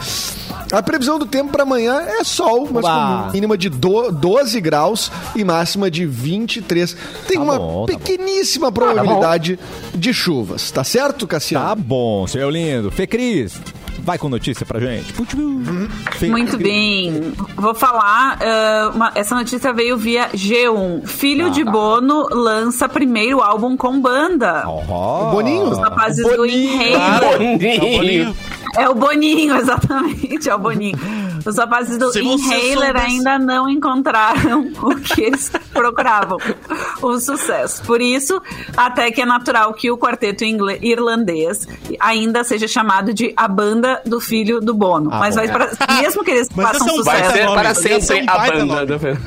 [SPEAKER 2] A previsão do tempo para amanhã é sol, mas
[SPEAKER 1] Oba.
[SPEAKER 2] com mínima de do- 12 graus e máxima de 23. Tem uma
[SPEAKER 1] bom, tá bom.
[SPEAKER 2] pequeníssima probabilidade de chuvas, tá certo, Cassiano?
[SPEAKER 1] Tá bom, seu lindo. Fê Cris, vai com notícia pra gente. Fê
[SPEAKER 5] Muito
[SPEAKER 1] Cris.
[SPEAKER 5] bem. Vou falar. ah, uma- essa notícia veio via G1. Filho
[SPEAKER 2] Ah,
[SPEAKER 5] de
[SPEAKER 2] tá.
[SPEAKER 5] Bono lança primeiro álbum com banda.
[SPEAKER 1] Ó.
[SPEAKER 2] Boninho? Ah,
[SPEAKER 5] Os rapazes do
[SPEAKER 1] Boninho,
[SPEAKER 5] Enredo.
[SPEAKER 4] um
[SPEAKER 3] Boninho.
[SPEAKER 5] É o Boninho, exatamente, é o Boninho. Os rapazes do
[SPEAKER 4] Se você
[SPEAKER 5] Inhaler
[SPEAKER 4] soubesse.
[SPEAKER 5] ainda não encontraram o que eles procuravam, o sucesso. Por isso, até que é natural que o quarteto ingle- irlandês ainda seja chamado de a banda do filho do Bono. Mas
[SPEAKER 1] bom.
[SPEAKER 5] vai pra- mesmo que eles
[SPEAKER 4] Ah, Mas
[SPEAKER 5] façam
[SPEAKER 4] esse é um
[SPEAKER 5] sucesso...
[SPEAKER 3] Vai ser
[SPEAKER 4] Nome.
[SPEAKER 3] para
[SPEAKER 4] Esse é um
[SPEAKER 3] sempre a
[SPEAKER 4] baita
[SPEAKER 3] banda. tá
[SPEAKER 4] nome.
[SPEAKER 3] do Fer-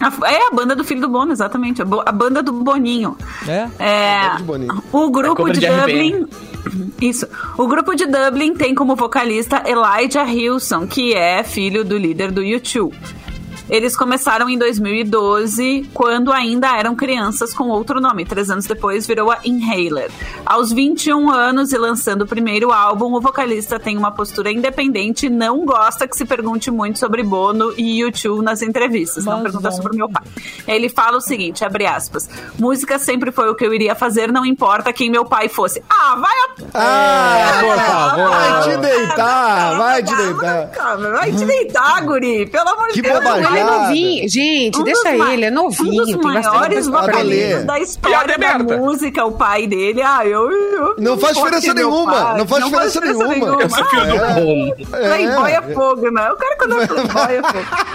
[SPEAKER 5] A- É a banda do filho do Bono, exatamente. A bo- a banda do Boninho.
[SPEAKER 1] É?
[SPEAKER 5] É,
[SPEAKER 2] de Boninho.
[SPEAKER 5] o
[SPEAKER 3] É
[SPEAKER 5] grupo
[SPEAKER 3] cover
[SPEAKER 5] de,
[SPEAKER 3] de RBN.
[SPEAKER 5] Dublin. Isso. O grupo de Dublin tem como vocalista Elijah Hilson, que é filho do líder do U2. Eles começaram em 2012, quando ainda eram crianças com outro nome. Três anos depois virou a Inhaler. Aos 21 anos e um lançando o primeiro álbum, o vocalista tem uma postura independente e não gosta que se pergunte muito sobre Bono e YouTube nas entrevistas. Não pergunta sobre meu pai. Ele fala o seguinte, abre aspas, música sempre foi o que eu iria fazer, não importa quem meu pai fosse. Ah, vai a...
[SPEAKER 2] Ah, por favor, vai te
[SPEAKER 5] Calma,
[SPEAKER 2] deitar, vai te
[SPEAKER 5] calma,
[SPEAKER 2] deitar.
[SPEAKER 5] calma, vai te deitar, guri. Pelo amor de
[SPEAKER 2] Que
[SPEAKER 5] Deus.
[SPEAKER 2] bobagem.
[SPEAKER 6] Ele é
[SPEAKER 2] Nada.
[SPEAKER 6] novinho. Gente,
[SPEAKER 5] Um dos
[SPEAKER 6] deixa
[SPEAKER 5] ma-
[SPEAKER 6] ele, é
[SPEAKER 5] Um dos
[SPEAKER 6] novinho. tem bastante
[SPEAKER 5] maiores
[SPEAKER 6] coisa pra
[SPEAKER 2] Valeu.
[SPEAKER 6] ele.
[SPEAKER 5] vocalistas da história
[SPEAKER 3] Piada
[SPEAKER 5] da
[SPEAKER 3] aberta.
[SPEAKER 5] música, o pai dele. Ah, eu. eu-
[SPEAKER 2] Não faz
[SPEAKER 5] porque
[SPEAKER 2] diferença
[SPEAKER 5] meu
[SPEAKER 2] nenhuma,
[SPEAKER 5] pai-
[SPEAKER 2] não faz diferença nenhuma.
[SPEAKER 3] Eu sou filho do
[SPEAKER 2] Ah,
[SPEAKER 3] bom.
[SPEAKER 1] Tá
[SPEAKER 5] Playboy Ah, é fogo, né? O cara quando é playboy é fogo.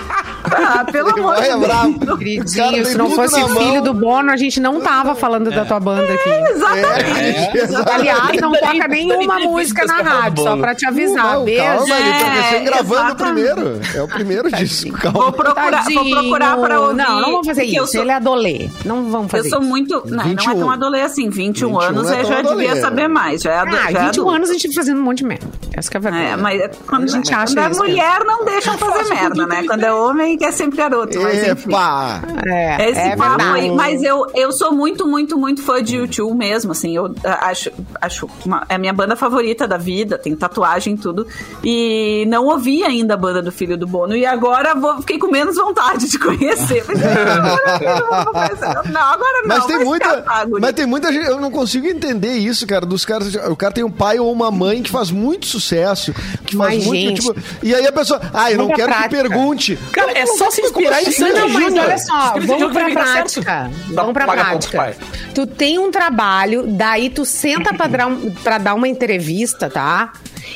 [SPEAKER 5] Ah, pelo amor
[SPEAKER 2] Vai,
[SPEAKER 5] de
[SPEAKER 2] é
[SPEAKER 5] Deus.
[SPEAKER 2] bravo. Cara, tem
[SPEAKER 6] Queridinho, se não
[SPEAKER 2] tudo
[SPEAKER 6] fosse
[SPEAKER 2] na mão.
[SPEAKER 6] filho do Bono, a gente não tava falando
[SPEAKER 5] É.
[SPEAKER 6] da tua banda aqui.
[SPEAKER 2] É,
[SPEAKER 5] Exatamente.
[SPEAKER 6] Aliás, não
[SPEAKER 3] Lembrei-
[SPEAKER 6] toca nenhuma
[SPEAKER 3] lembrei
[SPEAKER 6] música
[SPEAKER 3] disso,
[SPEAKER 6] na
[SPEAKER 3] Bono.
[SPEAKER 6] rádio, só pra te avisar.
[SPEAKER 2] Não,
[SPEAKER 6] Beijo.
[SPEAKER 2] Calma, ele tá recém
[SPEAKER 5] É,
[SPEAKER 2] gravando o
[SPEAKER 5] exatamente.
[SPEAKER 2] primeiro. É o primeiro disco,
[SPEAKER 5] Vou
[SPEAKER 2] calma.
[SPEAKER 5] procurar, vou procurar pra ouvir.
[SPEAKER 6] Não, não vamos fazer
[SPEAKER 5] porque eu
[SPEAKER 6] isso.
[SPEAKER 5] sou-
[SPEAKER 6] Ele é adolê. Não vamos
[SPEAKER 5] Eu
[SPEAKER 6] fazer
[SPEAKER 5] sou
[SPEAKER 6] isso.
[SPEAKER 5] muito. Não, não é
[SPEAKER 2] 21.
[SPEAKER 5] tão adolê assim. 21,
[SPEAKER 2] 21
[SPEAKER 5] anos
[SPEAKER 2] não é
[SPEAKER 5] eu
[SPEAKER 2] tão
[SPEAKER 5] já
[SPEAKER 2] adolê.
[SPEAKER 5] devia saber mais. Já é adulto. já
[SPEAKER 6] Ah,
[SPEAKER 5] é
[SPEAKER 6] 21
[SPEAKER 5] adulto.
[SPEAKER 6] anos a gente fazendo um monte de merda. Essa que é a verdade.
[SPEAKER 5] É, mas é- quando a gente
[SPEAKER 6] gente acha
[SPEAKER 5] quando é
[SPEAKER 6] isso, né?
[SPEAKER 5] mulher, não deixam fazer merda, né? Quando é homem, que é sempre garoto. Mas enfim.
[SPEAKER 2] Epa!
[SPEAKER 6] É,
[SPEAKER 5] Esse
[SPEAKER 6] é
[SPEAKER 5] papo
[SPEAKER 6] verdade.
[SPEAKER 5] aí, mas eu, eu sou muito, muito, muito fã de U2 mesmo, assim, eu ah, acho, acho uma- é a minha banda favorita da vida, tem tatuagem e tudo, e não ouvi ainda a banda do Filho do Bono, e agora vou- fiquei com menos vontade de conhecer. Mas agora eu não vou conhecer. não, agora não.
[SPEAKER 2] Mas tem
[SPEAKER 5] vai
[SPEAKER 2] muita.
[SPEAKER 5] escapar, guri.
[SPEAKER 2] Mas tem muita gente. Eu não consigo entender isso, cara. Dos caras. O cara tem um pai ou uma mãe que faz muito sucesso. Que faz
[SPEAKER 6] Mas,
[SPEAKER 2] muito.
[SPEAKER 6] gente,
[SPEAKER 2] tipo, e aí a pessoa. Ah, eu não
[SPEAKER 6] muita
[SPEAKER 2] quero que
[SPEAKER 6] prática.
[SPEAKER 2] pergunte.
[SPEAKER 3] Cara, é só se inspirar em Sandy
[SPEAKER 6] Não, mas
[SPEAKER 3] Júnior.
[SPEAKER 6] olha só,
[SPEAKER 3] Espírito Sandy
[SPEAKER 6] vamos pra
[SPEAKER 3] Júnior vai dar certo.
[SPEAKER 6] prática.
[SPEAKER 3] Dá-
[SPEAKER 6] Vamos pra
[SPEAKER 3] paga pouco,
[SPEAKER 6] prática.
[SPEAKER 3] pai.
[SPEAKER 6] Tu tem um trabalho, daí tu senta pra dar, um- pra dar uma entrevista, tá?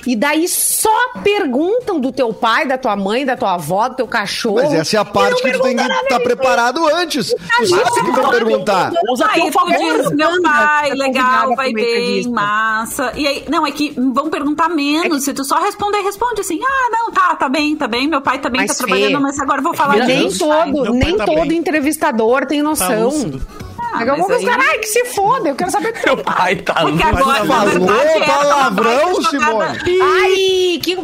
[SPEAKER 6] E daí só perguntam do teu pai, da tua mãe, da tua avó, do teu cachorro.
[SPEAKER 2] Mas essa é a parte que tu tem que tá estar preparado antes. Tu sabe pra perguntar.
[SPEAKER 3] Usa
[SPEAKER 5] Ah,
[SPEAKER 3] teu
[SPEAKER 5] e
[SPEAKER 3] favor.
[SPEAKER 5] tu diz, Meu
[SPEAKER 6] Anda,
[SPEAKER 5] pai,
[SPEAKER 6] tá
[SPEAKER 5] legal,
[SPEAKER 6] convidada pra
[SPEAKER 5] vai
[SPEAKER 6] uma
[SPEAKER 5] bem,
[SPEAKER 6] entrevista.
[SPEAKER 5] massa. E aí, não, é que vão perguntar menos. Se tu só responder, responde assim: ah, não, tá, tá bem, tá bem. Meu pai tá bem,
[SPEAKER 6] Mas,
[SPEAKER 5] tá trabalhando,
[SPEAKER 6] Fê, é
[SPEAKER 5] mas agora eu vou falar
[SPEAKER 6] nem
[SPEAKER 5] disso.
[SPEAKER 6] todo,
[SPEAKER 4] meu pai
[SPEAKER 6] nem
[SPEAKER 4] tá
[SPEAKER 6] todo
[SPEAKER 4] bem.
[SPEAKER 6] entrevistador
[SPEAKER 3] Tá
[SPEAKER 6] tem noção.
[SPEAKER 4] Tá lúcido.
[SPEAKER 5] Ah,
[SPEAKER 6] Agora
[SPEAKER 5] mas
[SPEAKER 6] vamos
[SPEAKER 5] aí-
[SPEAKER 6] caras, ai, que se foda, eu quero saber do teu
[SPEAKER 3] Meu pai tá
[SPEAKER 5] Porque
[SPEAKER 3] louco.
[SPEAKER 5] agora, na
[SPEAKER 2] Falou
[SPEAKER 5] verdade, é
[SPEAKER 2] palavrão,
[SPEAKER 5] uma jogada-
[SPEAKER 2] Simone.
[SPEAKER 6] Ai, que.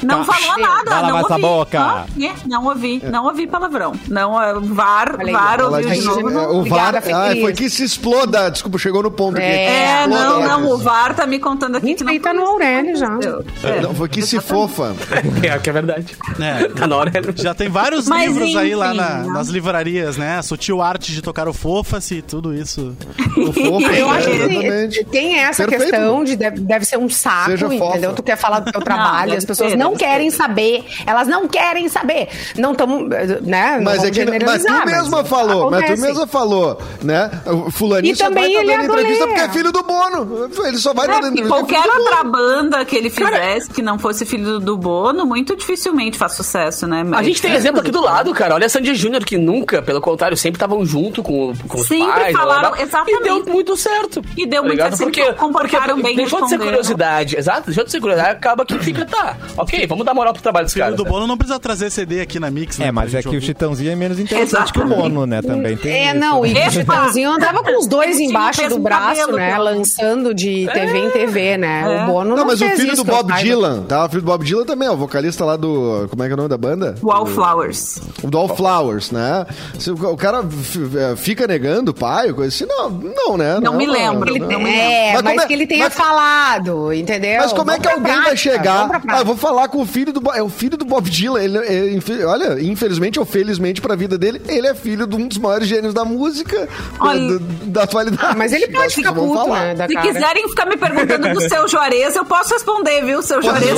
[SPEAKER 5] Não falou nada,
[SPEAKER 1] Vai
[SPEAKER 5] não
[SPEAKER 1] lavar
[SPEAKER 5] ouvi.
[SPEAKER 1] essa boca.
[SPEAKER 5] Não, né? Não ouvi, não ouvi palavrão. Não, eh, VAR,
[SPEAKER 6] Olha aí,
[SPEAKER 5] VAR
[SPEAKER 6] ela
[SPEAKER 5] ouviu de
[SPEAKER 6] disse,
[SPEAKER 5] novo.
[SPEAKER 6] né?
[SPEAKER 5] não-
[SPEAKER 2] o VAR.
[SPEAKER 6] Obrigada,
[SPEAKER 2] ah,
[SPEAKER 6] Feliz.
[SPEAKER 2] foi que se exploda. Desculpa, chegou no ponto. aqui.
[SPEAKER 5] É,
[SPEAKER 2] Exploda,
[SPEAKER 5] não,
[SPEAKER 2] ela
[SPEAKER 5] não, o
[SPEAKER 2] disse.
[SPEAKER 5] VAR tá me contando aqui que não
[SPEAKER 6] Respeita
[SPEAKER 5] foi
[SPEAKER 6] no
[SPEAKER 5] isso que
[SPEAKER 6] Aurélio já.
[SPEAKER 5] aconteceu. É.
[SPEAKER 2] Não, foi que se fofa.
[SPEAKER 3] É, que é verdade.
[SPEAKER 4] É.
[SPEAKER 3] Tá na hora.
[SPEAKER 4] Já tem vários
[SPEAKER 5] Mas,
[SPEAKER 4] livros aí lá
[SPEAKER 5] enfim,
[SPEAKER 4] na-
[SPEAKER 5] né?
[SPEAKER 4] nas livrarias, né? Sutil arte de tocar o fofa-se e tudo isso.
[SPEAKER 2] O fofa.
[SPEAKER 6] Eu acho que
[SPEAKER 2] exatamente.
[SPEAKER 6] tem, tem essa
[SPEAKER 2] Perfeito.
[SPEAKER 6] questão de deve, deve ser um saco,
[SPEAKER 2] Seja
[SPEAKER 6] entendeu?
[SPEAKER 2] fofa.
[SPEAKER 6] Tu quer falar do teu trabalho,
[SPEAKER 5] deve
[SPEAKER 6] as pessoas
[SPEAKER 5] ser,
[SPEAKER 6] não
[SPEAKER 5] deve
[SPEAKER 6] querem saber, elas não querem saber. Não estamos, né? não
[SPEAKER 2] Mas é
[SPEAKER 6] vamos
[SPEAKER 2] que mas tu
[SPEAKER 6] generalizar,
[SPEAKER 2] mesma
[SPEAKER 6] mas
[SPEAKER 2] falou, mas tu
[SPEAKER 6] acontece.
[SPEAKER 2] mesma falou, né? O fulaninho
[SPEAKER 6] E
[SPEAKER 2] só vai
[SPEAKER 6] também
[SPEAKER 2] tá
[SPEAKER 6] ele é
[SPEAKER 2] dando entrevista
[SPEAKER 6] goleiro.
[SPEAKER 2] porque é filho do Bono. Ele só vai
[SPEAKER 5] É,
[SPEAKER 2] estar dando
[SPEAKER 5] porque
[SPEAKER 2] entrevista. porque é
[SPEAKER 5] qualquer
[SPEAKER 2] filho do Bono.
[SPEAKER 5] outra banda que ele fizesse que não fosse filho do Bono, muito dificilmente faz sucesso, né?
[SPEAKER 3] A
[SPEAKER 5] Mas-
[SPEAKER 3] gente tem exemplo aqui do lado, cara. Olha a Sandy Júnior, que nunca, pelo contrário, sempre estavam junto com, o- com os
[SPEAKER 5] Sempre
[SPEAKER 3] pais. blá, blá,
[SPEAKER 5] falaram-
[SPEAKER 3] blá.
[SPEAKER 5] exatamente.
[SPEAKER 3] E deu muito certo. Tá
[SPEAKER 5] E deu muito
[SPEAKER 3] ligado?
[SPEAKER 5] certo,
[SPEAKER 3] Porque,
[SPEAKER 5] sempre comportaram
[SPEAKER 3] porque
[SPEAKER 5] bem, né?
[SPEAKER 3] Deixou de ser
[SPEAKER 5] responderam.
[SPEAKER 3] curiosidade. Exato, deixou de ser curiosidade. Acaba que fica, tá, ok, vamos dar moral pro trabalho dos
[SPEAKER 4] Filho
[SPEAKER 3] caras.
[SPEAKER 4] do
[SPEAKER 3] né?
[SPEAKER 4] Bono não precisa trazer CD aqui na Mix, né?
[SPEAKER 1] É,
[SPEAKER 4] pra
[SPEAKER 1] mas é
[SPEAKER 4] gente
[SPEAKER 1] que o
[SPEAKER 4] ouvir.
[SPEAKER 1] Chitãozinho é menos interessante
[SPEAKER 5] Exato.
[SPEAKER 1] que o Bono, né? Também tem.
[SPEAKER 6] É,
[SPEAKER 1] isso,
[SPEAKER 6] não,
[SPEAKER 1] né?
[SPEAKER 6] e
[SPEAKER 5] Epa!
[SPEAKER 6] o Chitãozinho andava com os dois
[SPEAKER 5] Ele tinha o
[SPEAKER 6] embaixo
[SPEAKER 5] mesmo
[SPEAKER 6] do braço,
[SPEAKER 5] um cabelo,
[SPEAKER 6] né?
[SPEAKER 5] cara.
[SPEAKER 6] Lançando de TV em TV, né?
[SPEAKER 5] É.
[SPEAKER 6] O Bono não,
[SPEAKER 2] Não, mas o
[SPEAKER 6] fez
[SPEAKER 2] filho
[SPEAKER 6] isso,
[SPEAKER 2] do
[SPEAKER 6] que eu
[SPEAKER 2] Bob
[SPEAKER 6] saiba.
[SPEAKER 2] Dylan, tá? O filho do Bob Dylan também, ó, o vocalista lá do. Como é que é o nome da banda?
[SPEAKER 5] Wallflowers.
[SPEAKER 2] O do All Flowers, né? Se o o cara f- é, fica negando o pai, coisa assim, não, não, né?
[SPEAKER 5] Não me
[SPEAKER 2] é uma-
[SPEAKER 5] lembro.
[SPEAKER 6] Ele-
[SPEAKER 5] Não me lembro.
[SPEAKER 6] é,
[SPEAKER 2] Mas
[SPEAKER 6] mas,
[SPEAKER 2] como é-
[SPEAKER 6] que ele tenha
[SPEAKER 2] mas-
[SPEAKER 6] falado, entendeu?
[SPEAKER 2] Mas como é
[SPEAKER 6] Vamos
[SPEAKER 2] que
[SPEAKER 6] pra
[SPEAKER 2] alguém vai
[SPEAKER 6] prática,
[SPEAKER 2] chegar?
[SPEAKER 6] vamos pra
[SPEAKER 2] Ah, eu
[SPEAKER 6] prática.
[SPEAKER 2] vou falar com o filho do. Bo- É o filho do Bob Dylan. Ele, é infe- olha, infelizmente ou felizmente pra vida dele, ele é filho de um dos maiores gênios da música
[SPEAKER 5] Olha-
[SPEAKER 2] da, da- da atualidade.
[SPEAKER 6] Ah, mas ele pode ficar
[SPEAKER 2] Vamos
[SPEAKER 6] puto,
[SPEAKER 2] falar.
[SPEAKER 6] né? Da
[SPEAKER 5] Se
[SPEAKER 6] cara.
[SPEAKER 5] quiserem ficar me perguntando do seu Juarez, eu posso responder, viu? Seu Juarez.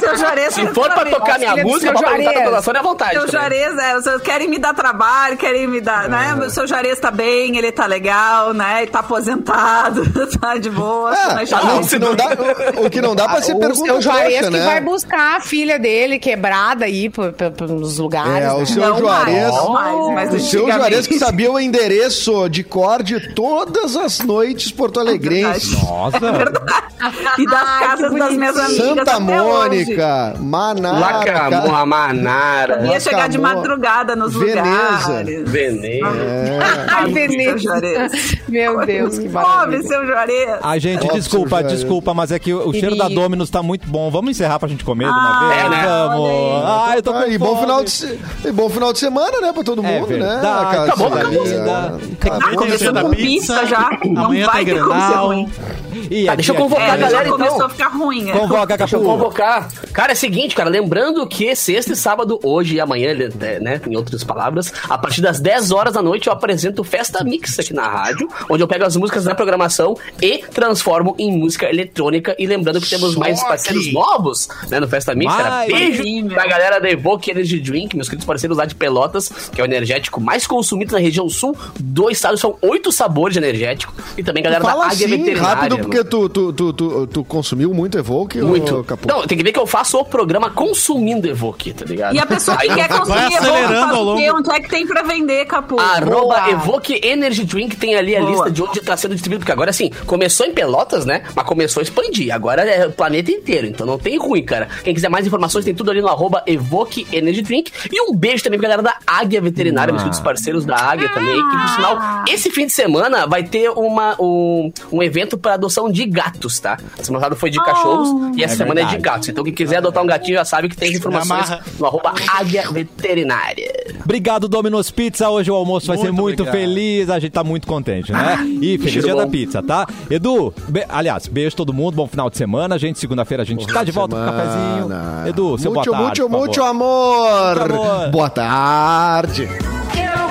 [SPEAKER 5] seu Juarez.
[SPEAKER 3] Se for pra tocar né? minha
[SPEAKER 6] Auxílio do
[SPEAKER 3] música,
[SPEAKER 6] seu
[SPEAKER 3] pra perguntar
[SPEAKER 6] Juarez.
[SPEAKER 3] pra toda a Sônia, à vontade.
[SPEAKER 5] Seu
[SPEAKER 3] também.
[SPEAKER 5] Juarez, é, vocês querem me dar trabalho, querem me dar, né?
[SPEAKER 2] É.
[SPEAKER 5] O seu Juarez tá bem, ele tá legal, né? Ele tá aposentado, tá de boa.
[SPEAKER 2] Ah,
[SPEAKER 5] mas é
[SPEAKER 2] não,
[SPEAKER 5] Juarez-
[SPEAKER 2] se não dá, o, o que não dá pra ser
[SPEAKER 6] Ah, o
[SPEAKER 2] pergunta
[SPEAKER 6] seu Juarez
[SPEAKER 2] trouxa,
[SPEAKER 6] que
[SPEAKER 2] né?
[SPEAKER 6] vai buscar a filha dele quebrada aí por- por- pelos lugares.
[SPEAKER 2] É, o
[SPEAKER 6] né?
[SPEAKER 2] seu
[SPEAKER 5] Não
[SPEAKER 2] Juarez.
[SPEAKER 5] mais, não mais, mas
[SPEAKER 2] O seu
[SPEAKER 5] antigamente-
[SPEAKER 2] Juarez que sabia o endereço de cor de todas as noites
[SPEAKER 6] Ah,
[SPEAKER 2] porto-alegrenses.
[SPEAKER 5] É
[SPEAKER 1] Nossa.
[SPEAKER 5] E das
[SPEAKER 6] Ai,
[SPEAKER 5] casas
[SPEAKER 6] que
[SPEAKER 5] das minhas amigas.
[SPEAKER 2] Santa
[SPEAKER 5] até hoje.
[SPEAKER 2] Mônica, Maná.
[SPEAKER 3] Lacamua, Manara,
[SPEAKER 5] Ia chegar de
[SPEAKER 2] Lacamona,
[SPEAKER 5] madrugada nos
[SPEAKER 2] Veneza.
[SPEAKER 5] lugares.
[SPEAKER 3] Veneno.
[SPEAKER 6] Ai,
[SPEAKER 5] Seu
[SPEAKER 6] Veneza.
[SPEAKER 5] Juarez.
[SPEAKER 6] Meu Deus, que
[SPEAKER 5] Pobre
[SPEAKER 6] maravilha.
[SPEAKER 5] seu Juarez.
[SPEAKER 1] A gente,
[SPEAKER 2] Nossa,
[SPEAKER 1] desculpa,
[SPEAKER 2] Jorge.
[SPEAKER 1] desculpa, mas é que o, o cheiro da
[SPEAKER 6] Querido.
[SPEAKER 1] Dominus tá muito bom. Vamos encerrar pra gente comer de uma
[SPEAKER 5] Ah,
[SPEAKER 1] vez?
[SPEAKER 3] né?
[SPEAKER 1] Vamos. Ah, eu tô com
[SPEAKER 2] Ah, e, bom
[SPEAKER 1] fome.
[SPEAKER 2] final de, se- e bom final de semana, né? Pra todo
[SPEAKER 1] É
[SPEAKER 2] mundo, né?
[SPEAKER 1] verdade,
[SPEAKER 2] Aquela
[SPEAKER 1] acabou,
[SPEAKER 2] salinha,
[SPEAKER 1] acabou.
[SPEAKER 2] acabou.
[SPEAKER 4] Tem o
[SPEAKER 5] Tá começando
[SPEAKER 4] dia da
[SPEAKER 5] com pizza já, não
[SPEAKER 4] amanhã
[SPEAKER 5] vai
[SPEAKER 4] tem
[SPEAKER 5] ter como ser
[SPEAKER 4] Grenal.
[SPEAKER 5] ruim.
[SPEAKER 1] E
[SPEAKER 3] Tá,
[SPEAKER 1] aqui,
[SPEAKER 3] é deixa
[SPEAKER 5] É,
[SPEAKER 1] aqui,
[SPEAKER 3] eu convocar a
[SPEAKER 1] aqui.
[SPEAKER 5] já
[SPEAKER 3] galera
[SPEAKER 5] começou
[SPEAKER 3] então.
[SPEAKER 5] a ficar ruim. né?
[SPEAKER 1] Convoca,
[SPEAKER 3] Deixa eu
[SPEAKER 1] Capu.
[SPEAKER 3] convocar. Cara, é o seguinte, cara, lembrando que sexta e sábado, hoje e amanhã, né, né, em outras palavras, a partir das 10 horas da noite eu apresento Festa Mix aqui na rádio, onde eu pego as músicas da programação e transformo em música eletrônica. E lembrando que temos mais parceiros novos né, no Festa Mix. Cara,
[SPEAKER 1] Mais.
[SPEAKER 3] beijo
[SPEAKER 5] Sim, meu.
[SPEAKER 3] pra galera da Evoque Energy Drink, meus queridos parceiros lá de Pelotas, que é o energético mais consumido na região sul do estado. São oito sabores de energético. E também a galera
[SPEAKER 2] Fala
[SPEAKER 3] da Águia
[SPEAKER 2] assim,
[SPEAKER 3] Veterinária.
[SPEAKER 2] rápido,
[SPEAKER 3] mano.
[SPEAKER 2] porque tu, tu, tu, tu, tu consumiu muito Evoque, ô,
[SPEAKER 3] Muito.
[SPEAKER 2] Capu?
[SPEAKER 3] Não, tem que ver que eu faço o programa consumindo Evoque, tá ligado?
[SPEAKER 5] E a pessoa que
[SPEAKER 3] Aí
[SPEAKER 5] quer
[SPEAKER 3] eu-
[SPEAKER 4] vai
[SPEAKER 5] conseguir
[SPEAKER 4] acelerando
[SPEAKER 5] Evoque, faz
[SPEAKER 4] ao
[SPEAKER 5] o
[SPEAKER 4] longo.
[SPEAKER 5] quê? Onde é que tem pra vender, Capu?
[SPEAKER 3] Arroba
[SPEAKER 5] Boa.
[SPEAKER 3] Evoque Energy Drink tem ali a
[SPEAKER 5] Boa.
[SPEAKER 3] lista de onde tá sendo distribuído, porque agora assim, começou em Pelotas, né? Mas começou a expandir. Agora é o planeta inteiro, então não tem ruim, cara. Quem quiser mais informações, tem tudo ali no arroba Evoque Energy Drink. E um beijo também pra galera da Águia Veterinária, meus queridos parceiros da Águia também, que
[SPEAKER 5] Ah.
[SPEAKER 3] por sinal, esse fim de semana vai ter uma, um, um evento pra adoção de gatos, tá? Semana passada foi de
[SPEAKER 5] Oh.
[SPEAKER 3] cachorros e essa
[SPEAKER 1] É
[SPEAKER 3] semana é de
[SPEAKER 1] verdade. é
[SPEAKER 3] gatos. Então quem quiser adotar um gatinho já sabe que tem as informações
[SPEAKER 4] Amarra.
[SPEAKER 3] no arroba Águia Veterinária.
[SPEAKER 1] Obrigado, Domino's Pizza. Hoje o almoço vai ser
[SPEAKER 4] Muito
[SPEAKER 1] muito
[SPEAKER 4] obrigado.
[SPEAKER 1] feliz. A gente tá muito contente, né? E feliz
[SPEAKER 3] cheiro
[SPEAKER 1] dia
[SPEAKER 3] bom.
[SPEAKER 1] da pizza, tá? Edu, be- aliás, beijo todo mundo. Bom final de semana. gente, segunda-feira a gente tá de volta pro cafezinho.
[SPEAKER 2] Semana.
[SPEAKER 1] Edu, seu
[SPEAKER 2] muito,
[SPEAKER 1] boa tarde.
[SPEAKER 2] Muito,
[SPEAKER 1] por
[SPEAKER 2] muito
[SPEAKER 1] favor.
[SPEAKER 2] amor.
[SPEAKER 1] Por favor.
[SPEAKER 2] Boa tarde.
[SPEAKER 8] Quero